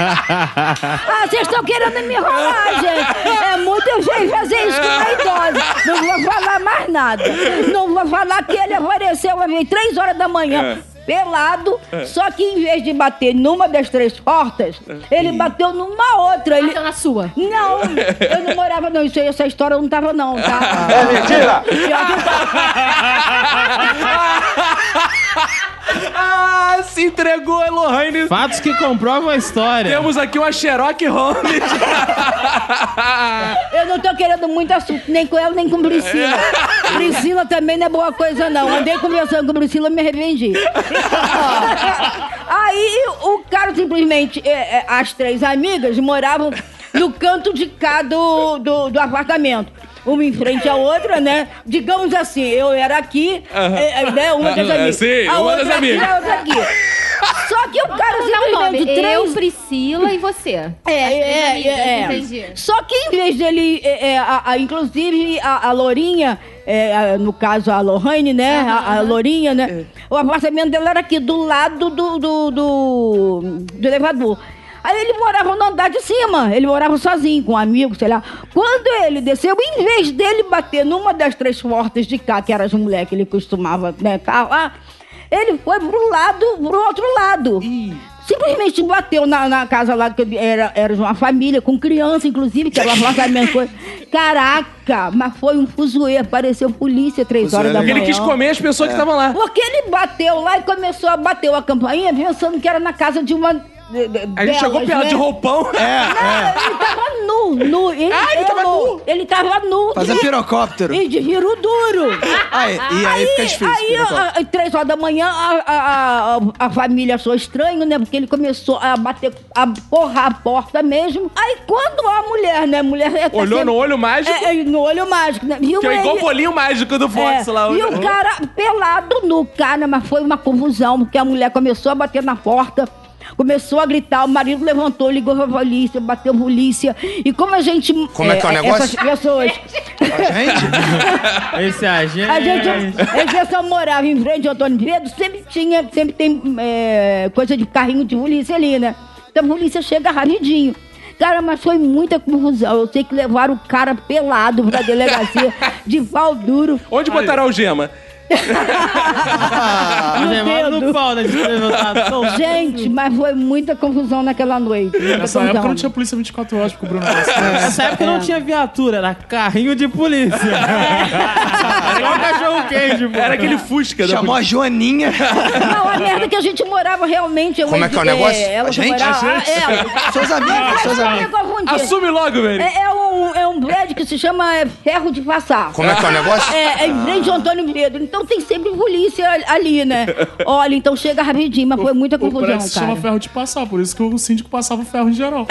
Speaker 6: ah, vocês estão querendo me enrolar, gente. É muito feio fazer isso com uma idosa. Não vou falar mais nada. Não vou falar que ele apareceu a mim três horas da
Speaker 1: É.
Speaker 6: manhã. Pelado, só que em vez de bater numa das três portas, ele bateu numa outra. Ele...
Speaker 7: Bateu Ah, então na sua.
Speaker 6: Não, eu não morava, não. Isso aí, essa história eu não tava, não, tá? É mentira!
Speaker 1: Ah, se entregou, Elohane.
Speaker 2: Fatos que comprovam a história.
Speaker 1: Temos aqui uma Xerox Holmes.
Speaker 6: Eu não tô querendo muito assunto, nem com ela, nem com Priscila. Priscila também não é boa coisa, não. Andei conversando com Priscila e me arrependi. Aí o cara simplesmente, é, é, as três amigas moravam no canto de cá do, do, do apartamento. Uma em frente à outra, né? Digamos assim, eu era aqui, é, é, né? Uma das
Speaker 1: Aham,
Speaker 6: amigas.
Speaker 1: sim,
Speaker 6: a
Speaker 1: uma
Speaker 6: outra
Speaker 1: das
Speaker 6: aqui,
Speaker 1: amigas.
Speaker 6: a outra aqui. Só que o cara
Speaker 7: Vamos dar um nome.
Speaker 6: simplesmente,
Speaker 7: Eu,
Speaker 6: três
Speaker 7: Priscila e você.
Speaker 6: é, é,
Speaker 7: amigas,
Speaker 6: é, é.
Speaker 7: entendi.
Speaker 6: Só que em vez dele, é, é, a- a- inclusive a, a Lourinha, é, a- no caso a Lohane, né? A, a Lourinha, né? O apartamento dela era aqui, do lado do, do, do, do elevador. Aí ele morava no andar de cima, ele morava sozinho, com um amigo, sei lá. Quando ele desceu, em vez dele bater numa das três portas de cá, que eram as mulheres que ele costumava né, carro lá, ele foi pro lado, pro outro lado. Simplesmente bateu na, na casa lá, que era, era de uma família, com criança, inclusive, que era um apartamento. coisa. Caraca, mas foi um fuzuê, apareceu polícia três
Speaker 10: Fuzuê
Speaker 6: horas da
Speaker 10: legal.
Speaker 1: Porque
Speaker 6: manhã.
Speaker 1: ele quis comer as pessoas
Speaker 10: É.
Speaker 1: que estavam lá.
Speaker 6: Porque ele bateu lá e começou a bater a campainha pensando que era na casa de uma. de- de-
Speaker 1: A gente
Speaker 6: delas,
Speaker 1: chegou pelado
Speaker 6: né?
Speaker 1: de roupão.
Speaker 6: Não, ele tava nu, nu. Ele,
Speaker 1: Ah, ele
Speaker 6: eu
Speaker 1: tava nu?
Speaker 6: Ele tava nu.
Speaker 10: Fazer pirocóptero.
Speaker 6: E de giro duro.
Speaker 10: Aí, e aí, fica difícil.
Speaker 6: Aí,
Speaker 10: pirocóptero.
Speaker 6: a- a- três horas da manhã, a, a, a, a família achou estranho, né? Porque ele começou a bater, a porrar a porta mesmo. Aí, quando a mulher, né? Mulher é- tá
Speaker 1: Olhou
Speaker 6: sempre-
Speaker 1: no olho mágico.
Speaker 6: É, é, no olho mágico, né? Viu
Speaker 1: Que é igual o
Speaker 6: ele-
Speaker 1: bolinho mágico do Fox
Speaker 6: é,
Speaker 1: lá. né?
Speaker 6: E o cara pelado nu, cara, mas foi uma confusão, porque a mulher começou a bater na porta. Começou a gritar, o marido levantou, ligou pra polícia, bateu a polícia. E como a gente.
Speaker 17: Como é que é o negócio?
Speaker 6: Essas pessoas.
Speaker 10: Gente,
Speaker 2: Esse é agente.
Speaker 6: A gente, é a gente só morava em frente ao Antônio Pedro, sempre tinha, sempre tem é, coisa de carrinho de polícia ali, né? Então a polícia chega rapidinho. Cara, mas foi muita confusão. Eu sei que levaram o cara pelado pra delegacia de pau duro.
Speaker 1: Onde botaram a algema?
Speaker 10: Ah,
Speaker 2: Mas é mano
Speaker 6: dedo.
Speaker 2: no pau, né? De levantadão.
Speaker 6: Gente, mas foi muita confusão naquela noite. muita
Speaker 4: Nessa
Speaker 6: confusão.
Speaker 4: época não tinha polícia 24 horas pro Bruno Mars.
Speaker 2: Nessa época não tinha viatura, era carrinho de polícia. Igual cachorro queijo, pô.
Speaker 1: Era
Speaker 4: É.
Speaker 1: aquele Fusca da
Speaker 10: chamou a Joaninha.
Speaker 6: Não, a merda é que a gente morava realmente. eu
Speaker 17: Como é que é o negócio?
Speaker 6: Ela
Speaker 10: A gente?
Speaker 6: morava.
Speaker 10: A gente?
Speaker 6: é.
Speaker 10: Suas amigas, suas
Speaker 6: Não, não,
Speaker 10: amigas.
Speaker 6: não, não, não, não.
Speaker 1: Assume logo, velho.
Speaker 6: É, é um, é um prédio que se chama é, Ferro de Passar.
Speaker 17: Como é que é o negócio?
Speaker 6: É, é em frente ao Antônio Pedro. Então tem sempre polícia ali, né? Olha, então chega rapidinho, mas foi muita
Speaker 4: O
Speaker 6: confusão,
Speaker 4: prédio se chama
Speaker 6: um cara.
Speaker 4: ferro de passar, por isso que o síndico passava o ferro em geral.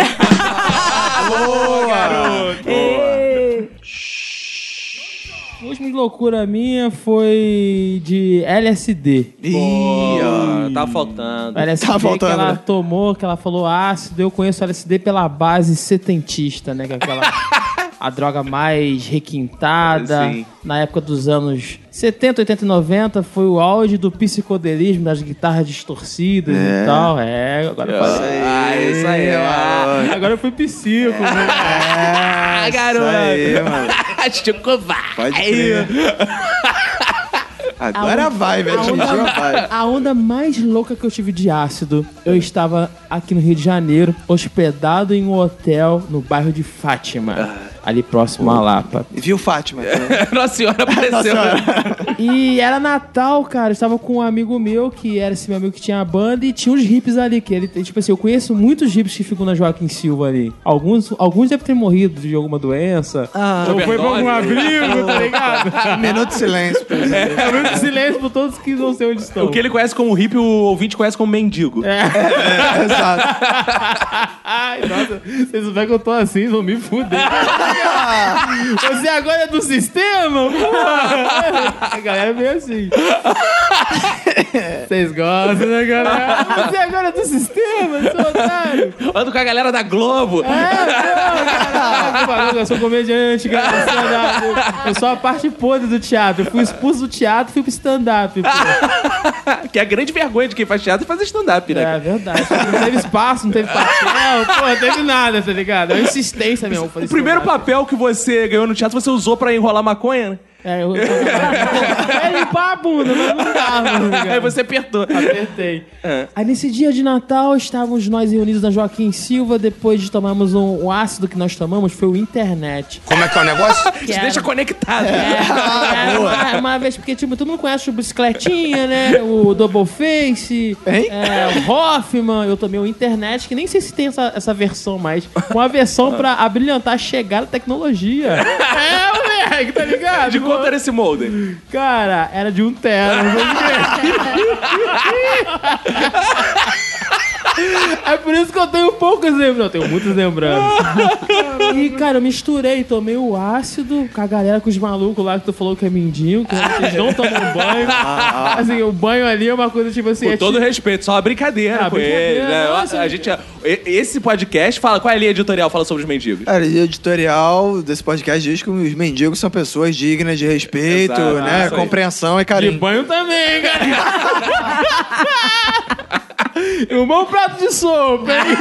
Speaker 2: A última loucura minha foi de LSD.
Speaker 10: Ih, ó.
Speaker 1: Tá faltando.
Speaker 2: O LSD
Speaker 10: Tá faltando,
Speaker 2: que ela
Speaker 10: né?
Speaker 2: tomou, que ela falou ácido. Eu conheço o LSD pela base setentista, né? Que é aquela... A droga mais requintada.
Speaker 1: Sim.
Speaker 2: Na época dos anos 70, 80 e 90, foi o auge do psicodelismo, das guitarras distorcidas e tal. É, agora eu falei.
Speaker 1: Ah, isso aí, ó.
Speaker 2: Agora eu fui psico.
Speaker 1: Ah, garoto.
Speaker 10: É Isso aí, mano.
Speaker 1: Chico vai.
Speaker 10: Pode crer. né? Agora vai, velho. Atingiu um- a vibe.
Speaker 2: A onda mais louca que eu tive de ácido, eu estava aqui no Rio de Janeiro, hospedado em um hotel no bairro de Fátima,
Speaker 1: Ah.
Speaker 2: ali próximo à Lapa.
Speaker 10: E Viu Fátima? né?
Speaker 1: Nossa senhora apareceu.
Speaker 2: E era Natal, cara. Eu estava com um amigo meu, que era esse meu amigo que tinha a banda, e tinha uns hips ali. Que ele, tipo assim, eu conheço muitos hips que ficam na Joaquim Silva ali. Alguns, alguns devem ter morrido de alguma doença.
Speaker 1: Ah.
Speaker 2: ou foi pra algum abrigo, tá ligado?
Speaker 10: Um Minuto de silêncio. por exemplo.
Speaker 2: É muito silêncio por todos que não sei onde estão.
Speaker 1: O que ele conhece como hippie, o ouvinte conhece como
Speaker 2: É.
Speaker 1: mendigo.
Speaker 10: É. Exato.
Speaker 2: Ai, nossa, vocês souberem que eu tô assim, vão me fuder. Você agora é do sistema? Porra. A galera é meio assim. Vocês gostam, né, galera? Você agora é do sistema, seu otário.
Speaker 1: Ando com a galera da Globo.
Speaker 2: É, pô, caraca, eu sou comediante, cara. eu sou stand-up. Eu sou a parte podre do teatro. Eu fui expulso do teatro e fui pro stand-up. pô.
Speaker 1: Que é a grande vergonha de quem faz teatro é fazer stand-up, né?
Speaker 2: É verdade. Não teve espaço, não teve papel, pô, não teve nada, tá ligado? É uma insistência mesmo. fazer
Speaker 1: O primeiro
Speaker 2: stand-up.
Speaker 1: papel que você ganhou no teatro, você usou pra enrolar maconha, né?
Speaker 2: É, eu... é limpar a bunda, mas não dava. tá ligado?
Speaker 1: Aí você apertou.
Speaker 2: Apertei. Aí nesse dia de Natal, estávamos nós reunidos na Joaquim Silva, depois de tomarmos um, um ácido que nós tomamos, foi o internet.
Speaker 17: Como é que é o negócio?
Speaker 1: Te deixa conectado.
Speaker 2: É, uma, uma vez, porque tipo, todo mundo conhece o Bicicletinha, né? O Double Face,
Speaker 10: Hein?
Speaker 2: é, o Hoffman, eu tomei o internet, que nem sei se tem essa, essa versão mais. Uma versão pra abrilhantar a chegada da tecnologia. É, moleque, tá ligado?
Speaker 1: De quanto era esse molde?
Speaker 2: Cara, era de um terno. É por isso que eu tenho poucas lembranças. Eu tenho muitas lembranças. E, cara, eu misturei, tomei o ácido com a galera, com os malucos lá que tu falou que é mindinho, que eles não tomam banho. Assim, o banho ali é uma coisa tipo assim.
Speaker 1: Com
Speaker 2: é
Speaker 1: todo
Speaker 2: tipo-
Speaker 1: respeito, só uma brincadeira
Speaker 2: Ah,
Speaker 1: com
Speaker 2: brincadeira,
Speaker 1: ele. né?
Speaker 2: nossa,
Speaker 1: A- a gente, e- esse podcast fala. Qual é a linha editorial? Fala sobre os mendigos.
Speaker 10: Cara, e o editorial desse podcast diz que os mendigos são pessoas dignas de respeito,
Speaker 1: Exato,
Speaker 10: né?
Speaker 1: isso aí.
Speaker 10: Compreensão e
Speaker 2: De
Speaker 10: carinho.
Speaker 2: banho também, cara. E um bom prato de sopa, hein?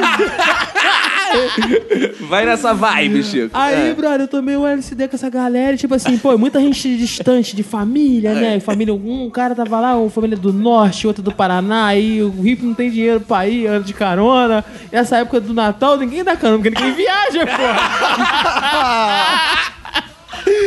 Speaker 1: Vai nessa vibe, Chico.
Speaker 2: Aí,
Speaker 1: É.
Speaker 2: brother, eu tomei um LCD com essa galera, e, tipo assim, pô, muita gente distante de família, né? Família, um cara tava lá, uma família do norte, outra do Paraná, aí o Rio não tem dinheiro pra ir, anda de carona. E essa época do Natal, ninguém dá carona, porque ninguém viaja, pô.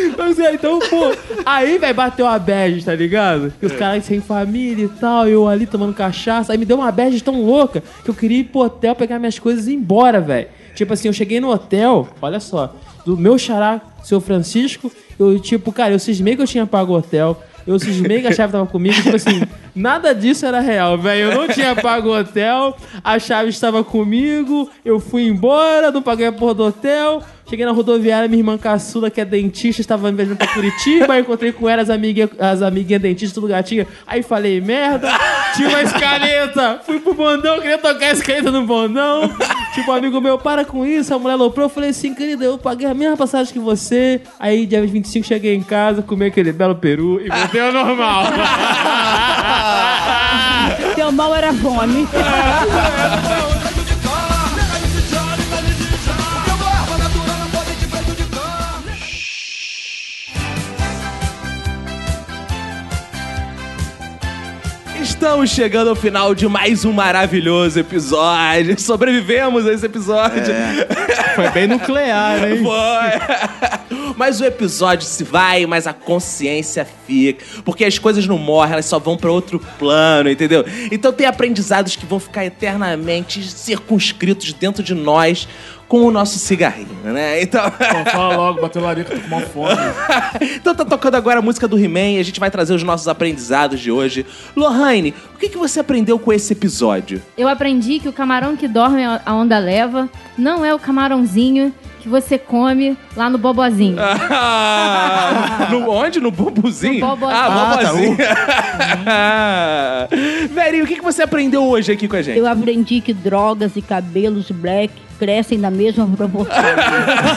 Speaker 2: Então, assim, então, pô, aí, velho, bateu a bad, tá ligado? Que os caras sem família e tal, eu ali tomando cachaça. Aí me deu uma bad tão louca que eu queria ir pro hotel, pegar minhas coisas e ir embora, velho. Tipo assim, eu cheguei no hotel, olha só, do meu xará, seu Francisco, eu, tipo, cara, eu cismei que eu tinha pago o hotel. Eu cismei que a chave tava comigo, tipo assim, nada disso era real, velho. Eu não tinha pago o hotel, a chave estava comigo, eu fui embora, não paguei a porra do hotel. Cheguei na rodoviária, minha irmã caçula, que é dentista, estava viajando pra Curitiba, eu encontrei com ela, as amiguinhas as amiguinha dentistas do gatinho. Aí falei, merda, tinha uma escaleta, fui pro bondão, queria tocar a escaleta no bondão. Tipo, um amigo meu, para com isso, a mulher loprou, eu falei assim, querida, eu paguei a mesma passagem que você. Aí, dia 25, cheguei em casa, comi aquele belo peru e voltei ao normal.
Speaker 6: Teu mal era fome.
Speaker 1: Estamos chegando ao final de mais um maravilhoso episódio. Sobrevivemos a esse episódio.
Speaker 2: Foi bem nuclear, hein?
Speaker 1: Foi. Mas o episódio se vai, mas a consciência fica. Porque as coisas não morrem, elas só vão pra outro plano, entendeu? Então tem aprendizados que vão ficar eternamente circunscritos dentro de nós com o nosso cigarrinho, né? Então.
Speaker 4: Então fala logo, bateu larica, tô com uma fome.
Speaker 1: então tá tocando agora a música do He-Man e a gente vai trazer os nossos aprendizados de hoje. Lohane, o que, que você aprendeu com esse episódio?
Speaker 7: Eu aprendi que o camarão que dorme a onda leva não é o camarãozinho que você come lá no bobozinho.
Speaker 1: Ah, no, onde? No bombuzinho?
Speaker 7: No bobozinho.
Speaker 1: Ah,
Speaker 18: Ah, tá,
Speaker 1: bobozinho. Verinho, o que, que você aprendeu hoje aqui com a gente?
Speaker 6: Eu aprendi que drogas e cabelos black crescem na mesma proporção.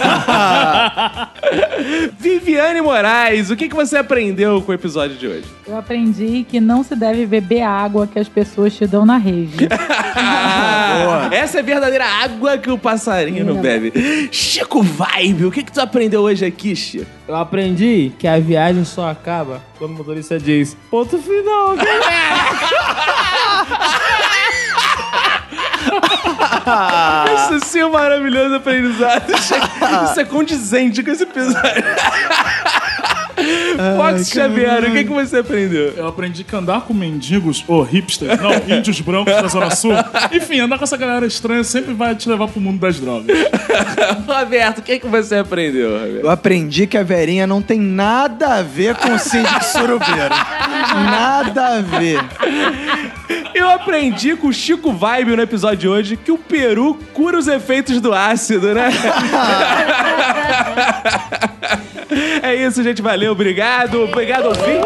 Speaker 1: Viviane Moraes, o que, que você aprendeu com o episódio de hoje?
Speaker 5: Eu aprendi que não se deve beber água que as pessoas te dão na rede.
Speaker 1: Ah, essa é a verdadeira água que o passarinho não bebe. Chico Vibe, o que, que tu aprendeu hoje aqui, Chico?
Speaker 2: Eu aprendi que a viagem só acaba quando o motorista diz ponto final, galera.
Speaker 1: Isso sim é um maravilhoso aprendizado. Isso é condizente com esse episódio. Fox Xavier, o que, que você aprendeu?
Speaker 4: Eu aprendi que andar com mendigos, ou hipsters, não, índios brancos da Zona Sul. Enfim, andar com essa galera estranha sempre vai te levar pro mundo das drogas.
Speaker 1: Roberto, o que, que você aprendeu, Roberto?
Speaker 10: Eu aprendi que a Verinha não tem nada a ver com o síndico surubeiro. Nada a ver.
Speaker 1: Eu aprendi com o Chico Vibe no episódio de hoje que o peru cura os efeitos do ácido, né? é isso, gente. Valeu, obrigado. Obrigado, ouvinte.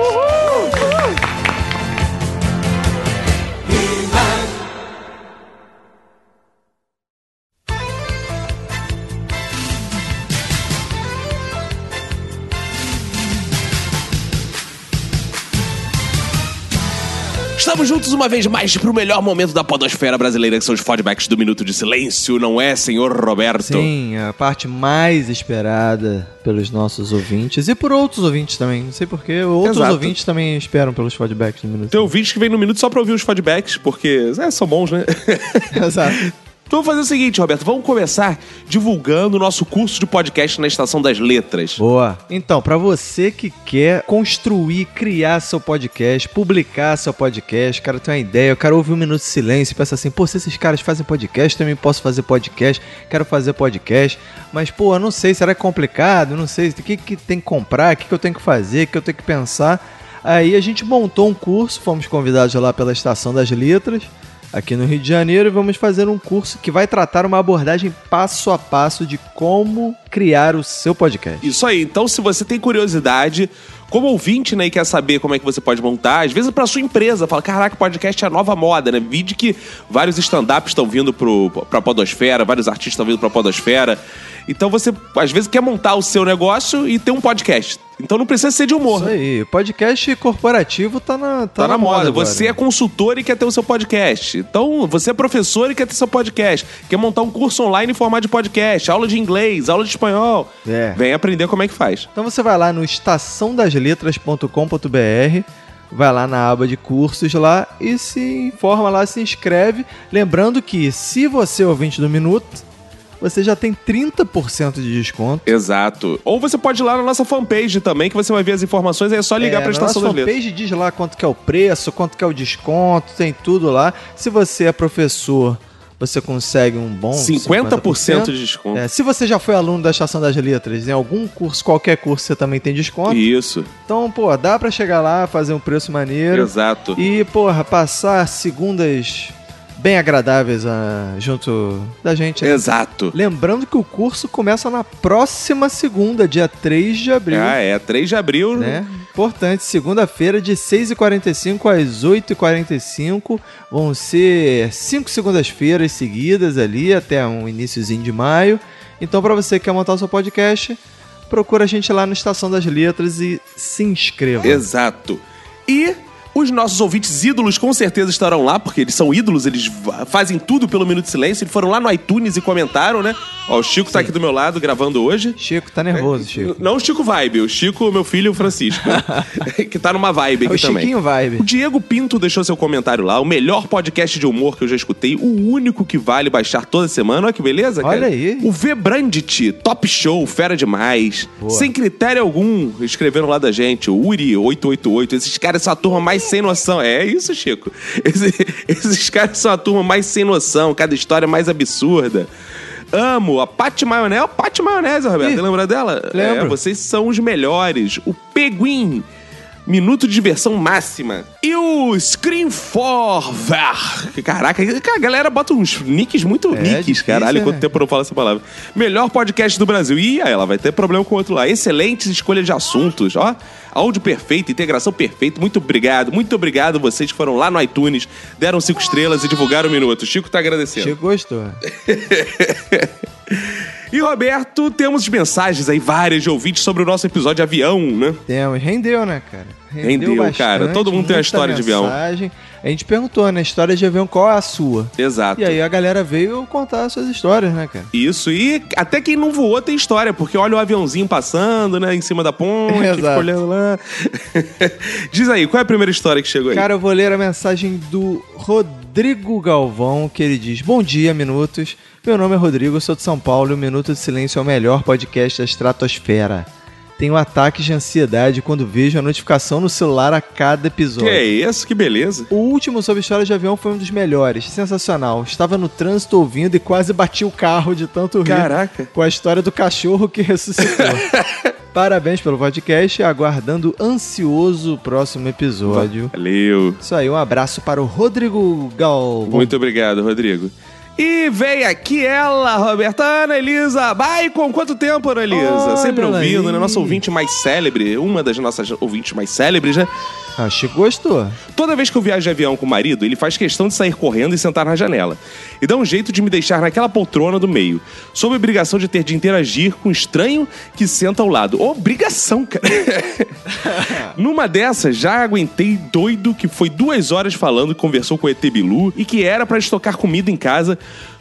Speaker 1: Estamos juntos uma vez mais pro melhor momento da podosfera brasileira, que são os fodbacks do Minuto de Silêncio, não é, senhor Roberto?
Speaker 10: Sim, a parte mais esperada pelos nossos ouvintes e por outros ouvintes também. Não sei porquê, outros
Speaker 1: Exato.
Speaker 10: ouvintes também esperam pelos feedbacks do Minuto.
Speaker 1: Tem ouvintes que vem no Minuto só pra ouvir os feedbacks, porque é, são bons, né?
Speaker 10: Exato.
Speaker 1: Então vamos fazer o seguinte, Roberto. Vamos começar divulgando o nosso curso de podcast na Estação das Letras.
Speaker 10: Boa. Então, pra você que quer construir, criar seu podcast, publicar seu podcast, cara tem uma ideia, o cara ouve um minuto de silêncio e pensa assim, pô, se esses caras fazem podcast, também posso fazer podcast, quero fazer podcast, mas pô, eu não sei, será que é complicado? Eu Não sei, o que, que tem que comprar, o que, que eu tenho que fazer, o que eu tenho que pensar. Aí a gente montou um curso, fomos convidados lá pela Estação das Letras, aqui no Rio de Janeiro e vamos fazer um curso que vai tratar uma abordagem passo a passo de como criar o seu podcast.
Speaker 1: Isso aí. Então, se você tem curiosidade, como ouvinte, né, e quer saber como é que você pode montar, às vezes é pra sua empresa, fala, caraca, podcast é a nova moda, né? Vide que vários stand-ups estão vindo pro, pra podosfera, vários artistas estão vindo pra podosfera. Então, você, às vezes, quer montar o seu negócio e ter um podcast. Então não precisa ser de humor.
Speaker 10: Isso aí, podcast corporativo tá na,
Speaker 1: Tá, na moda.
Speaker 10: agora.
Speaker 1: Você é consultor e quer ter o seu podcast. Então, você é professor e quer ter seu podcast. Quer montar um curso online em formato de podcast, aula de inglês, aula de espanhol.
Speaker 10: É.
Speaker 1: Vem aprender como é que faz.
Speaker 10: Então você vai lá no estaçãodasletras.com.br, vai lá na aba de cursos lá e se informa lá, se inscreve. Lembrando que se você é ouvinte do Minuto, você já tem 30% de desconto.
Speaker 1: Exato. Ou você pode ir lá na nossa fanpage também, que você vai ver as informações, aí é só ligar
Speaker 10: É,
Speaker 1: pra
Speaker 10: na
Speaker 1: Estação das
Speaker 10: nossa
Speaker 1: Letras.
Speaker 10: fanpage diz lá quanto que é o preço, quanto que é o desconto, tem tudo lá. Se você é professor, você consegue um bom
Speaker 1: 50%, de desconto.
Speaker 10: É, se você já foi aluno da Estação das Letras, em algum curso, qualquer curso, você também tem desconto.
Speaker 1: Isso.
Speaker 10: Então, pô, dá pra chegar lá, fazer um preço maneiro.
Speaker 1: Exato.
Speaker 10: E, porra, passar segundas bem agradáveis ah, junto da gente. né?
Speaker 1: Exato.
Speaker 10: Lembrando que o curso começa na próxima segunda, dia 3 de abril.
Speaker 1: Ah, é. 3 de abril.
Speaker 10: Né? Importante, segunda-feira, de 6h45 às 8h45. Vão ser cinco segundas-feiras seguidas ali, até um iníciozinho de maio. Então, para você que quer montar o seu podcast, procura a gente lá no Estação das Letras e se inscreva.
Speaker 1: Exato. E os nossos ouvintes ídolos com certeza estarão lá, porque eles são ídolos, eles va- fazem tudo pelo Minuto de Silêncio. Eles foram lá no iTunes e comentaram, né? Ó, o Chico tá aqui do meu lado gravando hoje.
Speaker 10: Chico, tá nervoso, Chico.
Speaker 1: Não o Chico Vibe, o Chico, meu filho, o Francisco. né? que tá numa vibe
Speaker 10: É
Speaker 1: aqui
Speaker 10: o
Speaker 1: também.
Speaker 10: Chiquinho Vibe.
Speaker 1: O Diego Pinto deixou seu comentário lá, o melhor podcast de humor que eu já escutei, o único que vale baixar toda semana. Olha que beleza, cara.
Speaker 10: Olha aí.
Speaker 1: O V Brandit, top show, fera demais.
Speaker 10: Boa.
Speaker 1: Sem critério algum, escreveram lá da gente, o Uri888. Esses caras são a turma mais sem noção. É isso, Chico. Esse- esses caras são a turma mais sem noção, cada história é mais absurda. Amo a Pati Maionese. Pati Maionese, Roberto,
Speaker 10: Ih,
Speaker 1: lembra dela?
Speaker 10: lembro.
Speaker 1: É, vocês são os melhores. O Peguin. Minuto de diversão máxima. E o Scream Forward. Caraca, cara, a galera bota uns nicks muito
Speaker 10: É,
Speaker 1: nicks,
Speaker 10: difícil,
Speaker 1: caralho.
Speaker 10: né?
Speaker 1: Quanto tempo eu não falo essa palavra? Melhor podcast do Brasil. Ih, aí ela vai ter problema com o outro lá. Excelentes escolhas de assuntos, ó. Áudio perfeito, integração perfeita. Muito obrigado, muito obrigado vocês que foram lá no iTunes, deram cinco estrelas e divulgaram o minuto. Chico tá agradecendo.
Speaker 10: Chico gostou.
Speaker 1: E Roberto, temos mensagens aí várias de ouvintes sobre o nosso episódio avião, né?
Speaker 10: Temos. Rendeu, né, cara?
Speaker 1: Rendeu, cara. Todo mundo tem uma
Speaker 10: muita
Speaker 1: história de avião.
Speaker 10: mensagem. A gente perguntou, né? História de avião, qual é a sua?
Speaker 1: Exato.
Speaker 10: E aí a galera veio contar as suas histórias, né, cara?
Speaker 1: Isso, e até quem não voou tem história, porque olha o aviãozinho passando, né, em cima da ponte, fica
Speaker 10: Exato.
Speaker 1: olhando lá. Diz aí, qual é a primeira história que chegou aí?
Speaker 10: Cara, eu vou ler a mensagem do Rodrigo Galvão, que ele diz: Bom dia, minutos. Meu nome é Rodrigo, eu sou de São Paulo e o Minuto de Silêncio é o melhor podcast da estratosfera. Tenho ataques de ansiedade quando vejo a notificação no celular a cada
Speaker 1: que
Speaker 10: episódio.
Speaker 1: é isso? Que beleza.
Speaker 10: O último sobre história de avião foi um dos melhores, sensacional. Estava no trânsito ouvindo e quase bati o carro de tanto rir
Speaker 1: Caraca.
Speaker 10: com a história do cachorro que ressuscitou. Parabéns pelo podcast, aguardando ansioso o próximo episódio.
Speaker 1: Valeu.
Speaker 10: Isso aí, um abraço para o Rodrigo Galvão.
Speaker 1: Muito obrigado, Rodrigo. E vem aqui ela, Roberta Ana Elisa. Vai com quanto tempo, Ana Elisa?
Speaker 10: Olha
Speaker 1: Sempre
Speaker 10: ela
Speaker 1: ouvindo,
Speaker 10: aí.
Speaker 1: né? Nossa ouvinte mais célebre, uma das nossas ouvintes mais célebres, né?
Speaker 10: Ah, Chico gostou.
Speaker 1: Toda vez que eu viajo de avião com o marido, ele faz questão de sair correndo e sentar na janela. E dá um jeito de me deixar naquela poltrona do meio, sob a obrigação de ter de interagir com o estranho que senta ao lado. Obrigação, cara! Numa dessas, já aguentei doido que foi duas horas falando, conversou com o ET Bilu e que era pra estocar comida em casa,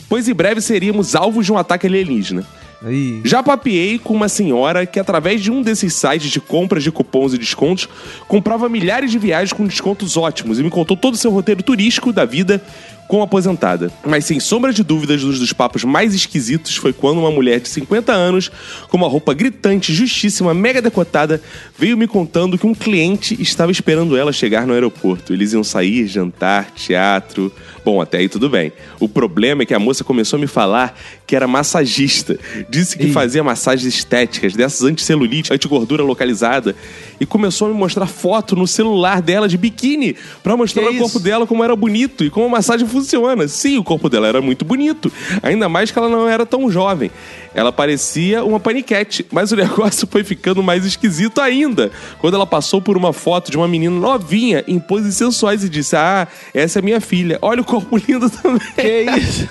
Speaker 1: pois em breve seríamos alvos de um ataque alienígena.
Speaker 10: Aí.
Speaker 1: Já papeei com uma senhora que, através de um desses sites de compras de cupons e descontos, comprava milhares de viagens com descontos ótimos e me contou todo o seu roteiro turístico da vida com a aposentada. Mas sem sombra de dúvidas, um dos papos mais esquisitos foi quando uma mulher de 50 anos, com uma roupa gritante, justíssima, mega decotada, veio me contando que um cliente estava esperando ela chegar no aeroporto. Eles iam sair, jantar, teatro. Bom, até aí tudo bem. O problema é que a moça começou a me falar que era massagista. Disse que fazia massagens estéticas, dessas anticelulite, antigordura localizada. E começou a me mostrar foto no celular dela de biquíni pra mostrar o
Speaker 10: isso?
Speaker 1: corpo dela como era bonito e como a massagem funciona. Sim, o corpo dela era muito bonito. Ainda mais que ela não era tão jovem. Ela parecia uma paniquete, mas o negócio foi ficando mais esquisito ainda. Quando ela passou por uma foto de uma menina novinha em poses sensuais e disse: Ah, essa é minha filha. Olha o corpo lindo também.
Speaker 10: Que isso?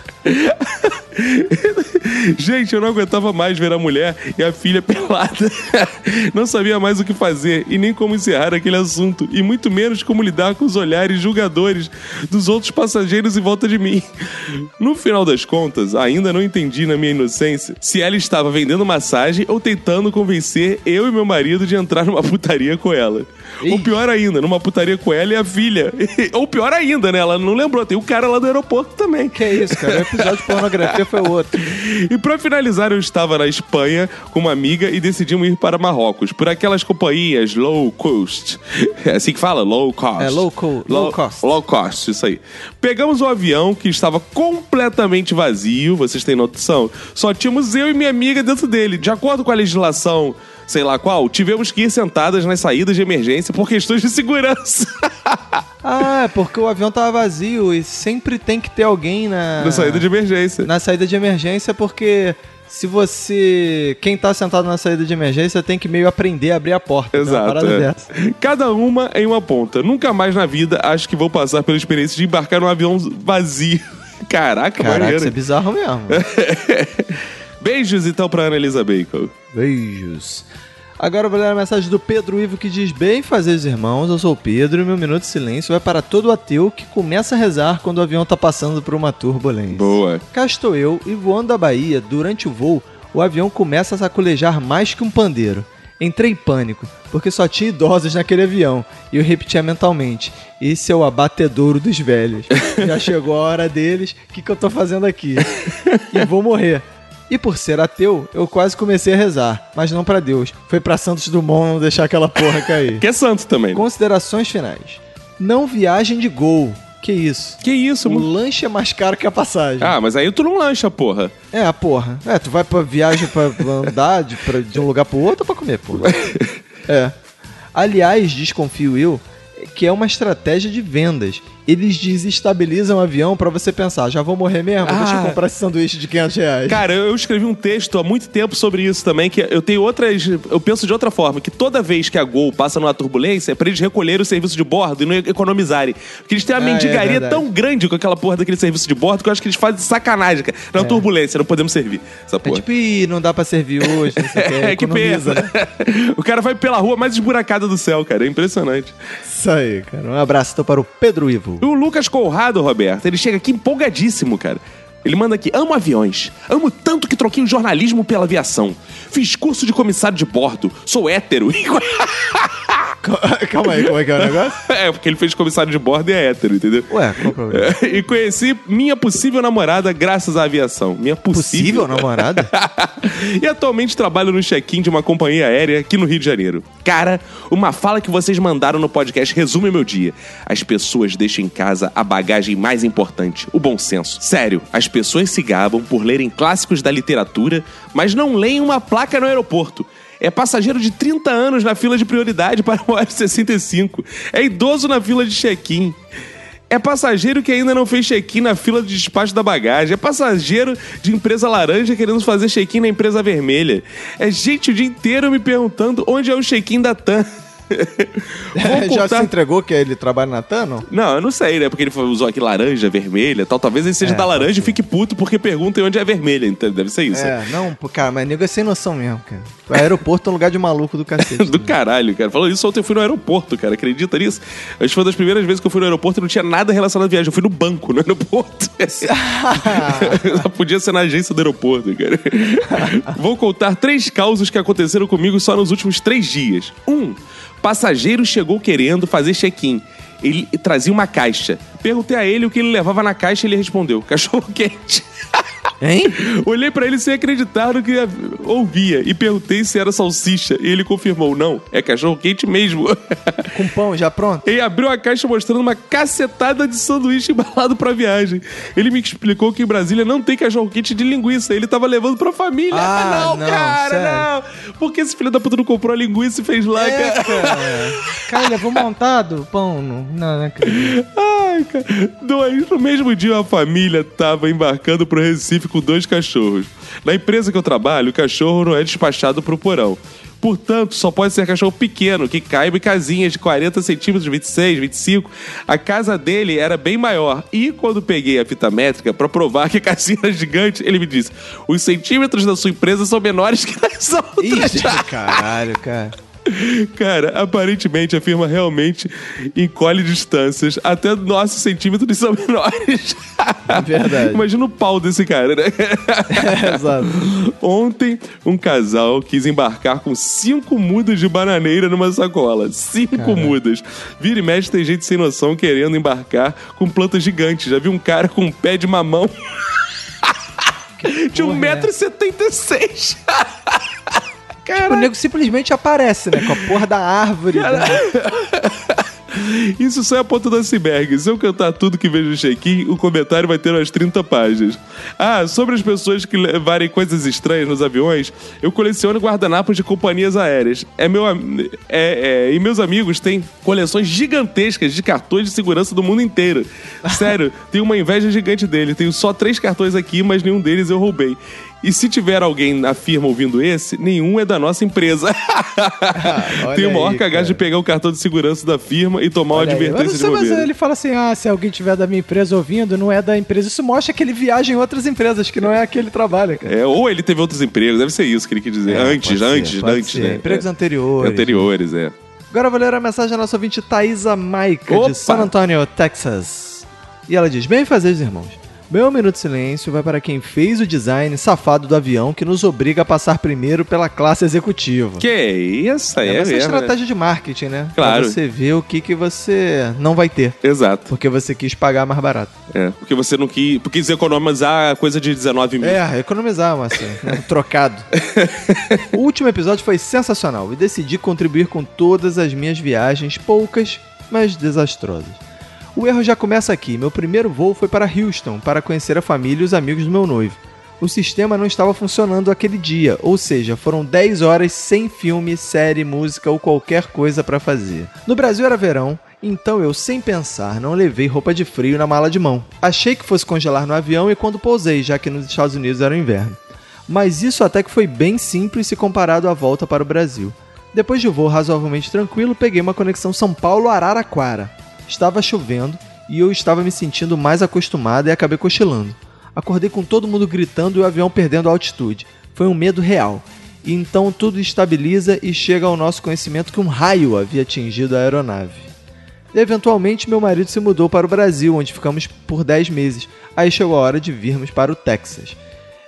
Speaker 1: Gente, eu não aguentava mais ver a mulher e a filha pelada. Não sabia mais o que fazer e nem como encerrar aquele assunto, e muito menos como lidar com os olhares julgadores dos outros passageiros em volta de mim. No final das contas, ainda não entendi na minha inocência se ela estava vendendo massagem ou tentando convencer eu e meu marido de entrar numa putaria com ela. Ou pior ainda, numa putaria com ela e a filha. Ou pior ainda, né? Ela não lembrou, tem o cara lá do aeroporto também. Que é isso,
Speaker 10: um
Speaker 1: cara? O episódio de pornografia foi outro. E pra finalizar, eu estava na Espanha com uma amiga e decidimos ir para Marrocos, por aquelas companhias low cost. É assim que fala? Low cost.
Speaker 10: É, low co- low cost.
Speaker 1: Low cost, isso aí. Pegamos o avião que estava completamente vazio, vocês têm noção? Só tínhamos eu e minha amiga dentro dele. De acordo com a legislação, sei lá qual, tivemos que ir sentadas nas saídas de emergência por questões de segurança.
Speaker 10: Ah, é porque o avião tava vazio e sempre tem que ter alguém na...
Speaker 1: Na saída de emergência.
Speaker 10: Na saída de emergência, porque se você... Quem tá sentado na saída de emergência tem que meio aprender a abrir a porta. né? Uma
Speaker 1: Exato.
Speaker 10: parada
Speaker 1: é.
Speaker 10: dessa.
Speaker 1: Cada uma em uma ponta. Nunca mais na vida acho que vou passar pela experiência de embarcar num avião vazio. Caraca,
Speaker 10: Caraca,
Speaker 1: maneiro.
Speaker 10: isso é bizarro mesmo.
Speaker 1: Beijos então pra Ana Elisa Bacon.
Speaker 10: Beijos. Agora eu vou ler a mensagem do Pedro Ivo que diz: Bem fazer os irmãos, eu sou o Pedro e meu minuto de silêncio vai para todo ateu que começa a rezar quando o avião tá passando por uma turbulência.
Speaker 1: Boa.
Speaker 10: Cá estou eu e voando da Bahia, durante o voo, o avião começa a sacolejar mais que um pandeiro. Entrei em pânico, porque só tinha idosos naquele avião, e eu repetia mentalmente: Esse é o abatedouro dos velhos. Já chegou a hora deles, o que, que eu tô fazendo aqui? e vou morrer. E por ser ateu, eu quase comecei a rezar, mas não pra Deus. Foi pra Santos Dumont não deixar aquela porra cair.
Speaker 1: Que é santo também.
Speaker 10: Considerações finais. Não viagem de gol. Que isso?
Speaker 1: Que isso,
Speaker 10: O lanche é mais caro que a passagem.
Speaker 1: Hum. Ah, mas aí tu não lancha, porra.
Speaker 10: É, a porra. É, tu vai pra viagem pra pra andar de, pra- de um lugar pro outro ou pra comer, porra? É. Aliás, desconfio eu, que é uma estratégia de vendas. Eles desestabilizam o avião pra você pensar, já vou morrer mesmo, deixa eu
Speaker 1: Ah.
Speaker 10: comprar esse sanduíche de 500 reais.
Speaker 1: Cara, eu eu escrevi um texto há muito tempo sobre isso também, que eu tenho outras. Eu penso de outra forma, que toda vez que a Gol passa numa turbulência, é pra eles recolherem o serviço de bordo e não economizarem. Porque eles têm uma
Speaker 10: Ah, é
Speaker 1: mendigaria
Speaker 10: verdade.
Speaker 1: tão grande com aquela porra daquele serviço de bordo que eu acho que eles fazem de sacanagem, cara. Na turbulência, não podemos servir. Essa
Speaker 10: É
Speaker 1: porra.
Speaker 10: tipo, Ih, não dá pra servir hoje, não sei o que,
Speaker 1: É, que
Speaker 10: economiza,
Speaker 1: pena.
Speaker 10: né?
Speaker 1: o cara vai pela rua mais esburacada do céu, cara. É impressionante.
Speaker 10: Isso aí, cara. Um abraço então para o Pedro Ivo.
Speaker 1: E o Lucas Conrado, Roberto, ele chega aqui empolgadíssimo, cara. Ele manda aqui: amo aviões. Amo tanto que troquei o jornalismo pela aviação. Fiz curso de comissário de bordo. Sou hétero.
Speaker 10: Calma aí, como é que é o negócio?
Speaker 1: É, porque ele fez comissário de bordo e é hétero, entendeu? É,
Speaker 10: Ué, qual o problema?
Speaker 1: E conheci minha possível namorada graças à aviação. Minha possível,
Speaker 10: É Possível namorada?
Speaker 1: e atualmente trabalho no check-in de uma companhia aérea aqui no Rio de Janeiro. Cara, uma fala que vocês mandaram no podcast resume meu dia. As pessoas deixam em casa a bagagem mais importante, o bom senso. Sério, as pessoas se gabam por lerem clássicos da literatura, mas não leem uma placa no aeroporto. É passageiro de 30 anos na fila de prioridade para o F-65. É idoso na fila de check-in. É passageiro que ainda não fez check-in na fila de despacho da bagagem. É passageiro de empresa laranja querendo fazer check-in na empresa vermelha. É gente o dia inteiro me perguntando onde é o check-in da TAM. Vou
Speaker 10: Já se
Speaker 1: contar-
Speaker 10: entregou que ele trabalha na TAN, não?
Speaker 1: Não, eu não sei, né? Porque ele usou aqui laranja, vermelha tal. Talvez ele
Speaker 10: É,
Speaker 1: seja da laranja e fique puto porque perguntem onde é vermelha. Então deve ser isso.
Speaker 10: É, não, pô, cara, mas nego é sem noção mesmo, cara. O aeroporto é um lugar de maluco do cacete. né?
Speaker 1: Do caralho, cara. Falando isso, ontem eu fui no aeroporto, cara. Acredita nisso? Acho que foi uma das primeiras vezes que eu fui no aeroporto e não tinha nada relacionado à viagem. Eu fui no banco, no aeroporto. Só Podia ser na agência do aeroporto, cara. Vou contar três causos que aconteceram comigo só nos últimos três dias. Um, passageiro chegou querendo fazer check-in. Ele trazia uma caixa. Perguntei a ele o que ele levava na caixa e ele respondeu: cachorro quente.
Speaker 10: Hein?
Speaker 1: Olhei pra ele sem acreditar no que ouvia e perguntei se era salsicha. E ele confirmou: não, é cachorro quente mesmo.
Speaker 10: Com pão já pronto?
Speaker 1: Ele abriu a caixa mostrando uma cacetada de sanduíche embalado pra viagem. Ele me explicou que em Brasília não tem cachorro quente de linguiça. Ele tava levando pra família.
Speaker 10: Ah,
Speaker 1: não,
Speaker 10: não,
Speaker 1: cara,
Speaker 10: sério. É.
Speaker 1: não. Por que esse filho da puta não comprou a É, linguiça e fez lá, cara?
Speaker 10: Cara, levou montado o pão? Não, não acredito.
Speaker 1: Ai, Ai, cara. Dois. No mesmo dia, a família estava embarcando pro Recife com dois cachorros. Na empresa que eu trabalho, o cachorro não é despachado pro porão. Portanto, só pode ser cachorro pequeno, que caiba em casinhas de 40 centímetros, 26, 25. A casa dele era bem maior. E quando peguei a fita métrica pra provar que a casinha era gigante, ele me disse: os centímetros da sua empresa são menores que das outras.
Speaker 10: Ih, caralho, cara.
Speaker 1: Cara, aparentemente a firma realmente encolhe distâncias. Até nossos centímetros são menores.
Speaker 10: Verdade.
Speaker 1: Imagina o pau desse cara, né?
Speaker 10: Exato.
Speaker 1: Ontem, um casal quis embarcar com cinco mudas de bananeira numa sacola. Cinco mudas. Vira e mexe, tem gente sem noção querendo embarcar com plantas gigantes. Já vi um cara com um pé de mamão de 1,76m.
Speaker 10: Tipo, o nego simplesmente aparece, né? Com a porra da árvore. né?
Speaker 1: Isso só é a ponta do iceberg. Se eu cantar tudo que vejo no check-in, o comentário vai ter umas 30 páginas. Ah, sobre as pessoas que levarem coisas estranhas nos aviões, eu coleciono guardanapos de companhias aéreas. É meu, am- é, é, e meus amigos têm coleções gigantescas de cartões de segurança do mundo inteiro. Sério, tenho uma inveja gigante dele. Tenho só três cartões aqui, mas nenhum deles eu roubei. E se tiver alguém na firma ouvindo esse, nenhum é da nossa empresa.
Speaker 10: olha
Speaker 1: Tenho o maior
Speaker 10: aí,
Speaker 1: cagagem de pegar o cartão de segurança da firma e tomar uma
Speaker 19: Olha aí,
Speaker 1: advertência
Speaker 19: mas
Speaker 1: de
Speaker 19: não sei, mas
Speaker 1: bobeira.
Speaker 19: ele fala assim: ah, se alguém tiver da minha empresa ouvindo, não é da empresa. Isso mostra que ele viaja em outras empresas, que não é aquele trabalho, cara.
Speaker 1: É, ou ele teve outros empregos, deve ser isso que ele quis dizer.
Speaker 10: É,
Speaker 1: antes,
Speaker 10: pode ser,
Speaker 1: antes,
Speaker 10: pode
Speaker 1: antes,
Speaker 10: ser.
Speaker 1: né?
Speaker 10: Empregos
Speaker 1: É.
Speaker 10: anteriores.
Speaker 1: Anteriores, é.
Speaker 10: Agora eu vou ler a mensagem da nossa ouvinte Thaisa Maica,
Speaker 1: Opa!
Speaker 10: de San Antonio, Texas. E ela diz: Bem fazer, irmãos. Meu um minuto de silêncio vai para quem fez o design safado do avião que nos obriga a passar primeiro pela classe executiva.
Speaker 1: Que isso aí, é,
Speaker 10: É, mas é
Speaker 1: mesmo,
Speaker 10: estratégia
Speaker 1: né?
Speaker 10: de marketing, né?
Speaker 1: Claro.
Speaker 10: Pra você ver o que, que você não vai ter.
Speaker 1: Exato.
Speaker 10: Porque você quis pagar mais barato.
Speaker 1: É, porque você não quis, porque quis economizar coisa de 19 mil.
Speaker 10: É, economizar, Márcio. né? Um Trocado. o último episódio foi sensacional e decidi contribuir com todas as minhas viagens, poucas, mas desastrosas. O erro já começa aqui. Meu primeiro voo foi para Houston para conhecer a família e os amigos do meu noivo. O sistema não estava funcionando aquele dia, ou seja, foram 10 horas sem filme, série, música ou qualquer coisa para fazer. No Brasil era verão, então eu, sem pensar, não levei roupa de frio na mala de mão. Achei que fosse congelar no avião e quando pousei, já que nos Estados Unidos era o inverno. Mas isso até que foi bem simples se comparado à volta para o Brasil. Depois de um voo razoavelmente tranquilo, peguei uma conexão São Paulo-Araraquara. Estava chovendo e eu estava me sentindo mais acostumado e acabei cochilando. Acordei com todo mundo gritando e o avião perdendo a altitude. Foi um medo real. E então tudo estabiliza e chega ao nosso conhecimento que um raio havia atingido a aeronave. Eventualmente, meu marido se mudou para o Brasil, onde ficamos por 10 meses. Aí chegou a hora de virmos para o Texas.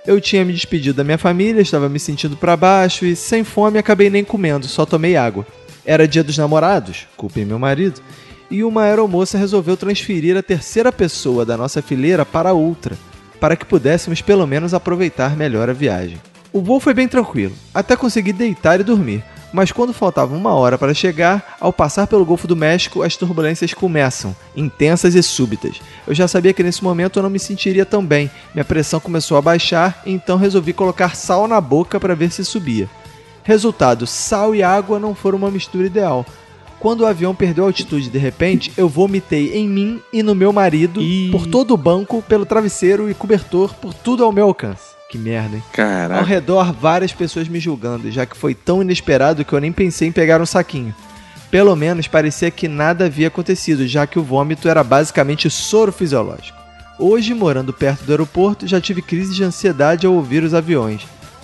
Speaker 10: Eu tinha me despedido da minha família, estava me sentindo para baixo e, sem fome, acabei nem comendo, só tomei água. Era dia dos namorados, culpem meu marido, e uma aeromoça resolveu transferir a terceira pessoa da nossa fileira para a outra, para que pudéssemos pelo menos aproveitar melhor a viagem. O voo foi bem tranquilo, até consegui deitar e dormir, mas quando faltava uma hora para chegar, ao passar pelo Golfo do México, as turbulências começam, intensas e súbitas. Eu já sabia que nesse momento eu não me sentiria tão bem, minha pressão começou a baixar, então resolvi colocar sal na boca para ver se subia. Resultado: sal e água não foram uma mistura ideal. Quando o avião perdeu a altitude de repente, eu vomitei em mim e no meu marido, por todo o banco, pelo travesseiro e cobertor, por tudo ao meu alcance. Que merda, hein? Ao
Speaker 1: Caraca.
Speaker 10: redor, várias pessoas me julgando, já que foi tão inesperado que eu nem pensei em pegar um saquinho. Pelo menos parecia que nada havia acontecido, já que o vômito era basicamente soro fisiológico. Hoje, morando perto do aeroporto, já tive crise de ansiedade ao ouvir os aviões.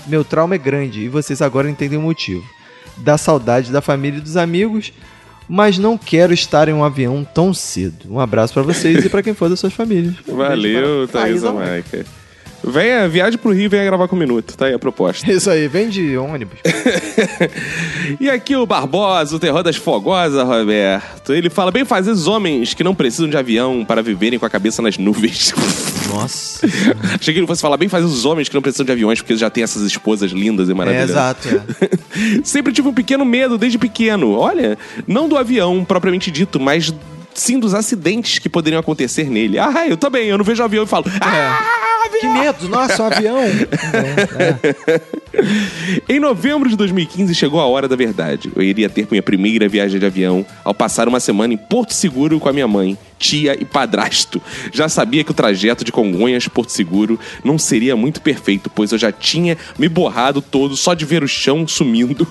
Speaker 10: Meu trauma é grande e vocês agora entendem o motivo. Da saudade da família e dos amigos, mas não quero estar em um avião tão cedo. Um abraço pra vocês e pra quem for das suas famílias.
Speaker 1: Valeu, Thaisa
Speaker 10: Thaisa
Speaker 1: Maica. Venha, viagem pro Rio, venha gravar com o Minuto. Tá aí a proposta.
Speaker 10: Isso aí, vem de ônibus.
Speaker 1: E aqui o Barbosa, o Terror das Fogosas, Roberto. Ele fala bem fazer os homens que não precisam de avião para viverem com a cabeça nas nuvens.
Speaker 10: Nossa.
Speaker 1: Achei que ele fosse falar bem fazer os homens que não precisam de aviões, porque já tem essas esposas lindas e maravilhosas.
Speaker 10: exato,
Speaker 1: Sempre tive um pequeno medo desde pequeno. Olha, não do avião propriamente dito, mas sim dos acidentes que poderiam acontecer nele. Ah, eu também, eu não vejo avião e falo. Ah,
Speaker 10: Que medo, nossa, um avião.
Speaker 1: em novembro de 2015 chegou a hora da verdade. Eu iria ter minha primeira viagem de avião ao passar uma semana em Porto Seguro com a minha mãe, tia e padrasto. Já sabia que o trajeto de Congonhas Porto Seguro não seria muito perfeito, pois eu já tinha me borrado todo só de ver o chão sumindo.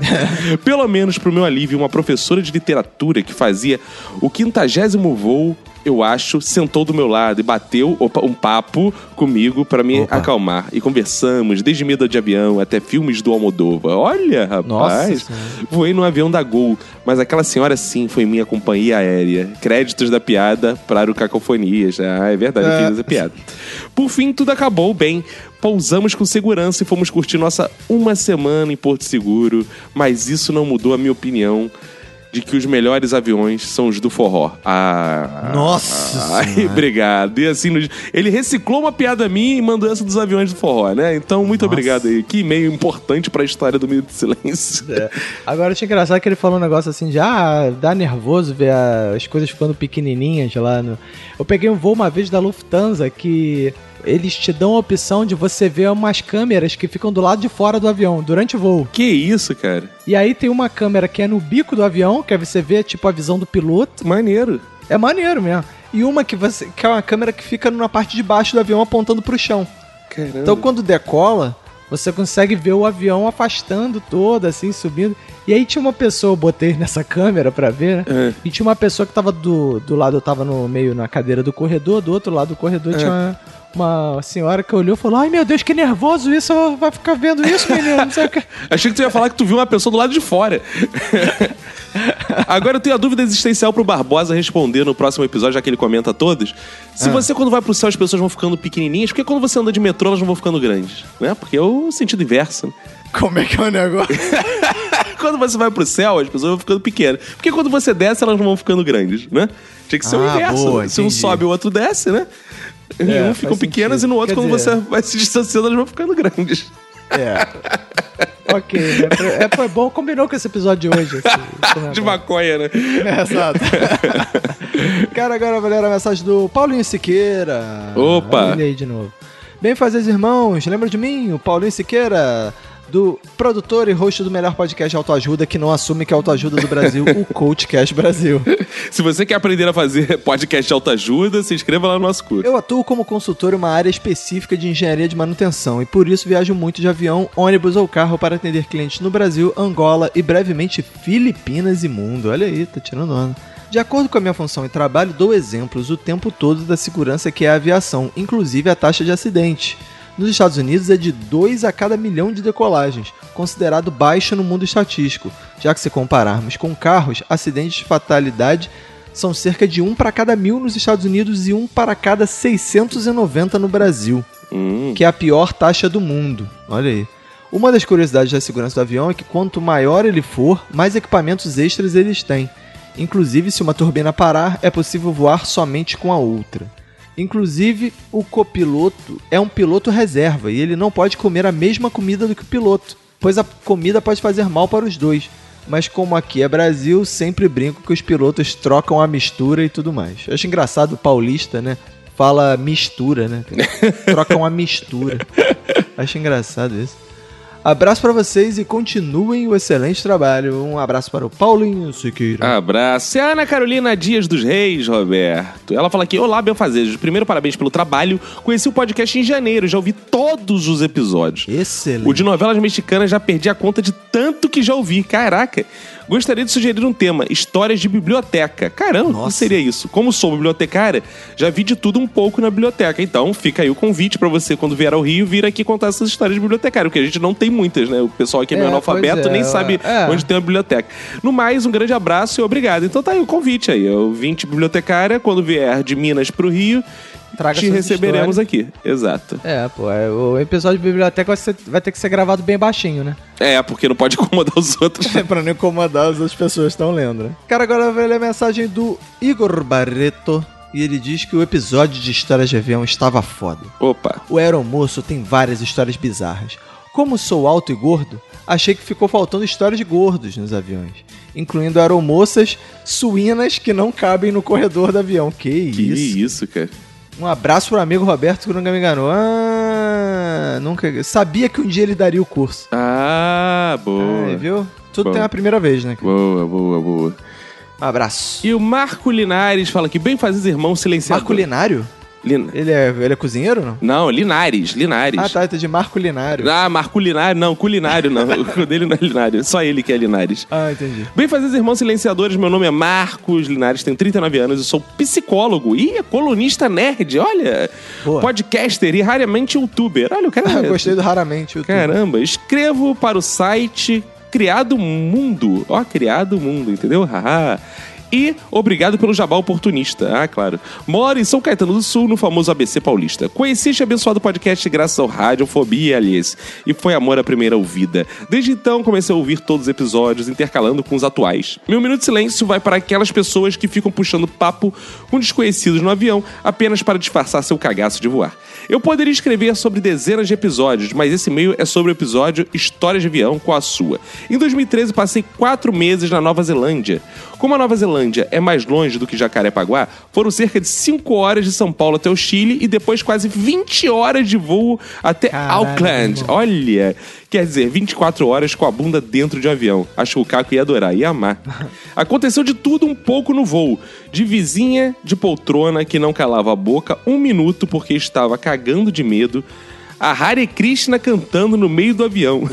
Speaker 1: Pelo menos pro meu alívio, uma professora de literatura que fazia o quintagésimo voo, eu acho, sentou do meu lado e bateu opa, um papo comigo pra me acalmar. E conversamos desde Medo de Avião até filmes do Almodóvar. Olha, rapaz.
Speaker 10: Nossa Senhora.
Speaker 1: Voei no avião da Gol, mas aquela senhora sim foi minha companhia aérea. Créditos da piada para o Cacofonias. Ah, é verdade, eu
Speaker 20: É.
Speaker 1: fiz essa piada. Por fim, tudo acabou bem. Pousamos com segurança e fomos curtir nossa uma semana em Porto Seguro, mas isso não mudou a minha opinião de que os melhores aviões são os do forró. Ah,
Speaker 10: Nossa
Speaker 1: Ai,
Speaker 10: Senhora.
Speaker 1: obrigado. E assim, nos- ele reciclou uma piada minha e mandou essa dos aviões do forró, né? Então, muito obrigado aí. Que e-mail importante pra história do Minuto de Silêncio.
Speaker 10: Agora eu achei engraçado que ele falou um negócio assim de ah, dá nervoso ver a- as coisas ficando pequenininhas lá. No... Eu peguei um voo uma vez da Lufthansa que eles te dão a opção de você ver umas câmeras que ficam do lado de fora do avião durante o voo.
Speaker 1: Que isso, cara?
Speaker 10: E aí tem uma câmera que é no bico do avião, que aí você vê tipo a visão do piloto.
Speaker 1: Maneiro.
Speaker 10: É maneiro mesmo. E uma que você que é uma câmera que fica na parte de baixo do avião apontando pro chão.
Speaker 1: Caramba.
Speaker 10: Então quando decola, você consegue ver o avião afastando todo, assim, subindo. E aí tinha uma pessoa, eu botei nessa câmera pra ver, né? E tinha uma pessoa que tava do, do lado, eu tava no meio na cadeira do corredor, do outro lado do corredor
Speaker 21: É.
Speaker 10: tinha uma, uma senhora que olhou e falou: Ai meu Deus, que nervoso isso, vai ficar vendo isso, menino, não sei o que.
Speaker 1: Achei que tu ia falar que tu viu uma pessoa do lado de fora. Agora eu tenho a dúvida existencial pro Barbosa responder no próximo episódio, já que ele comenta todos. Se
Speaker 10: Ah.
Speaker 1: você, quando vai pro céu, as pessoas vão ficando pequenininhas, porque quando você anda de metrô, elas não vão ficando grandes, né? Porque é o sentido inverso.
Speaker 10: Como é que é o negócio?
Speaker 1: quando você vai pro céu, as pessoas vão ficando pequenas. Porque quando você desce, elas não vão ficando grandes, né? Tinha que ser o
Speaker 10: Ah,
Speaker 1: inverso.
Speaker 10: boa,
Speaker 1: né? Se um
Speaker 10: entendi.
Speaker 1: sobe, o outro desce, né?
Speaker 10: É,
Speaker 1: e um
Speaker 10: faz
Speaker 1: ficam pequenas e
Speaker 10: sentido.
Speaker 1: no outro,
Speaker 10: Quer
Speaker 1: quando
Speaker 10: dizer-
Speaker 1: você vai se distanciando, elas vão ficando grandes.
Speaker 10: É. ok, né? É, foi bom, combinou com esse episódio de hoje. esse-
Speaker 1: De maconha, né?
Speaker 10: É, exato. Cara, agora vou ler a mensagem do Paulinho Siqueira.
Speaker 1: Opa.
Speaker 10: Olha aí de novo. Bem fazeres irmãos, lembra de mim? O Paulinho Siqueira, do produtor e host do melhor podcast de autoajuda, que não assume que é autoajuda do Brasil, o Coachcast Brasil.
Speaker 1: Se você quer aprender a fazer podcast de autoajuda, se inscreva lá no nosso curso.
Speaker 10: Eu atuo como consultor em uma área específica de engenharia de manutenção e por isso viajo muito de avião, ônibus ou carro para atender clientes no Brasil, Angola e brevemente Filipinas e mundo. Olha aí, tá tirando onda. De acordo com a minha função e trabalho, dou exemplos o tempo todo da segurança que é a aviação, inclusive a taxa de acidente. Nos Estados Unidos é de 2 a cada milhão de decolagens, considerado baixo no mundo estatístico. Já que se compararmos com carros, acidentes de fatalidade são cerca de um para cada mil nos Estados Unidos e um para cada 690 no Brasil, que é a pior taxa do mundo. Olha aí. Uma das curiosidades da segurança do avião é que quanto maior ele for, mais equipamentos extras eles têm. Inclusive, se uma turbina parar, é possível voar somente com a outra. Inclusive, o copiloto é um piloto reserva e ele não pode comer a mesma comida do que o piloto, pois a comida pode fazer mal para os dois. Mas como aqui é Brasil, sempre brinco que os pilotos trocam a mistura e tudo mais. Eu acho engraçado o paulista, né? Fala mistura, né? Trocam a mistura. Acho engraçado isso. Abraço pra vocês e continuem o excelente trabalho. Um abraço para o Paulinho Siqueira.
Speaker 1: Abraço. E a Ana Carolina Dias dos Reis, Roberto. Ela fala aqui: Olá, Belfazejos. Primeiro, parabéns pelo trabalho. Conheci o podcast em janeiro, já ouvi todos os episódios.
Speaker 10: Excelente.
Speaker 1: O de novelas mexicanas já perdi a conta de tanto que já ouvi. Caraca. Gostaria de sugerir um tema: histórias de biblioteca. Caramba, o que seria isso? Como sou bibliotecária, já vi de tudo um pouco na biblioteca. Então, fica aí o convite pra você, quando vier ao Rio, vir aqui contar essas histórias de bibliotecário, porque a gente não tem muitas, né? O pessoal aqui é meio
Speaker 10: É,
Speaker 1: analfabeto,
Speaker 10: pois é,
Speaker 1: nem sabe
Speaker 10: é.
Speaker 1: onde tem uma biblioteca. No mais, um grande abraço e obrigado. Então tá aí o convite aí. Eu vim bibliotecária, quando vier de Minas pro Rio,
Speaker 10: Traga
Speaker 1: te
Speaker 10: suas
Speaker 1: receberemos aqui. Exato.
Speaker 10: É, pô, é, o episódio de biblioteca vai, ser- vai ter que ser gravado bem baixinho, né?
Speaker 1: É, porque não pode incomodar os outros.
Speaker 10: É pra não incomodar as outras pessoas, estão lendo, né? Cara, agora vai ler a mensagem do Igor Barreto. E ele diz que o episódio de Histórias de Avião estava foda.
Speaker 1: Opa.
Speaker 10: O Aeromoço tem várias histórias bizarras. Como sou alto e gordo, achei que ficou faltando histórias de gordos nos aviões. Incluindo aeromoças suínas que não cabem no corredor do avião. Que
Speaker 1: Que
Speaker 10: isso.
Speaker 1: isso, cara.
Speaker 10: Um abraço pro amigo Roberto que nunca me enganou. Ah, nunca. Sabia que um dia ele daria o curso.
Speaker 1: Ah, boa.
Speaker 10: Aí, viu? Tudo
Speaker 1: Bom.
Speaker 10: tem a primeira vez, né?
Speaker 1: Boa, boa, boa.
Speaker 10: Um abraço.
Speaker 1: E o Marco Linares fala que bem fazes irmão silenciador.
Speaker 10: Marco Linário? Ele, é, ele é cozinheiro ou não?
Speaker 1: Não, Linares, Linares.
Speaker 10: Ah, tá, tá de Marco Linário.
Speaker 1: Ah, Marco Linário, não, culinário não. o dele não é Linário, só ele que é Linares.
Speaker 10: Ah, entendi.
Speaker 1: Bem fazer irmãos silenciadores, meu nome é Marcos Linares, tenho 39 anos e sou psicólogo e colunista nerd, olha. Podcaster e raramente youtuber. Olha, o cara.
Speaker 10: Eu gostei do raramente. YouTube.
Speaker 1: Caramba, escrevo para o site Criado Mundo. Ó, Criado Mundo, entendeu? Haha. E obrigado pelo jabá oportunista. Ah, claro. Moro em São Caetano do Sul, no famoso ABC Paulista. Conheci este abençoado podcast graças ao Radiofobia, aliás. E foi amor à primeira ouvida. Desde então, comecei a ouvir todos os episódios, intercalando com os atuais. Meu minuto de silêncio vai para aquelas pessoas que ficam puxando papo com desconhecidos no avião apenas para disfarçar seu cagaço de voar. Eu poderia escrever sobre dezenas de episódios, mas esse e-mail é sobre o episódio Histórias de Avião com a sua. Em 2013, passei quatro meses na Nova Zelândia. Como a Nova Zelândia é mais longe do que Jacarepaguá, foram cerca de 5 horas de São Paulo até o Chile e depois quase 20 horas de voo até Auckland. Olha, quer dizer, 24 horas com a bunda dentro de um avião. Acho que o Caco ia adorar, ia amar. Aconteceu de tudo um pouco no voo. De vizinha de poltrona que não calava a boca um minuto porque estava cagando de medo. A Hare Krishna cantando no meio do avião.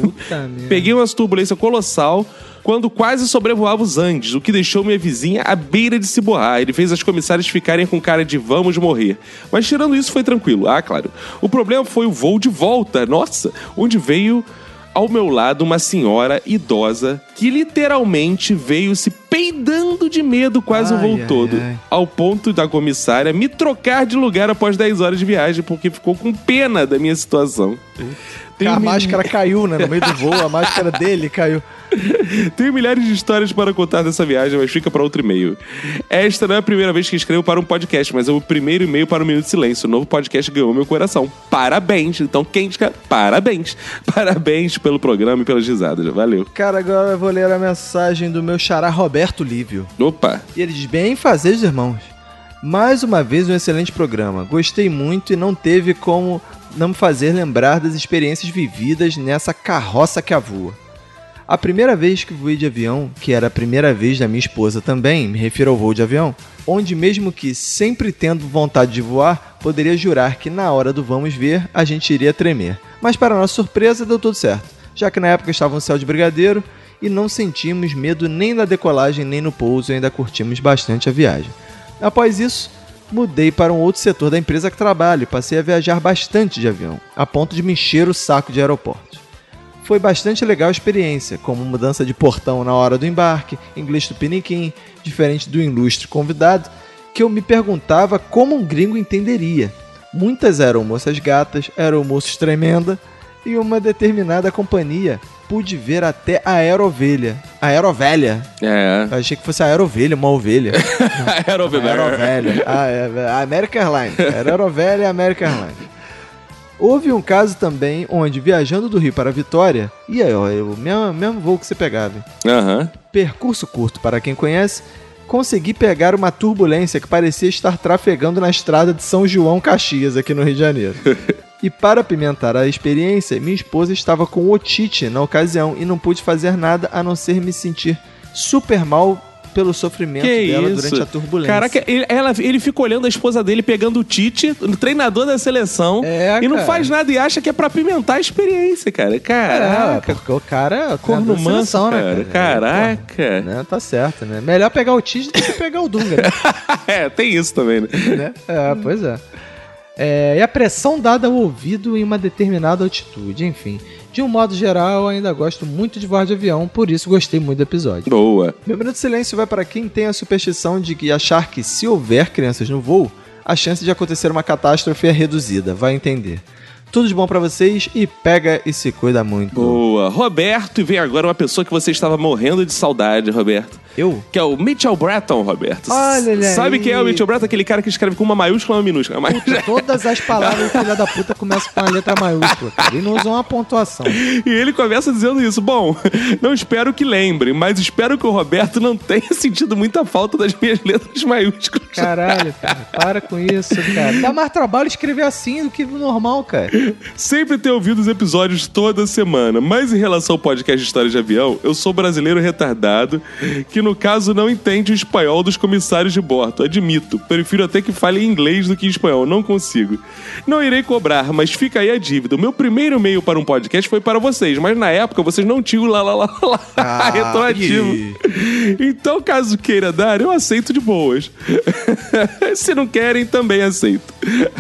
Speaker 1: Peguei uma turbulência colossal quando quase sobrevoava os Andes, o que deixou minha vizinha à beira de se borrar. Ele fez as comissárias ficarem com cara de vamos morrer. Mas tirando isso, foi tranquilo. Ah, claro. O problema foi o voo de volta, nossa, onde veio ao meu lado uma senhora idosa que literalmente veio se peidando de medo quase o voo
Speaker 10: ai,
Speaker 1: todo, ao ponto da comissária me trocar de lugar após 10 horas de viagem porque ficou com pena da minha situação.
Speaker 10: A máscara caiu, né? No meio do voo, a máscara dele caiu.
Speaker 1: Tenho milhares de histórias para contar dessa viagem, mas fica para outro e-mail. Esta não é a primeira vez que escrevo para um podcast, mas é o primeiro e-mail para o Minuto de Silêncio. O novo podcast ganhou meu coração. Parabéns! Então, quem escreve- Parabéns! Parabéns pelo programa e pelas risadas. Valeu.
Speaker 10: Cara, agora eu vou ler a mensagem do meu xará Roberto Lívio.
Speaker 1: Opa!
Speaker 10: E ele diz: Bem fazer, irmãos. Mais uma vez um excelente programa. Gostei muito e não teve como não me fazer lembrar das experiências vividas nessa carroça que a voa. A primeira vez que voei de avião, que era a primeira vez da minha esposa também, me refiro ao voo de avião, onde mesmo que sempre tendo vontade de voar, poderia jurar que na hora do vamos ver, a gente iria tremer. Mas para nossa surpresa, deu tudo certo, já que na época estava um céu de brigadeiro e não sentimos medo nem na decolagem nem no pouso, e ainda curtimos bastante a viagem. Após isso, mudei para um outro setor da empresa que trabalho e passei a viajar bastante de avião, a ponto de me encher o saco de aeroportos. Foi bastante legal a experiência, como mudança de portão na hora do embarque, inglês do piniquim, diferente do ilustre convidado, que eu me perguntava como um gringo entenderia. Muitas eram moças gatas, eram moços tremenda, e uma determinada companhia pude ver até a aerovelha. A aerovelha.
Speaker 1: É.
Speaker 10: Eu achei que fosse a aerovelha, uma ovelha. Aerovelha. Ah, é, a American Airlines. Era Aerovelha e American Airlines. Houve um caso também onde, viajando do Rio para Vitória, e aí, ó, eu, mesmo, mesmo voo que você pegava, hein?
Speaker 1: Aham.
Speaker 10: percurso curto para quem conhece, consegui pegar uma turbulência que parecia estar trafegando na estrada de São João Caxias, aqui no Rio de Janeiro. e para pimentar a experiência, minha esposa estava com otite na ocasião e não pude fazer nada a não ser me sentir super mal pelo sofrimento dela durante a turbulência.
Speaker 1: Caraca, ele, ela- ele fica olhando a esposa dele pegando o Tite, o treinador da seleção, e não
Speaker 10: É, cara.
Speaker 1: faz nada e acha que é pra pimentar a experiência, cara. Caraca.
Speaker 10: É, porque o cara é o
Speaker 1: Corno
Speaker 10: treinador de seleção,
Speaker 1: manso,
Speaker 10: né,
Speaker 1: cara?
Speaker 10: cara?
Speaker 1: Caraca.
Speaker 10: Né, tá certo, né? Melhor pegar o Tite do que pegar o Dunga, né?
Speaker 1: é, tem isso também, né?
Speaker 10: né? É, pois é. É, E a pressão dada ao ouvido em uma determinada altitude, enfim. De um modo geral, eu ainda gosto muito de voar de avião, por isso gostei muito do episódio.
Speaker 1: Boa.
Speaker 10: Meu minuto de silêncio vai para quem tem a superstição de que achar que se houver crianças no voo, a chance de acontecer uma catástrofe é reduzida, vai entender. Tudo de bom pra vocês e pega e se cuida muito.
Speaker 1: Boa. Roberto, e vem agora uma pessoa que você estava morrendo de saudade, Roberto.
Speaker 10: Eu?
Speaker 1: Que é o Mitchell Breton, Roberto.
Speaker 10: Olha ele
Speaker 1: Sabe
Speaker 10: aí.
Speaker 1: quem é o Mitchell Breton? Aquele cara que escreve com uma maiúscula e uma minúscula. Mas...
Speaker 10: Todas as palavras filha da puta começam com a letra maiúscula, cara. E não usam uma pontuação.
Speaker 1: E ele começa dizendo isso. Bom, não espero que lembre, mas espero que o Roberto não tenha sentido muita falta das minhas letras maiúsculas.
Speaker 10: Caralho, cara, para com isso, cara. Dá mais trabalho escrever assim do que o normal, cara.
Speaker 1: Sempre tenho ouvido os episódios toda semana, mas em relação ao podcast História de Avião, eu sou brasileiro retardado que que no caso não entende o espanhol dos comissários de bordo. Admito, prefiro até que fale em inglês do que em espanhol, não consigo. Não irei cobrar, mas fica aí a dívida. O meu primeiro e-mail para um podcast foi para vocês, mas na época vocês não tinham lá, lá, lá, lá, retroativo. Então, caso queira dar, eu aceito de boas. Se não querem, também aceito.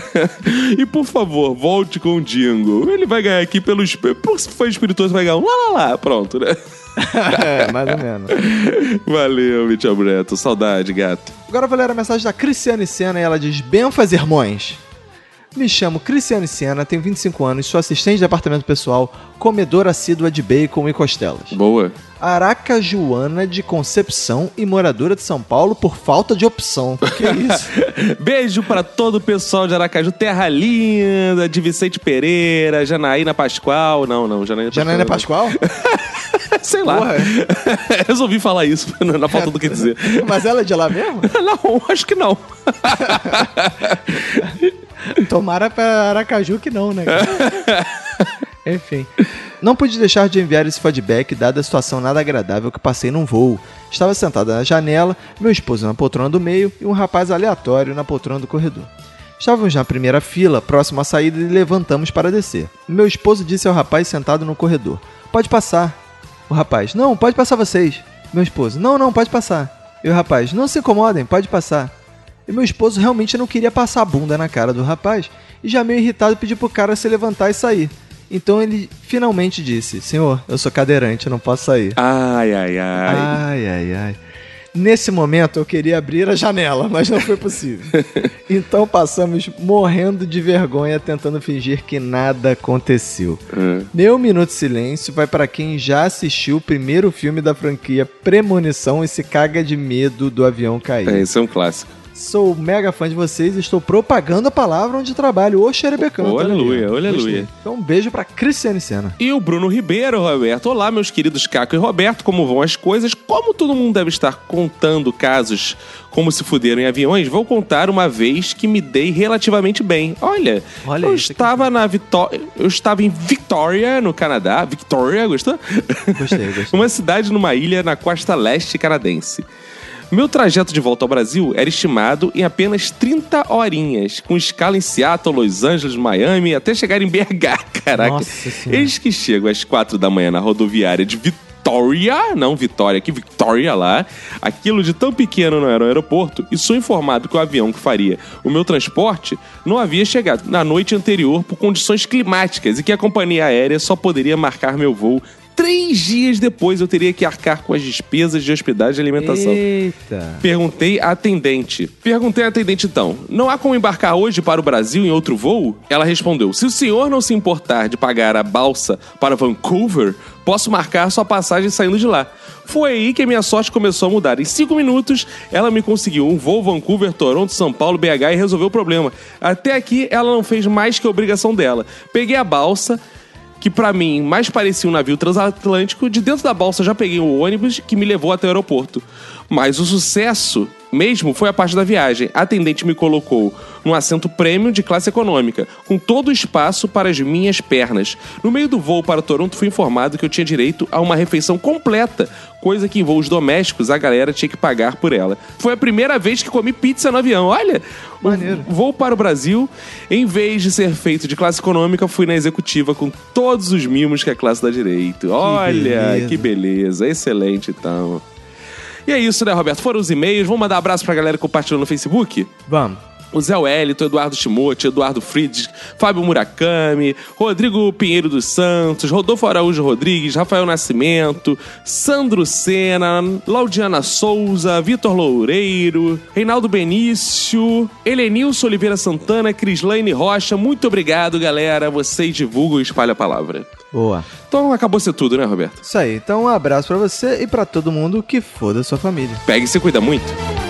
Speaker 1: e por favor, volte com o Dingo. Ele vai ganhar aqui pelo. esp- Por se for espirituoso, vai ganhar um lá lá lá. Pronto, né?
Speaker 10: é, mais ou menos.
Speaker 1: Valeu, Mitchell Breto. Saudade, gato.
Speaker 10: Agora eu vou ler a mensagem da Cristiane Senna e ela diz: Benfas, irmãos. Me chamo Cristiane Senna, tenho 25 anos, sou assistente de apartamento pessoal, comedora assídua de bacon e costelas.
Speaker 1: Boa.
Speaker 10: Aracajuana de Concepção e moradora de São Paulo por falta de opção. Que isso?
Speaker 1: Beijo pra todo o pessoal de Aracaju, Terra Linda, de Vicente Pereira, Janaína Pascoal. Não, não, Janaína Pascoal.
Speaker 10: Janaína é Pascoal?
Speaker 1: Sei lá. Resolvi falar isso é na falta do que dizer.
Speaker 10: Mas ela é de lá mesmo?
Speaker 1: não, acho que não.
Speaker 22: Tomara pra Aracaju que não, né?
Speaker 10: Enfim. Não pude deixar de enviar esse feedback dada a situação nada agradável que passei num voo. Estava sentada na janela, meu esposo na poltrona do meio e um rapaz aleatório na poltrona do corredor. Estávamos na primeira fila, próximo à saída, e levantamos para descer. Meu esposo disse ao rapaz sentado no corredor: Pode passar. O rapaz: Não, pode passar vocês. Meu esposo: Não, não, pode passar. E o rapaz: Não se incomodem, pode passar. E meu esposo realmente não queria passar a bunda na cara do rapaz e já meio irritado pediu pro cara se levantar e sair. Então ele finalmente disse: Senhor, eu sou cadeirante, eu não posso sair.
Speaker 1: Ai, ai, ai.
Speaker 10: Ai, ai, ai. Nesse momento eu queria abrir a janela, mas não foi possível. então passamos morrendo de vergonha tentando fingir que nada aconteceu.
Speaker 1: Hum,
Speaker 10: Meu minuto de silêncio vai para quem já assistiu o primeiro filme da franquia Premonição e se caga de medo do avião cair.
Speaker 1: É, esse é um clássico.
Speaker 10: Sou mega fã de vocês e estou propagando a palavra onde trabalho, o xerebecão.
Speaker 1: Ô, aleluia,
Speaker 10: Olha
Speaker 1: aleluia.
Speaker 10: Então um beijo pra Cristiane Senna.
Speaker 1: E o Bruno Ribeiro, Roberto. Olá, meus queridos Caco e Roberto, como vão as coisas? Como todo mundo deve estar contando casos como se fuderam em aviões, vou contar uma vez que me dei relativamente bem. Olha, eu estava na Vitória, eu estava em Victoria, no Canadá. Victoria, gostou?
Speaker 10: Gostei, gostei.
Speaker 1: uma cidade numa ilha na costa leste canadense. Meu trajeto de volta ao Brasil era estimado em apenas 30 horinhas, com escala em Seattle, Los Angeles, Miami, até chegar em BH. Caraca. Eis que chego às 4 da manhã na rodoviária de Vitória, não Vitória, que Vitória lá. Aquilo de tão pequeno não era um aeroporto, e sou informado que o avião que faria o meu transporte não havia chegado na noite anterior por condições climáticas e que a companhia aérea só poderia marcar meu voo. Três dias depois eu teria que arcar com as despesas de hospedagem e alimentação.
Speaker 10: Eita.
Speaker 1: Perguntei à atendente. Perguntei à atendente então: não há como embarcar hoje para o Brasil em outro voo? Ela respondeu: se o senhor não se importar de pagar a balsa para Vancouver, posso marcar sua passagem saindo de lá. Foi aí que a minha sorte começou a mudar. Em cinco minutos, ela me conseguiu um voo Vancouver, Toronto, São Paulo, BH e resolveu o problema. Até aqui, ela não fez mais que a obrigação dela. Peguei a balsa que pra mim mais parecia um navio transatlântico, de dentro da balsa eu já peguei o ônibus que me levou até o aeroporto. Mas o sucesso mesmo foi a parte da viagem. A atendente me colocou num assento premium de classe econômica, com todo o espaço para as minhas pernas. No meio do voo para Toronto, fui informado que eu tinha direito a uma refeição completa, coisa que em voos domésticos a galera tinha que pagar por ela. Foi a primeira vez que comi pizza no avião. Olha, Maneiro. voo para o Brasil, em vez de ser feito de classe econômica, fui na executiva com todos os mimos que a classe dá direito. Olha,
Speaker 10: beleza.
Speaker 1: que beleza, excelente então. E é isso, né, Roberto? Foram os e-mails. Vamos mandar abraço pra galera que compartilhou no Facebook?
Speaker 10: Vamos.
Speaker 1: O Zé Wellington, Eduardo Timote, Eduardo Frides, Fábio Murakami, Rodrigo Pinheiro dos Santos, Rodolfo Araújo Rodrigues, Rafael Nascimento, Sandro Sena, Laudiana Souza, Vitor Loureiro, Reinaldo Benício, Helenilson Oliveira Santana, Crislaine Rocha. Muito obrigado, galera. Vocês divulgam e espalham a palavra.
Speaker 10: Boa.
Speaker 1: Então acabou ser tudo, né, Roberto?
Speaker 10: Isso aí. Então um abraço pra você e pra todo mundo que foda sua família.
Speaker 1: Pega e se cuida muito.